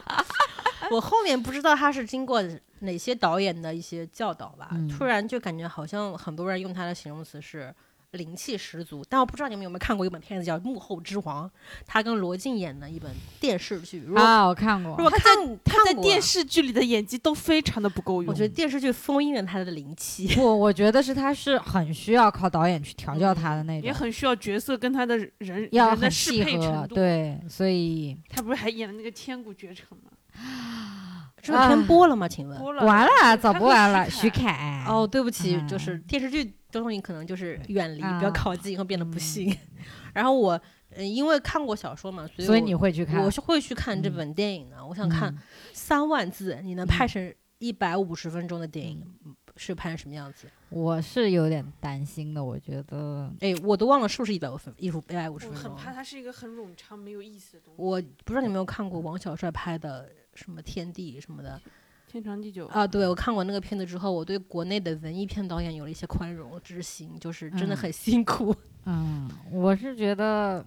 Speaker 1: 我后面不知道他是经过哪些导演的一些教导吧，
Speaker 2: 嗯
Speaker 1: 突然就感觉好像很多人用他的形容词是灵气十足。但我不知道你们有没有看过一本片子叫《幕后之王》，他跟罗晋演的一本电视剧。如果
Speaker 2: 啊，我看过
Speaker 1: 如。果
Speaker 3: 他
Speaker 1: 看
Speaker 3: 他在
Speaker 1: 看过
Speaker 3: 电，视剧里的演技都非常的不够用。
Speaker 1: 我觉得电视剧封印了他的灵气。
Speaker 2: 不，我觉得是他是很需要靠导演去调教他的那
Speaker 3: 也
Speaker 2: 种，
Speaker 3: 很需要角色跟他的人
Speaker 2: 要
Speaker 3: 人的
Speaker 2: 很
Speaker 3: 适
Speaker 2: 契
Speaker 3: 配
Speaker 2: 合
Speaker 3: 程。度。
Speaker 2: 对，所以
Speaker 3: 他不是还演了那个《千古绝尘》吗？
Speaker 1: 这
Speaker 2: 啊
Speaker 1: 个片播了吗？请问？
Speaker 3: 播了
Speaker 2: 嗯完了，早
Speaker 3: 他
Speaker 2: 播
Speaker 3: 和
Speaker 2: 完
Speaker 3: 徐
Speaker 2: 了。徐
Speaker 3: 凯
Speaker 2: 凯，
Speaker 1: 哦，，对不起，就
Speaker 2: 嗯
Speaker 1: 是电视剧这东西可能就是远离，不要
Speaker 2: 啊
Speaker 1: 靠近，会变得不幸。 然后我，呃，因为看过小说嘛，所以
Speaker 2: 所以
Speaker 1: 我
Speaker 2: 你会去看？
Speaker 1: 我是会去看这
Speaker 2: 嗯
Speaker 1: 本电影的。我想
Speaker 2: 嗯
Speaker 1: 看三万字，你能拍成一百五十分钟的电影
Speaker 2: 嗯，
Speaker 1: 是拍成什么样子？
Speaker 2: 我是有点担心的，我觉得
Speaker 1: 哎，我都忘了是不是一百分一五一百五十
Speaker 3: 我
Speaker 1: 分钟
Speaker 3: 很怕
Speaker 1: 了。
Speaker 3: 它是一个很冗长、没有意思的东西。
Speaker 1: 我不知道你有没有看过王小帅拍的什么《天地》什么的，
Speaker 3: 天长地久，
Speaker 2: 呃
Speaker 1: 啊，对，我看过那个片子之后，我对国内的文艺片导演有了一些宽容之心，就是真的
Speaker 2: 嗯
Speaker 1: 很辛苦。
Speaker 2: 嗯，我是觉得，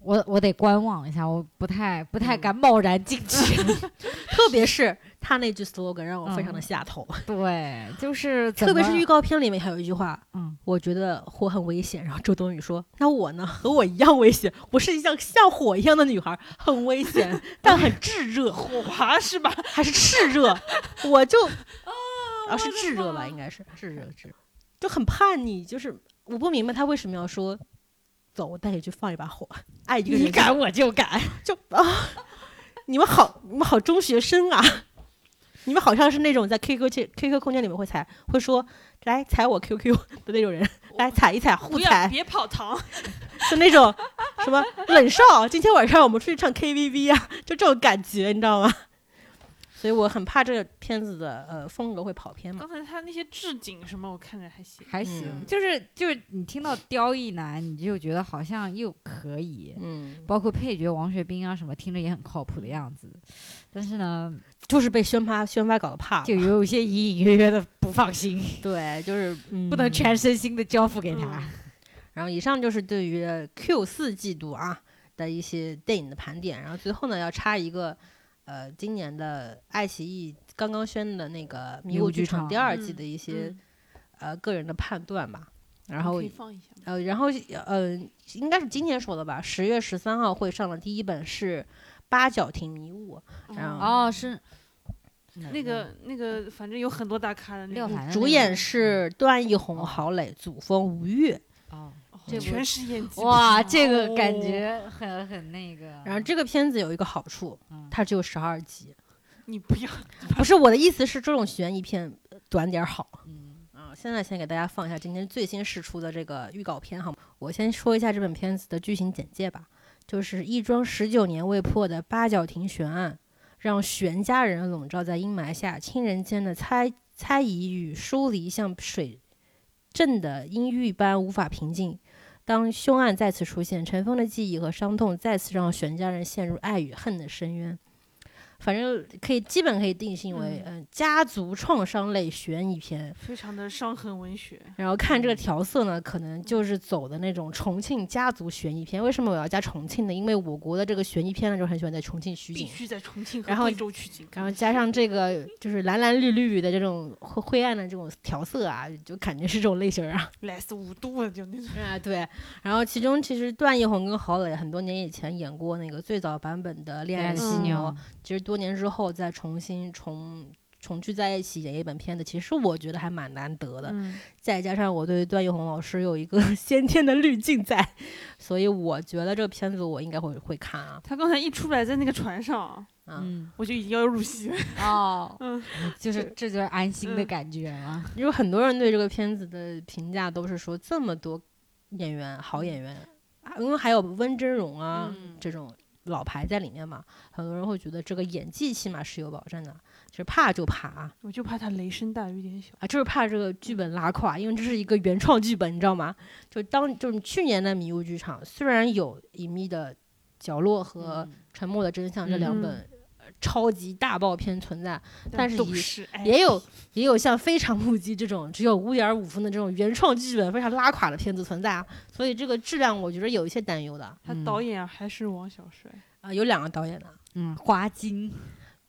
Speaker 2: 我我得观望一下，我不太不太
Speaker 1: 嗯
Speaker 2: 敢贸然进去。
Speaker 1: 特别是他那句 slogan 让我非常的
Speaker 2: 嗯
Speaker 1: 下头，
Speaker 2: 对，就是怎
Speaker 1: 特别是
Speaker 2: 么
Speaker 1: 预告片里面还有一句话，
Speaker 2: 嗯，
Speaker 1: 我觉得火很危险。然后周冬雨说：“那我呢，和我一样危险，我是一像像火一样的女孩，很危险，但很炙热，
Speaker 3: 火娃 是吧？
Speaker 1: 还是炽热。”我就啊，是炙热吧，应该是炙热炙热，就很叛逆。就是我不明白他为什么要说。走，我带你去放一把火，爱一个人
Speaker 2: 你
Speaker 1: 就
Speaker 2: 敢我就敢，
Speaker 1: 就啊，你们好，你们好中学生啊！ 你们好像是那种在 QQ 界 QQ 空间里面会踩，会说来踩我 QQ 的那种人，来踩一踩，互
Speaker 3: 不
Speaker 1: 踩
Speaker 3: 要，别跑堂，
Speaker 1: 就那种什么冷少，今天晚上我们出去唱 KTV 啊，就这种感觉，你知道吗？ 所以我很怕这个片子的呃风格会跑偏嘛。
Speaker 3: 刚才他那些置景什么，我看着还行。
Speaker 2: 嗯还行，
Speaker 1: 嗯
Speaker 2: 就是就是你听到刁亦男，你就觉得好像又可以，
Speaker 1: 嗯，
Speaker 2: 包括配角王学兵啊什么，听着也很靠谱的样子，但是呢，
Speaker 1: 就是被宣发宣发搞得怕了
Speaker 2: 就有一些隐隐约约的不放心，
Speaker 1: 对，就是、嗯
Speaker 2: 不能全身心的交付给他。
Speaker 3: 嗯
Speaker 1: 然后以上就是对于 Q 四季度啊的一些电影的盘点，然后最后呢要插一个，呃，今年的爱奇艺刚刚宣的那个《迷
Speaker 2: 迷雾
Speaker 1: 雾剧
Speaker 2: 剧
Speaker 1: 场》
Speaker 2: 场
Speaker 1: 第二季
Speaker 3: 嗯
Speaker 1: 的一些、
Speaker 3: 嗯
Speaker 1: 呃个人的判断吧。然
Speaker 3: 我
Speaker 1: 后
Speaker 3: 可以放一下吗
Speaker 1: 呃，然后呃，应该是今天说的吧，十月十三号会上的第一本是《八角亭迷雾》，
Speaker 3: 嗯
Speaker 1: 然后
Speaker 2: 哦， 是
Speaker 3: 那个那个，反正有很多大咖的那
Speaker 2: 廖
Speaker 3: 个，
Speaker 2: 凡的那
Speaker 1: 主
Speaker 2: 个
Speaker 1: 演是段奕宏、
Speaker 2: 哦
Speaker 1: 郝蕾、祖峰、吴越。
Speaker 2: 哦，
Speaker 3: 哦
Speaker 2: 这部
Speaker 3: 全是演技。
Speaker 2: 哇，
Speaker 3: 不行
Speaker 2: 这个感
Speaker 3: 哦
Speaker 2: 觉很很那个。
Speaker 1: 然后这个片子有一个好处
Speaker 2: 嗯，
Speaker 1: 它只有十二集。
Speaker 3: 你不要
Speaker 1: 不是我的意思是，这种悬疑片呃短点儿好。
Speaker 2: 嗯，
Speaker 1: 啊，现在先给大家放一下今天最新释出的这个预告片好吗？我先说一下这本片子的剧情简介吧，就是一桩十九年未破的八角亭悬案，让悬家人笼罩在阴霾下，亲人间的猜猜疑与疏离像水震的阴郁般无法平静。当凶案再次出现，尘封的记忆和伤痛再次让悬家人陷入爱与恨的深渊。反正可以，基本可以定性为，嗯、家族创伤类悬疑片。
Speaker 3: 非常的伤痕文学，
Speaker 1: 然后看这
Speaker 3: 嗯
Speaker 1: 个调色呢，可能就是走的那种重庆家族悬疑片。为什么我要加重庆呢？因为我国的这个悬疑片呢，就很喜欢在重庆取
Speaker 3: 必
Speaker 1: 景，
Speaker 3: 须在重庆
Speaker 1: 然
Speaker 3: 和
Speaker 1: 后
Speaker 3: 贵州取景。
Speaker 1: 然后加上这个就是蓝蓝绿绿的这种灰灰暗的这种调色啊，就感觉是这种类型啊。
Speaker 3: 来自五度了，就那种。
Speaker 1: 啊，对。然后其中其实段奕宏跟郝蕾很多年以前演过那个最早版本的《恋爱
Speaker 2: 爱
Speaker 1: 的
Speaker 2: 犀
Speaker 1: 犀
Speaker 3: 嗯
Speaker 1: 牛》
Speaker 2: 牛，
Speaker 1: 其实多年之后再重新重重聚在一起演一本片子，其实我觉得还蛮难得的。
Speaker 3: 嗯，
Speaker 1: 再加上我对段奕宏老师有一个 先天的滤镜在，所以我觉得这个片子我应该会会看啊。
Speaker 3: 他刚才一出来，在那个船上，
Speaker 2: 嗯，
Speaker 3: 我就已经要入戏了。
Speaker 2: 哦，
Speaker 3: 嗯，
Speaker 2: 就是这就是安心的
Speaker 3: 嗯
Speaker 2: 感觉嘛。
Speaker 1: 有很多人对这个片子的评价都是说这么多演员好演员，啊因为还有温峥嵘啊、
Speaker 3: 嗯
Speaker 1: 这种老牌在里面嘛，很多人会觉得这个演技起码是有保证的，就是怕就怕啊。
Speaker 3: 我就怕他雷声大雨点小。
Speaker 1: 啊，就是怕这个剧本拉垮，因为这是一个原创剧本，你知道吗？就当就是去年的《迷雾剧场》，虽然有《隐秘的角落》和
Speaker 2: 嗯
Speaker 1: 《沉默的真相》这两
Speaker 3: 嗯
Speaker 1: 本呃超级大爆片存在，但是
Speaker 3: 都
Speaker 1: 也
Speaker 3: 是哎
Speaker 1: 也有也有像《非常目击》这种只有五点五分的这种原创剧本非常拉垮的片子存在啊，所以这个质量我觉得有一些担忧的啊、
Speaker 3: 他导演还是王小帅。
Speaker 1: 有两个导演的，
Speaker 2: 嗯，花精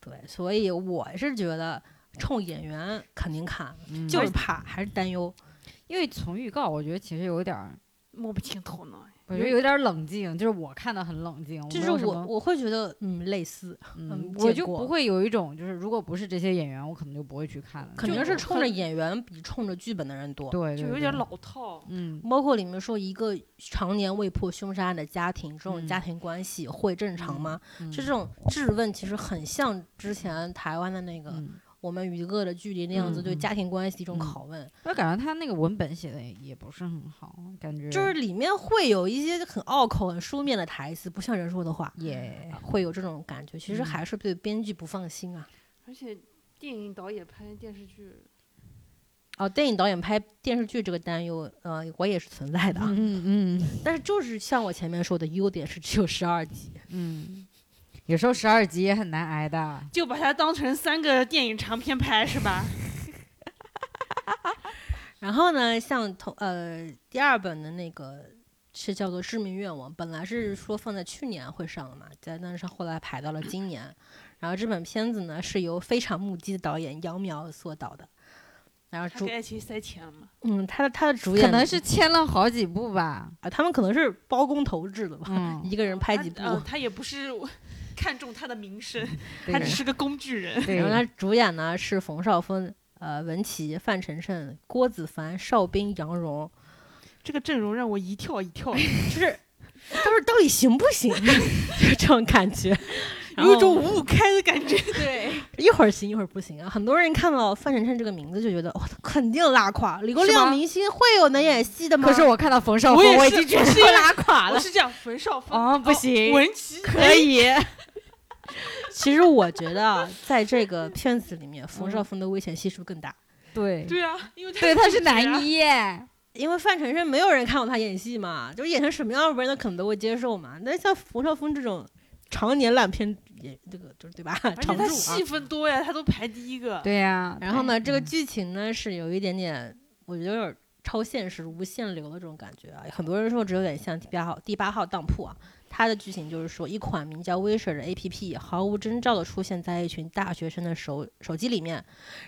Speaker 1: 对，所以我是觉得冲演员肯定看，
Speaker 2: 就
Speaker 1: 嗯就是
Speaker 2: 是
Speaker 1: 怕还是担忧，
Speaker 2: 哎因为从预告，我觉得其实有点儿，
Speaker 3: 摸不清头脑，哎
Speaker 2: 我觉得有点儿冷静，就是我看的很冷静，
Speaker 1: 嗯就
Speaker 2: 没
Speaker 1: 是
Speaker 2: 有什
Speaker 1: 我
Speaker 2: 么，
Speaker 1: 我会觉得嗯类似。
Speaker 2: 嗯
Speaker 1: 嗯，
Speaker 2: 我
Speaker 1: 见
Speaker 2: 就
Speaker 1: 过
Speaker 2: 不会有一种就是如果不是这些演员，我可能就不会去看了，
Speaker 1: 肯
Speaker 2: 就
Speaker 1: 定是
Speaker 2: 我
Speaker 1: 冲着演员比冲着剧本的人多。
Speaker 2: 对，
Speaker 3: 就
Speaker 2: 对
Speaker 3: 有点，
Speaker 2: 对
Speaker 3: 老套。
Speaker 2: 嗯
Speaker 1: 包括里面说一个常年未破凶杀案的家庭，这种
Speaker 2: 嗯
Speaker 1: 家庭关系会正常吗？
Speaker 2: 嗯，
Speaker 1: 就这种质问，其实很像之前台湾的那个《
Speaker 2: 嗯，
Speaker 1: 我们与恶的距离》那样子
Speaker 2: 嗯
Speaker 1: 对
Speaker 2: 嗯
Speaker 1: 家庭关系的一种
Speaker 2: 嗯
Speaker 1: 拷问，
Speaker 2: 我感觉他那个文本写的也也不是很好，感觉
Speaker 1: 就是里面会有一些很拗口、很书面的台词，不像人说的话，呃
Speaker 2: 也
Speaker 1: 会有这种感觉。其实
Speaker 2: 嗯
Speaker 1: 还是对编剧不放心啊。
Speaker 3: 而且电影导演拍电视剧，
Speaker 1: 哦，电影导演拍电视剧这个担忧，呃，我也是存在的啊。
Speaker 2: 嗯嗯
Speaker 1: 但是就是像我前面说的，优点是只有十二集。
Speaker 2: 嗯，有时候十二集也很难挨的，
Speaker 3: 就把它当成三个电影长片拍是吧？
Speaker 1: 然后呢，像同呃第二本的那个是叫做《致命愿望》，本来是说放在去年会上的嘛，但但是后来排到了今年。然后这本片子呢是由《非常目击》的导演杨苗所导的，然后
Speaker 3: 他
Speaker 1: 主
Speaker 3: 给爱奇艺塞钱了嘛？
Speaker 1: 嗯他的他的主演
Speaker 2: 可能是签了好几 部吧，
Speaker 1: 啊他们可能是包工头制的吧，
Speaker 2: 嗯，
Speaker 1: 一个人拍几部
Speaker 3: 他。呃他也不是 看重他的名声，
Speaker 2: 对
Speaker 3: 他只是个工具 人。
Speaker 2: 对
Speaker 1: 然后他主演呢是冯绍峰、呃文琪、范丞丞、郭子凡、邵兵、杨蓉，
Speaker 3: 这个阵容让我一 跳一跳的。
Speaker 1: 就是，他说到底行不行？就是这种感觉。然
Speaker 3: 有一种
Speaker 1: 后
Speaker 3: 五五开的感觉。
Speaker 4: 对，
Speaker 1: 一会儿行一会儿不行啊。很多人看到范丞丞这个名字就觉得哇，他肯定拉垮。李国
Speaker 2: 是
Speaker 1: 亮
Speaker 2: 吗
Speaker 1: 明星会有能演戏的吗？
Speaker 2: 可是我看到冯绍
Speaker 3: 我
Speaker 2: 峰，
Speaker 3: 也
Speaker 2: 我已
Speaker 3: 是
Speaker 2: 经觉
Speaker 3: 我
Speaker 2: 得
Speaker 3: 是因为
Speaker 2: 拉垮
Speaker 3: 我
Speaker 2: 了。
Speaker 3: 是这样，冯绍峰
Speaker 2: 哦不行
Speaker 3: 文琪
Speaker 2: 可以，
Speaker 1: 其实我觉得啊，在这个片子里面，冯绍峰的危险系数更大，
Speaker 2: 对
Speaker 3: 对啊，因为他
Speaker 2: 对，他是
Speaker 3: 主角啊
Speaker 2: 男一耶，
Speaker 1: 因为范丞丞没有人看过他演戏嘛，就是演成什么样，人家可能都会接受嘛。那像冯绍峰这种常年烂片也这个就是对吧？
Speaker 3: 而且
Speaker 1: 常
Speaker 3: 他
Speaker 1: 驻啊
Speaker 3: 戏。份多呀，他都排第一个。
Speaker 2: 对呀。
Speaker 1: 然后呢，这个
Speaker 2: 嗯
Speaker 1: 剧情呢是有一点点，我觉得有点超现实、无限流的这种感觉啊。很多人说只有点像第八号第八号当铺啊。它的剧情就是说，一款名叫微水的 APP 毫无征兆地出现在一群大学生的手手机里面，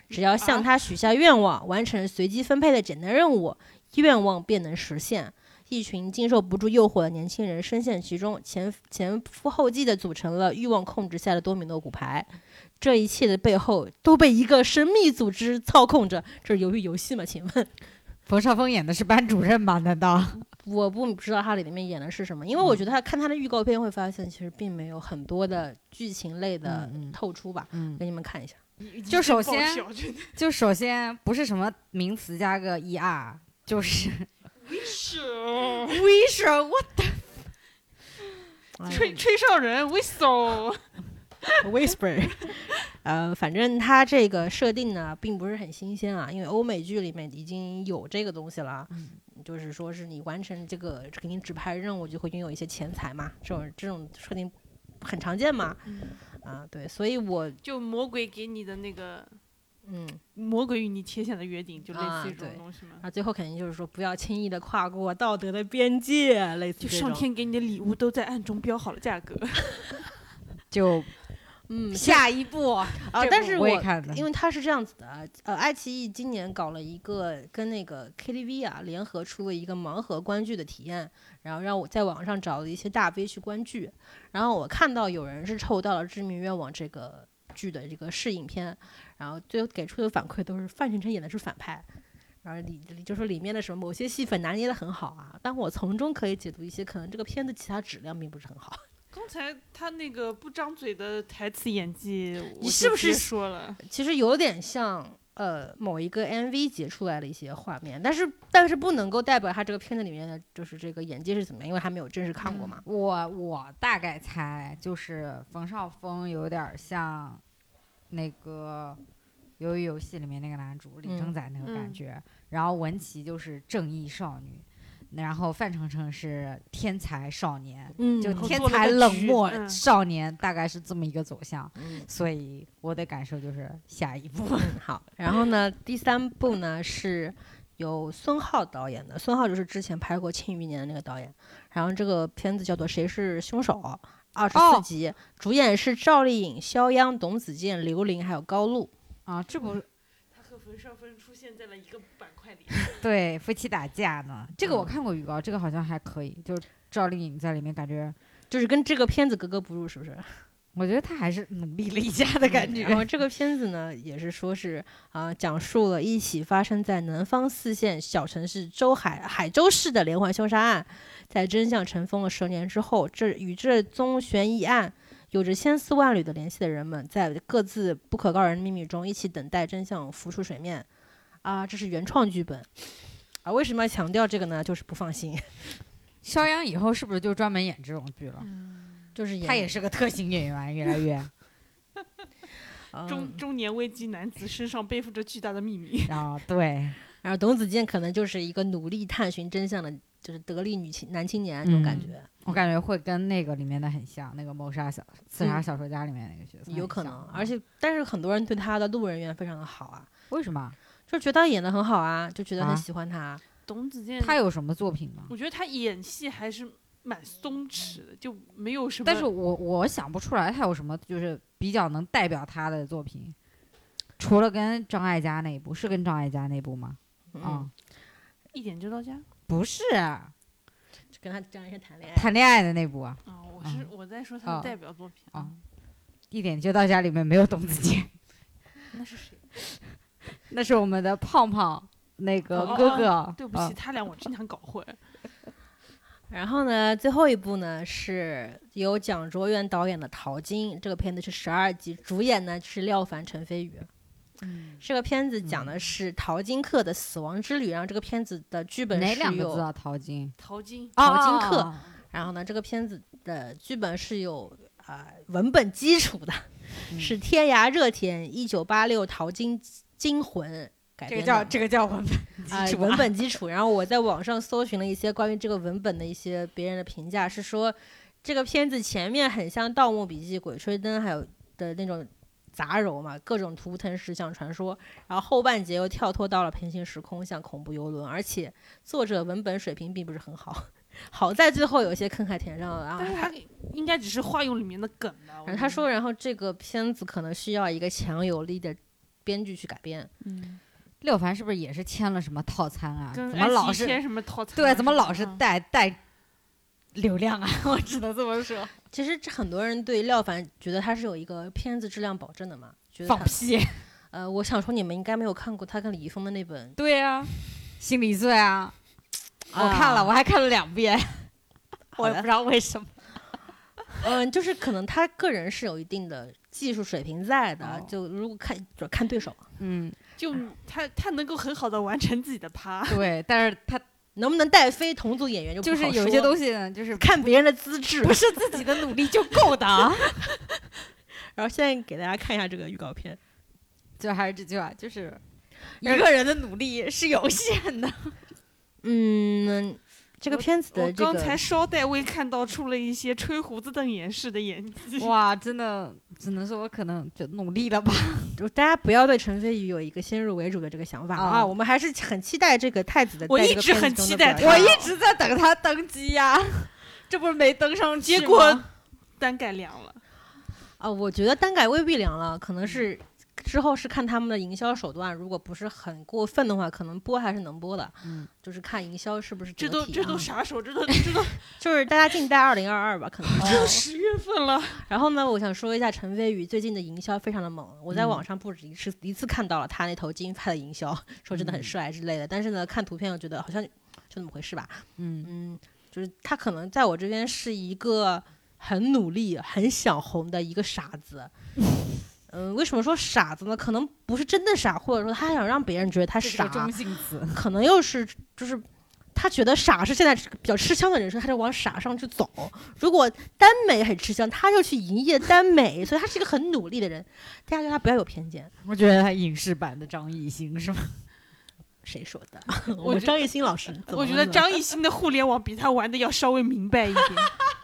Speaker 1: 只要向
Speaker 3: 啊
Speaker 1: 他许下愿望，完成随机分配的简单任务，愿望便能实现。一群经受不住诱惑的年轻人深陷其中，前前赴后继地组成了欲望控制下的多米诺骨牌。这一切的背后都被一个神秘组织操控着，这是由于游戏吗？请问，
Speaker 2: 冯绍峰演的是班主任吗？ 难道？
Speaker 1: 我不知道它里面演的是什么，因为我觉得他看他的预告片会发现，其实并没有很多的剧情类的
Speaker 2: 嗯嗯
Speaker 1: 透出吧。
Speaker 2: 嗯，
Speaker 1: 给你们看一下，
Speaker 3: 已经
Speaker 2: 就首
Speaker 3: 爆
Speaker 2: 先
Speaker 3: 笑真的
Speaker 2: 就首先不是什么名词加个 er，就是
Speaker 3: 是
Speaker 2: v i s u 我
Speaker 1: 哎
Speaker 3: 吹吹哨人 whistle，
Speaker 1: Whisper，呃，反正它这个设定呢，并不是很新鲜啊，因为欧美剧里面已经有这个东西了，嗯就是说是你完成这个给你指派任务，就会拥有一些钱财嘛，这种这种设定很常见嘛，啊，对，所以我
Speaker 3: 就魔鬼给你的那个
Speaker 1: 嗯，
Speaker 3: 魔鬼与你贴下的约定，就类
Speaker 1: 啊
Speaker 3: 似于这
Speaker 1: 对
Speaker 3: 种东西嘛。
Speaker 1: 啊，最后肯定就是说不要轻易的跨过道德的边界，类似
Speaker 3: 就
Speaker 1: 这
Speaker 3: 上
Speaker 1: 种，
Speaker 3: 天给你的礼物都在暗中标好了价格，
Speaker 2: 就
Speaker 1: 嗯，
Speaker 2: 下一步
Speaker 1: 啊，
Speaker 2: 这
Speaker 1: 但
Speaker 2: 部
Speaker 1: 是
Speaker 2: 我也
Speaker 1: 我
Speaker 2: 看了，
Speaker 1: 因为它是这样子的啊，呃，爱奇艺今年搞了一个跟那个 KTV 啊联合出了一个盲盒观剧的体验，然后让我在网上找了一些大 V 去观剧，然后我看到有人是抽到了《致命愿望》这个剧的这个试影片，然后最后给出的反馈都是范丞丞演的是反派。然后里里就说里面的什么某些戏份拿捏的很好啊，但我从中可以解读一些可能这个片子其他质量并不是很好。
Speaker 3: 刚才他那个不张嘴的台词演技，
Speaker 1: 你
Speaker 3: 我
Speaker 1: 是
Speaker 3: 就
Speaker 1: 不
Speaker 3: 直接
Speaker 1: 是
Speaker 3: 说了？
Speaker 1: 其实有点像呃某一个 MV 截出来的一些画面，但是但是不能够代表他这个片子里面的就是这个演技是怎么样，因为还没有正式看过嘛。
Speaker 2: 我我大概猜就是冯绍峰有点儿像那个《鱿鱼游戏》里面那个男主李
Speaker 1: 嗯
Speaker 2: 正宰那个感
Speaker 3: 嗯
Speaker 2: 觉，然后文琪就是正义少女，然后范丞丞是天才少年，
Speaker 1: 嗯
Speaker 2: 就
Speaker 3: 然后
Speaker 2: 天
Speaker 3: 做了
Speaker 2: 才
Speaker 3: 个
Speaker 2: 冷
Speaker 3: 局
Speaker 2: 漠
Speaker 3: 嗯
Speaker 2: 少年，大概是这么一个走向。
Speaker 1: 嗯
Speaker 2: 所以我的感受就是下一步，
Speaker 1: 好，然后呢，第三部呢是由孙浩导演的，孙浩就是之前拍过《庆余年》的那个导演，然后这个片子叫做《谁是凶手》。二十
Speaker 2: 哦
Speaker 1: 四集，主演是赵丽颖、肖央、董子健、刘琳还有高露。
Speaker 2: 啊，这不
Speaker 3: 他和冯绍峰出现在了一个板块里，
Speaker 2: 对夫妻打架呢？这个我
Speaker 1: 嗯
Speaker 2: 看过预告，这个好像还可以，就是赵丽颖在里面感觉。
Speaker 1: 就是跟这个片子格格不入，是不是？
Speaker 2: 我觉得他还是努力了一下的感
Speaker 1: 嗯
Speaker 2: 觉。
Speaker 1: 然后这个片子呢，也是说是啊、讲述了一起发生在南方四县小城市周海海州市的连环凶杀案，在真相尘封了十年之后，这与这宗悬疑案有着千丝万缕的联系的人们，在各自不可告人的秘密中，一起等待真相浮出水面。啊，这是原创剧本。啊，为什么要强调这个呢？就是不放心，
Speaker 2: 肖央以后是不是就专门演这种剧了？
Speaker 1: 嗯 就是
Speaker 2: 他也是个特型演员，越来越。
Speaker 1: 嗯
Speaker 3: 中中年危机男子身上背负着巨大的秘密，
Speaker 2: 然后对，
Speaker 1: 然后董子健可能就是一个努力探寻真相的，就是得力女青男青年那种
Speaker 2: 嗯
Speaker 1: 感觉，
Speaker 2: 我感觉会跟那个里面的很像，那个谋杀小刺杀
Speaker 1: 嗯
Speaker 2: 小说家里面那个角色很像啊，
Speaker 1: 有可能。而且，但是很多人对他的路人缘非常的好啊，
Speaker 2: 为什么
Speaker 1: 就觉得他演的很好啊，就觉得
Speaker 2: 啊
Speaker 1: 很喜欢他。
Speaker 3: 董子健
Speaker 2: 他有什么作品吗？
Speaker 3: 我觉得他演戏还是蛮松弛的，就没有什么。
Speaker 2: 但是我我想不出来他有什么就是比较能代表他的作品，除了跟张艾嘉那一部，是跟张艾嘉那部吗？
Speaker 1: 嗯，
Speaker 2: 啊、
Speaker 3: 一点就到家
Speaker 2: 不是
Speaker 1: 就跟他这样一些谈恋爱。
Speaker 2: 谈恋爱的那部啊，
Speaker 3: 啊、我是、我在说他
Speaker 2: 啊
Speaker 3: 的代表作品
Speaker 2: 啊一点就到家里面没有董子健。
Speaker 3: 那是谁？
Speaker 2: 那是我们的胖胖那个
Speaker 3: 哦
Speaker 2: 哥哥。
Speaker 3: 对不起，
Speaker 2: 啊，
Speaker 3: 他俩我经常搞混。
Speaker 1: 然后呢，最后一部呢是由蒋卓元导演的《淘金》，这个片子是十二集，主演呢是廖凡、陈飞宇。
Speaker 2: 嗯
Speaker 1: 这个片子讲的是淘金客的死亡之旅，然后这个片子的剧本
Speaker 2: 哪
Speaker 1: 是
Speaker 2: 两个字
Speaker 1: 有，
Speaker 2: 啊？淘金，
Speaker 3: 淘金
Speaker 1: 淘金客
Speaker 2: 哦，哦
Speaker 1: 然后呢，这个片子的剧本是有啊、呃文本基础的，
Speaker 2: 嗯
Speaker 1: 是《天涯热帖》一九八六淘金惊魂改编的。
Speaker 3: 个叫文本
Speaker 1: 啊、文本基础。然后我在网上搜寻了一些关于这个文本的一些别人的评价，是说这个片子前面很像《盗墓笔记》《鬼吹灯》还有的那种杂糅嘛，各种图腾、石像、传说，然后后半截又跳脱到了平行时空，像恐怖游轮。而且作者文本水平并不是很好， 好在最后有一些坑还填上了啊
Speaker 3: 但。是他应该只是化用里面的梗吧。
Speaker 1: 然
Speaker 3: 我
Speaker 1: 后
Speaker 3: 觉
Speaker 1: 他
Speaker 3: 得，
Speaker 1: 说，然后这个片子可能需要一个强有力的编剧去改编。
Speaker 3: 嗯，
Speaker 2: 廖凡是不是也是签了什么套餐啊？
Speaker 3: 跟
Speaker 2: 怎么老
Speaker 3: 爱奇艺
Speaker 2: 是
Speaker 3: 签什么套餐啊？
Speaker 2: 对？怎么老是
Speaker 3: 嗯
Speaker 2: 带带流量啊？我只能这么说，
Speaker 1: 其实这很多人对廖凡觉得他是有一个片子质量保证的嘛，觉得
Speaker 2: 放
Speaker 1: 他
Speaker 2: 屁！
Speaker 1: 呃，我想说你们应该没有看过他跟李易峰的那本，
Speaker 2: 对啊，心理罪啊！我看了，我还看了两遍，我
Speaker 1: 好
Speaker 2: 也
Speaker 1: 的
Speaker 2: 不知道为什么。
Speaker 1: 嗯、就是可能他个人是有一定的技术水平在的，
Speaker 2: 哦
Speaker 1: 就如果看主要看对手
Speaker 2: 嗯，
Speaker 3: 就他他能够很好的完成自己的趴，
Speaker 2: 对，但是他
Speaker 1: 能不能带飞同组演员就不
Speaker 2: 就
Speaker 1: 好
Speaker 2: 是有
Speaker 1: 说
Speaker 2: 一些东西呢，就是
Speaker 1: 看别人的资质
Speaker 2: 不。是自己的努力就够的啊。
Speaker 1: 然后现在给大家看一下这个预告片，
Speaker 2: 就还是这句话，就是一
Speaker 1: 然后
Speaker 2: 个人的努力是有限的。
Speaker 1: 嗯，这个片子
Speaker 3: 我
Speaker 1: 的这个
Speaker 3: 刚才捎带微看到出了一些吹胡子瞪眼式的演技。
Speaker 2: 哇，真的只能说我可能就努力了吧。
Speaker 1: 就大家不要对陈飞宇有一个先入为主的这个想法啊，
Speaker 2: 啊
Speaker 1: 我们还是很期待这个太子的。
Speaker 3: 我
Speaker 1: 在这
Speaker 3: 一
Speaker 1: 个
Speaker 3: 直
Speaker 1: 片子
Speaker 3: 很
Speaker 1: 中的
Speaker 3: 期待
Speaker 1: 表
Speaker 3: 他
Speaker 1: 现
Speaker 2: 我 一直在等他登基呀、 这不是没登上去
Speaker 3: 结
Speaker 2: 吗
Speaker 3: 果单改凉了，
Speaker 1: 啊，我觉得单改未必凉了，可
Speaker 3: 嗯
Speaker 1: 能是之后是看他们的营销手段，如果不是很过分的话，可能播还是能播的，
Speaker 2: 嗯
Speaker 1: 就是看营销是不是
Speaker 3: 这
Speaker 1: 得
Speaker 3: 都
Speaker 1: 体
Speaker 3: 这
Speaker 1: 啊
Speaker 3: 都啥时候？这都这都
Speaker 1: 就是大家静待二零二二吧，可能。
Speaker 3: 这都十月份了，
Speaker 1: 然后呢，我想说一下陈飞宇最近的营销非常的猛，我
Speaker 3: 嗯
Speaker 1: 在网上不止一次一次看到了他那头金发的营销，说真的很
Speaker 2: 嗯
Speaker 1: 帅之类的，但是呢，看图片我觉得好像就那么回事吧，
Speaker 2: 嗯，
Speaker 1: 嗯，就是他可能在我这边是一个很努力、很想红的一个傻 子。嗯，为什么说傻子呢？可能不是真的傻，或者说他想让别人觉得他
Speaker 2: 这是个
Speaker 1: 傻，
Speaker 2: 中性词。
Speaker 1: 可能又是就是他觉得傻是现在比较吃香的人生，他就往傻上去走。如果耽美很吃香，他就去营业耽美，所以他是一个很努力的人。大家对他不要有偏见，
Speaker 2: 我觉得他影视版的张艺兴是吧？
Speaker 1: 谁说 的？
Speaker 3: 我
Speaker 1: 我们
Speaker 3: 觉
Speaker 1: 张艺兴老师怎么了呢，
Speaker 3: 我觉得张艺兴的互联网比他玩的要稍微明白 一点。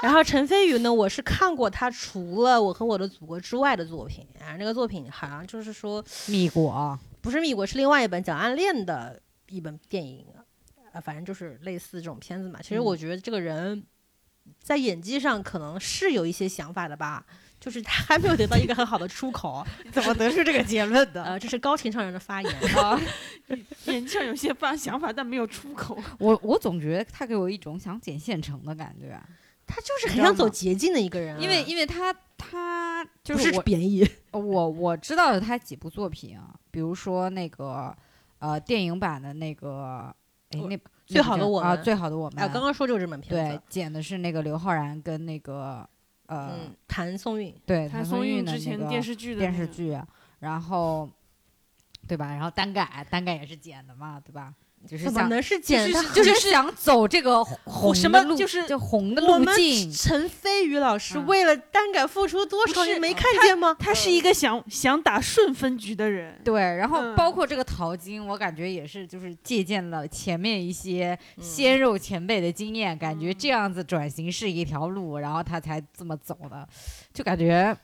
Speaker 1: 然后陈飞宇呢，我是看过他除了《我和我的祖国》之外的作品啊，那个作品好像就是说
Speaker 2: 蜜果，啊
Speaker 1: 不是《蜜国》，是另外一本讲暗恋的一本电影啊，反正就是类似这种片子嘛。其实
Speaker 2: 嗯
Speaker 1: 我觉得这个人在演技上可能是有一些想法的吧，就是他还没有得到一个很好的出口。
Speaker 2: 怎么得出这个结论的？
Speaker 1: 呃，这是高情商人的发 言。
Speaker 2: 啊，
Speaker 3: 演技上有些发想法，但没有出口。
Speaker 2: 我我总觉得他给我一种想捡现成的感觉，
Speaker 1: 他就是很想走捷径的一个人啊、
Speaker 2: 因为因为他他就
Speaker 1: 不是
Speaker 2: 是我
Speaker 1: 贬义。
Speaker 2: 我我知道的他几部作品啊，比如说那个呃电影版的那个，哎
Speaker 1: 我
Speaker 2: 那
Speaker 1: 最好的我
Speaker 2: 啊，
Speaker 1: 们
Speaker 2: 最好的我们，
Speaker 1: 啊，刚刚说就是这本片
Speaker 2: 对
Speaker 1: 子，
Speaker 2: 剪的是那个刘昊然跟那个呃、
Speaker 1: 嗯，谭松韵。
Speaker 2: 对
Speaker 3: 谭
Speaker 2: 谭
Speaker 3: 松韵
Speaker 2: 韵的
Speaker 3: 之
Speaker 2: 那
Speaker 3: 前
Speaker 2: 个
Speaker 3: 电视剧的
Speaker 2: 电
Speaker 3: 那
Speaker 2: 视
Speaker 3: 个
Speaker 2: 剧，然后对吧？然后单改单改也是剪的嘛，对吧？就是
Speaker 1: 怎么
Speaker 2: 想
Speaker 1: 能是简
Speaker 3: 就
Speaker 1: 单？
Speaker 3: 是
Speaker 2: 就是想走这个红
Speaker 3: 什
Speaker 2: 的
Speaker 3: 么
Speaker 2: 路，
Speaker 3: 就是
Speaker 2: 就红的
Speaker 1: 我
Speaker 2: 路
Speaker 1: 们
Speaker 2: 径。
Speaker 1: 陈飞宇老师
Speaker 2: 嗯
Speaker 1: 为了单改付出多少，
Speaker 3: 不是
Speaker 1: 你没看见吗？
Speaker 3: 他是一个想想打顺分局的人。
Speaker 2: 对，然后
Speaker 3: 嗯
Speaker 2: 包括这个淘金，我感觉也是，就是借鉴了前面一些
Speaker 1: 嗯
Speaker 2: 鲜肉前辈的经验，感觉
Speaker 3: 嗯
Speaker 2: 这样子转型是一条路，然后他才这么走的，就感觉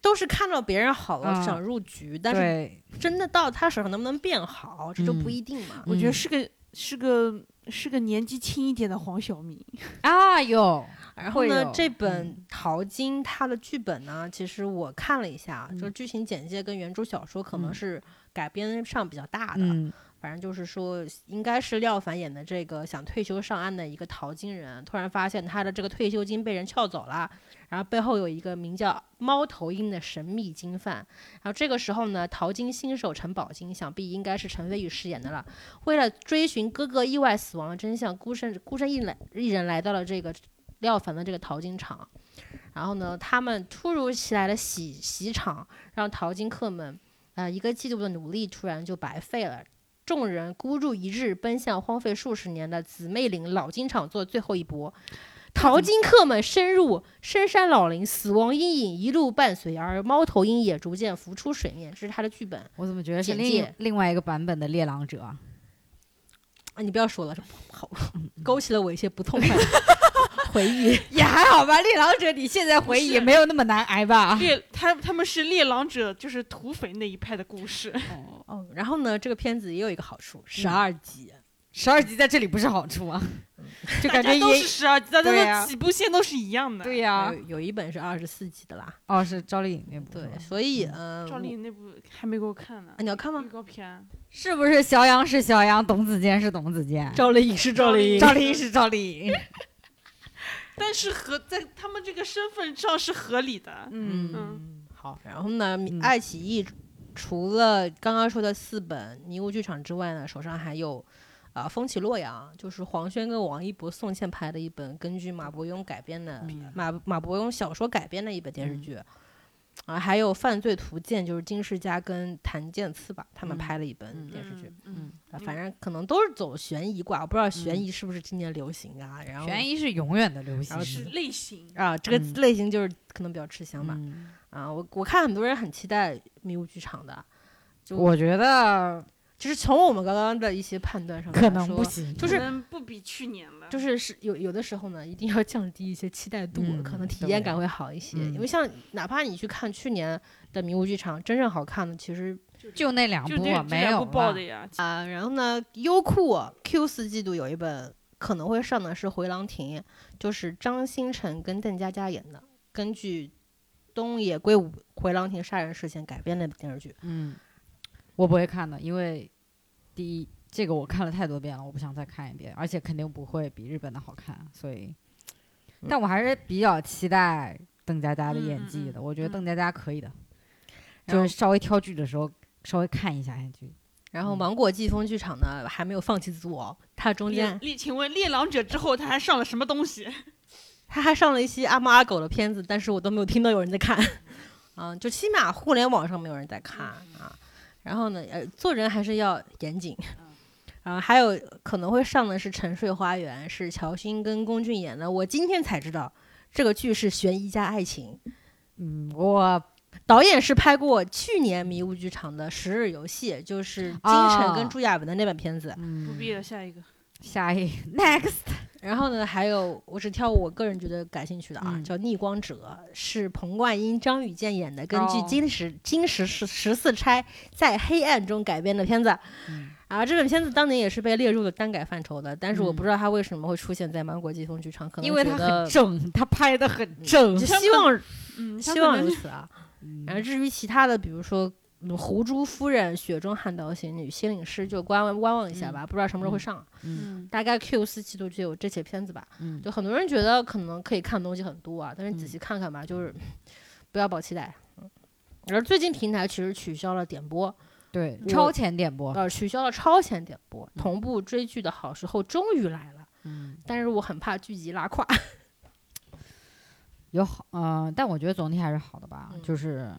Speaker 1: 都是看到别人好了、
Speaker 2: 嗯
Speaker 1: 想入局，但是
Speaker 2: 对，
Speaker 1: 真的到他手上能不能变好，这就
Speaker 2: 嗯
Speaker 1: 不一定嘛。
Speaker 3: 我觉得
Speaker 2: 嗯
Speaker 3: 是个是个是个年纪轻一点的黄晓明。
Speaker 2: 啊有，
Speaker 1: 然后
Speaker 2: 会
Speaker 1: 呢
Speaker 2: 有，
Speaker 1: 这本《
Speaker 2: 嗯
Speaker 1: 淘金》它的剧本呢，其实我看了一下，
Speaker 2: 嗯
Speaker 1: 就剧情简介跟原著小说可能
Speaker 2: 嗯
Speaker 1: 是改编上比较大的，
Speaker 2: 嗯
Speaker 1: 反正就是说，应该是廖凡演的这个想退休上岸的一个淘金人，突然发现他的这个退休金被人撬走了，然后背后有一个名叫猫头鹰的神秘金贩。然后这个时候呢，淘金新手陈宝金想必应该是陈飞宇饰演的了。为了追寻哥哥意外死亡的真相，孤身孤身一来一人来到了这个廖凡的这个淘金场。然后呢，他们突如其来的洗洗场，让淘金客们啊、呃一个季度的努力突然就白费了。众人孤注一掷，奔向荒废数十年的姊妹岭老金场做最后一搏。淘金客们深入深山老林，死亡阴影一路伴随，而猫头鹰也逐渐浮出水面。这是他的剧本
Speaker 2: 我怎么觉得是
Speaker 1: 简
Speaker 2: 另
Speaker 1: 介
Speaker 2: 另外一个版本的《猎狼者》？
Speaker 1: 啊！你不要说了，这好勾起了我一些不痛快的 回忆。
Speaker 2: 也还好吧，《猎狼者》你现在回忆也没有那么难 挨吧？
Speaker 3: 猎他他们是猎狼者，就是土匪那一派的故事。
Speaker 2: 嗯
Speaker 1: 哦，然后呢，这个片子也有一个好处，十二集。
Speaker 2: 十二集在这里不是好处啊，
Speaker 1: 嗯
Speaker 2: 就感觉
Speaker 3: 大家 都
Speaker 2: 也
Speaker 3: 是十二集，大家
Speaker 2: 对呀
Speaker 3: 的起步线都是一样的。
Speaker 2: 对呀、
Speaker 1: 有有一本是二十四集的啦。
Speaker 2: 哦，是赵丽颖那部是
Speaker 1: 嗯对
Speaker 2: 吧，
Speaker 1: 所以嗯，
Speaker 3: 赵丽颖那部还没给我看呢
Speaker 1: 啊，，你要看吗
Speaker 3: 预？告片。
Speaker 2: 是不是小杨是小杨，董子健是董子健，
Speaker 1: 赵丽颖是
Speaker 3: 赵丽颖
Speaker 2: 赵丽颖是赵丽颖，
Speaker 3: 但是和在他们这个身份上是合理的。
Speaker 1: 嗯，好。然后呢，
Speaker 2: 嗯
Speaker 1: 爱奇艺除了刚刚说的四本《迷雾剧场》之外呢，手上还有啊、呃风起洛阳》，就是黄轩跟王一博、宋茜拍的一本根据马伯庸改编的、
Speaker 2: 嗯
Speaker 1: 马马伯庸小说改编的一本电视剧。
Speaker 2: 嗯
Speaker 1: 啊，还有《犯罪图鉴》，就是金世佳跟谭健次吧，他们
Speaker 2: 嗯
Speaker 1: 拍了一本电视剧，
Speaker 3: 嗯，
Speaker 1: 啊
Speaker 3: 嗯
Speaker 1: 反正可能都是走悬疑挂，我不知道悬疑是不是今年流行啊。然后
Speaker 2: 嗯悬疑是永远的流行
Speaker 1: 然后
Speaker 3: 嗯，是类型。
Speaker 1: 啊，这
Speaker 2: 嗯
Speaker 1: 个类型就是可能比较吃香吧。
Speaker 2: 嗯，
Speaker 1: 啊，我我看很多人很期待《迷雾剧场》的，就
Speaker 2: 我觉得
Speaker 1: 就是从我们刚刚的一些判断上来
Speaker 2: 可能
Speaker 1: 说
Speaker 2: 不，行，
Speaker 1: 就是
Speaker 3: 可能不比去年了，
Speaker 1: 就是是是有有的时候呢，一定要降低一些期待度，
Speaker 2: 嗯
Speaker 1: 可能体验
Speaker 2: 对
Speaker 1: 感会好一些。
Speaker 2: 嗯
Speaker 1: 因为像哪怕你去看去年的《迷雾剧场》，真正好看的其实
Speaker 2: 就那两
Speaker 3: 就
Speaker 2: 部啊
Speaker 3: 这
Speaker 2: 没有
Speaker 3: 不报
Speaker 2: 了
Speaker 3: 的，呀。
Speaker 1: 啊、然后呢，优酷 Q 四季度有一本可能会上的是《回廊亭》，就是张新成跟邓家佳演的，根据东野圭吾《回廊亭杀人事件》改编的电视剧。
Speaker 2: 嗯，我不会看的，因为第一这个我看了太多遍了，我不想再看一遍，而且肯定不会比日本的好看，所以，但我还是比较期待邓家佳的演技的，
Speaker 3: 嗯嗯嗯
Speaker 2: 我觉得邓家佳可以的，
Speaker 1: 然
Speaker 2: 就
Speaker 1: 后
Speaker 2: 是稍微挑剧的时候稍微看一下下剧，
Speaker 1: 然后
Speaker 2: 嗯
Speaker 1: 芒果季风剧场呢还没有放弃自我，它中
Speaker 3: 猎
Speaker 2: 嗯
Speaker 1: 间
Speaker 3: 猎，请问猎狼者之后他还上了什么东西？
Speaker 1: 它还上了一些阿猫阿狗的片子，但是我都没有听到有人在看。嗯，就起码互联网上没有人在看啊。然后呢，呃，做人还是要严谨。然后还有可能会上的是《沉睡花园》，是乔欣跟龚俊演的。我今天才知道这个剧是悬疑加爱情，
Speaker 2: 嗯，我
Speaker 1: 导演是拍过去年迷雾剧场的《十日游戏》，就是金晨
Speaker 2: 哦
Speaker 1: 跟朱亚文的那本片子。
Speaker 2: 嗯
Speaker 3: 不必了，下一个。
Speaker 2: 下一 next
Speaker 1: 然后呢，还有我只挑我个人觉得感兴趣的啊，
Speaker 2: 嗯
Speaker 1: 叫《逆光者》，是彭冠英、张雨健演的，根据
Speaker 2: 哦
Speaker 1: 金石、金石十十四钗在黑暗中改编的片子。
Speaker 2: 嗯
Speaker 1: 啊，这本片子当年也是被列入了耽改范畴的，但是我
Speaker 2: 嗯
Speaker 1: 不知道它为什么会出现在芒果季风剧场，可能
Speaker 2: 因为
Speaker 1: 觉
Speaker 2: 他
Speaker 1: 得
Speaker 2: 很正，他拍的很正
Speaker 1: 就，
Speaker 3: 他
Speaker 1: 希
Speaker 3: 可
Speaker 1: 望
Speaker 3: 嗯，
Speaker 1: 希望如
Speaker 3: 是
Speaker 1: 此啊。
Speaker 2: 嗯
Speaker 1: 然后至于其他的，比如说。嗯狐珠夫人、雪中悍刀行女、心领诗，就观望观望一下吧，不知道什么时候会
Speaker 2: 嗯
Speaker 1: 上。
Speaker 3: 嗯，
Speaker 1: 大概 Q 四季度就有这些片子吧。
Speaker 2: 嗯
Speaker 1: 就很多人觉得可能可以看的东西很多啊，但是仔细看看吧，
Speaker 2: 嗯
Speaker 1: 就是不要抱期待。嗯，而最近平台其实取消了点播，
Speaker 2: 对
Speaker 1: 我
Speaker 2: 超前点播，
Speaker 1: 呃，取消了超前点播，
Speaker 2: 嗯
Speaker 1: 同步追剧的好时候终于来了，
Speaker 2: 嗯。
Speaker 1: 但是我很怕剧集拉胯。
Speaker 2: 有好，呃，但我觉得总体还是好的吧，
Speaker 1: 嗯
Speaker 2: 就是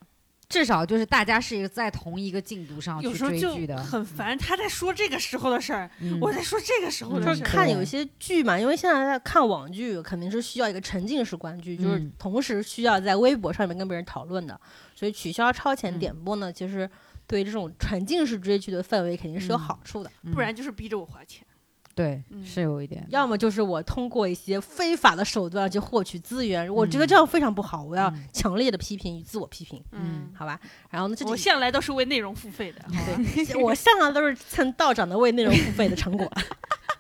Speaker 2: 至少就是大家是一个在同一个进度上去
Speaker 3: 嗯有时候
Speaker 2: 追
Speaker 3: 就
Speaker 2: 剧的，
Speaker 3: 很烦，他在说这个时候的事儿，
Speaker 2: 嗯
Speaker 3: 我在说这个时候
Speaker 1: 就
Speaker 3: 的
Speaker 1: 是
Speaker 3: 事
Speaker 2: 嗯
Speaker 3: 儿。
Speaker 1: 看
Speaker 2: 对
Speaker 1: 有一些剧嘛，因为现在在看网剧，肯定是需要一个沉浸式观剧，就是
Speaker 2: 嗯
Speaker 1: 同时需要在微博上面跟别人讨论的，所以取消超前
Speaker 2: 嗯
Speaker 1: 点播呢，其实对这种沉浸式追剧的氛围肯定是有
Speaker 2: 嗯
Speaker 1: 好处的。
Speaker 2: 嗯
Speaker 3: 不然就是逼着我花钱。
Speaker 2: 对、
Speaker 3: 嗯
Speaker 2: 是有一点，
Speaker 1: 要么就是我通过一些非法的手段去获取资源，我觉得
Speaker 2: 嗯
Speaker 1: 这样非常不好，我要
Speaker 2: 嗯
Speaker 1: 强烈的批评与自我批评，
Speaker 2: 嗯
Speaker 1: 好吧？然后呢，这
Speaker 3: 我
Speaker 1: 就
Speaker 3: 向来都是为内容付费的，好吧？
Speaker 1: 是我向来都是蹭道长的为内容付费的成果。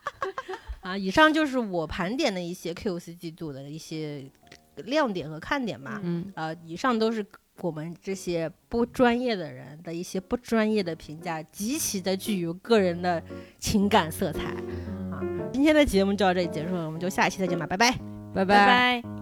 Speaker 1: 啊，以上就是我盘点的一些 Q 四季度的一些亮点和看点吧。
Speaker 2: 嗯
Speaker 1: 呃，以上都是我们这些不专业的人的一些不专业的评价，极其的具有个人的情
Speaker 2: 嗯
Speaker 1: 感色彩啊。今天的节目就到这里结束了，我们就下期再见吧，拜拜。
Speaker 2: 拜
Speaker 3: 拜拜。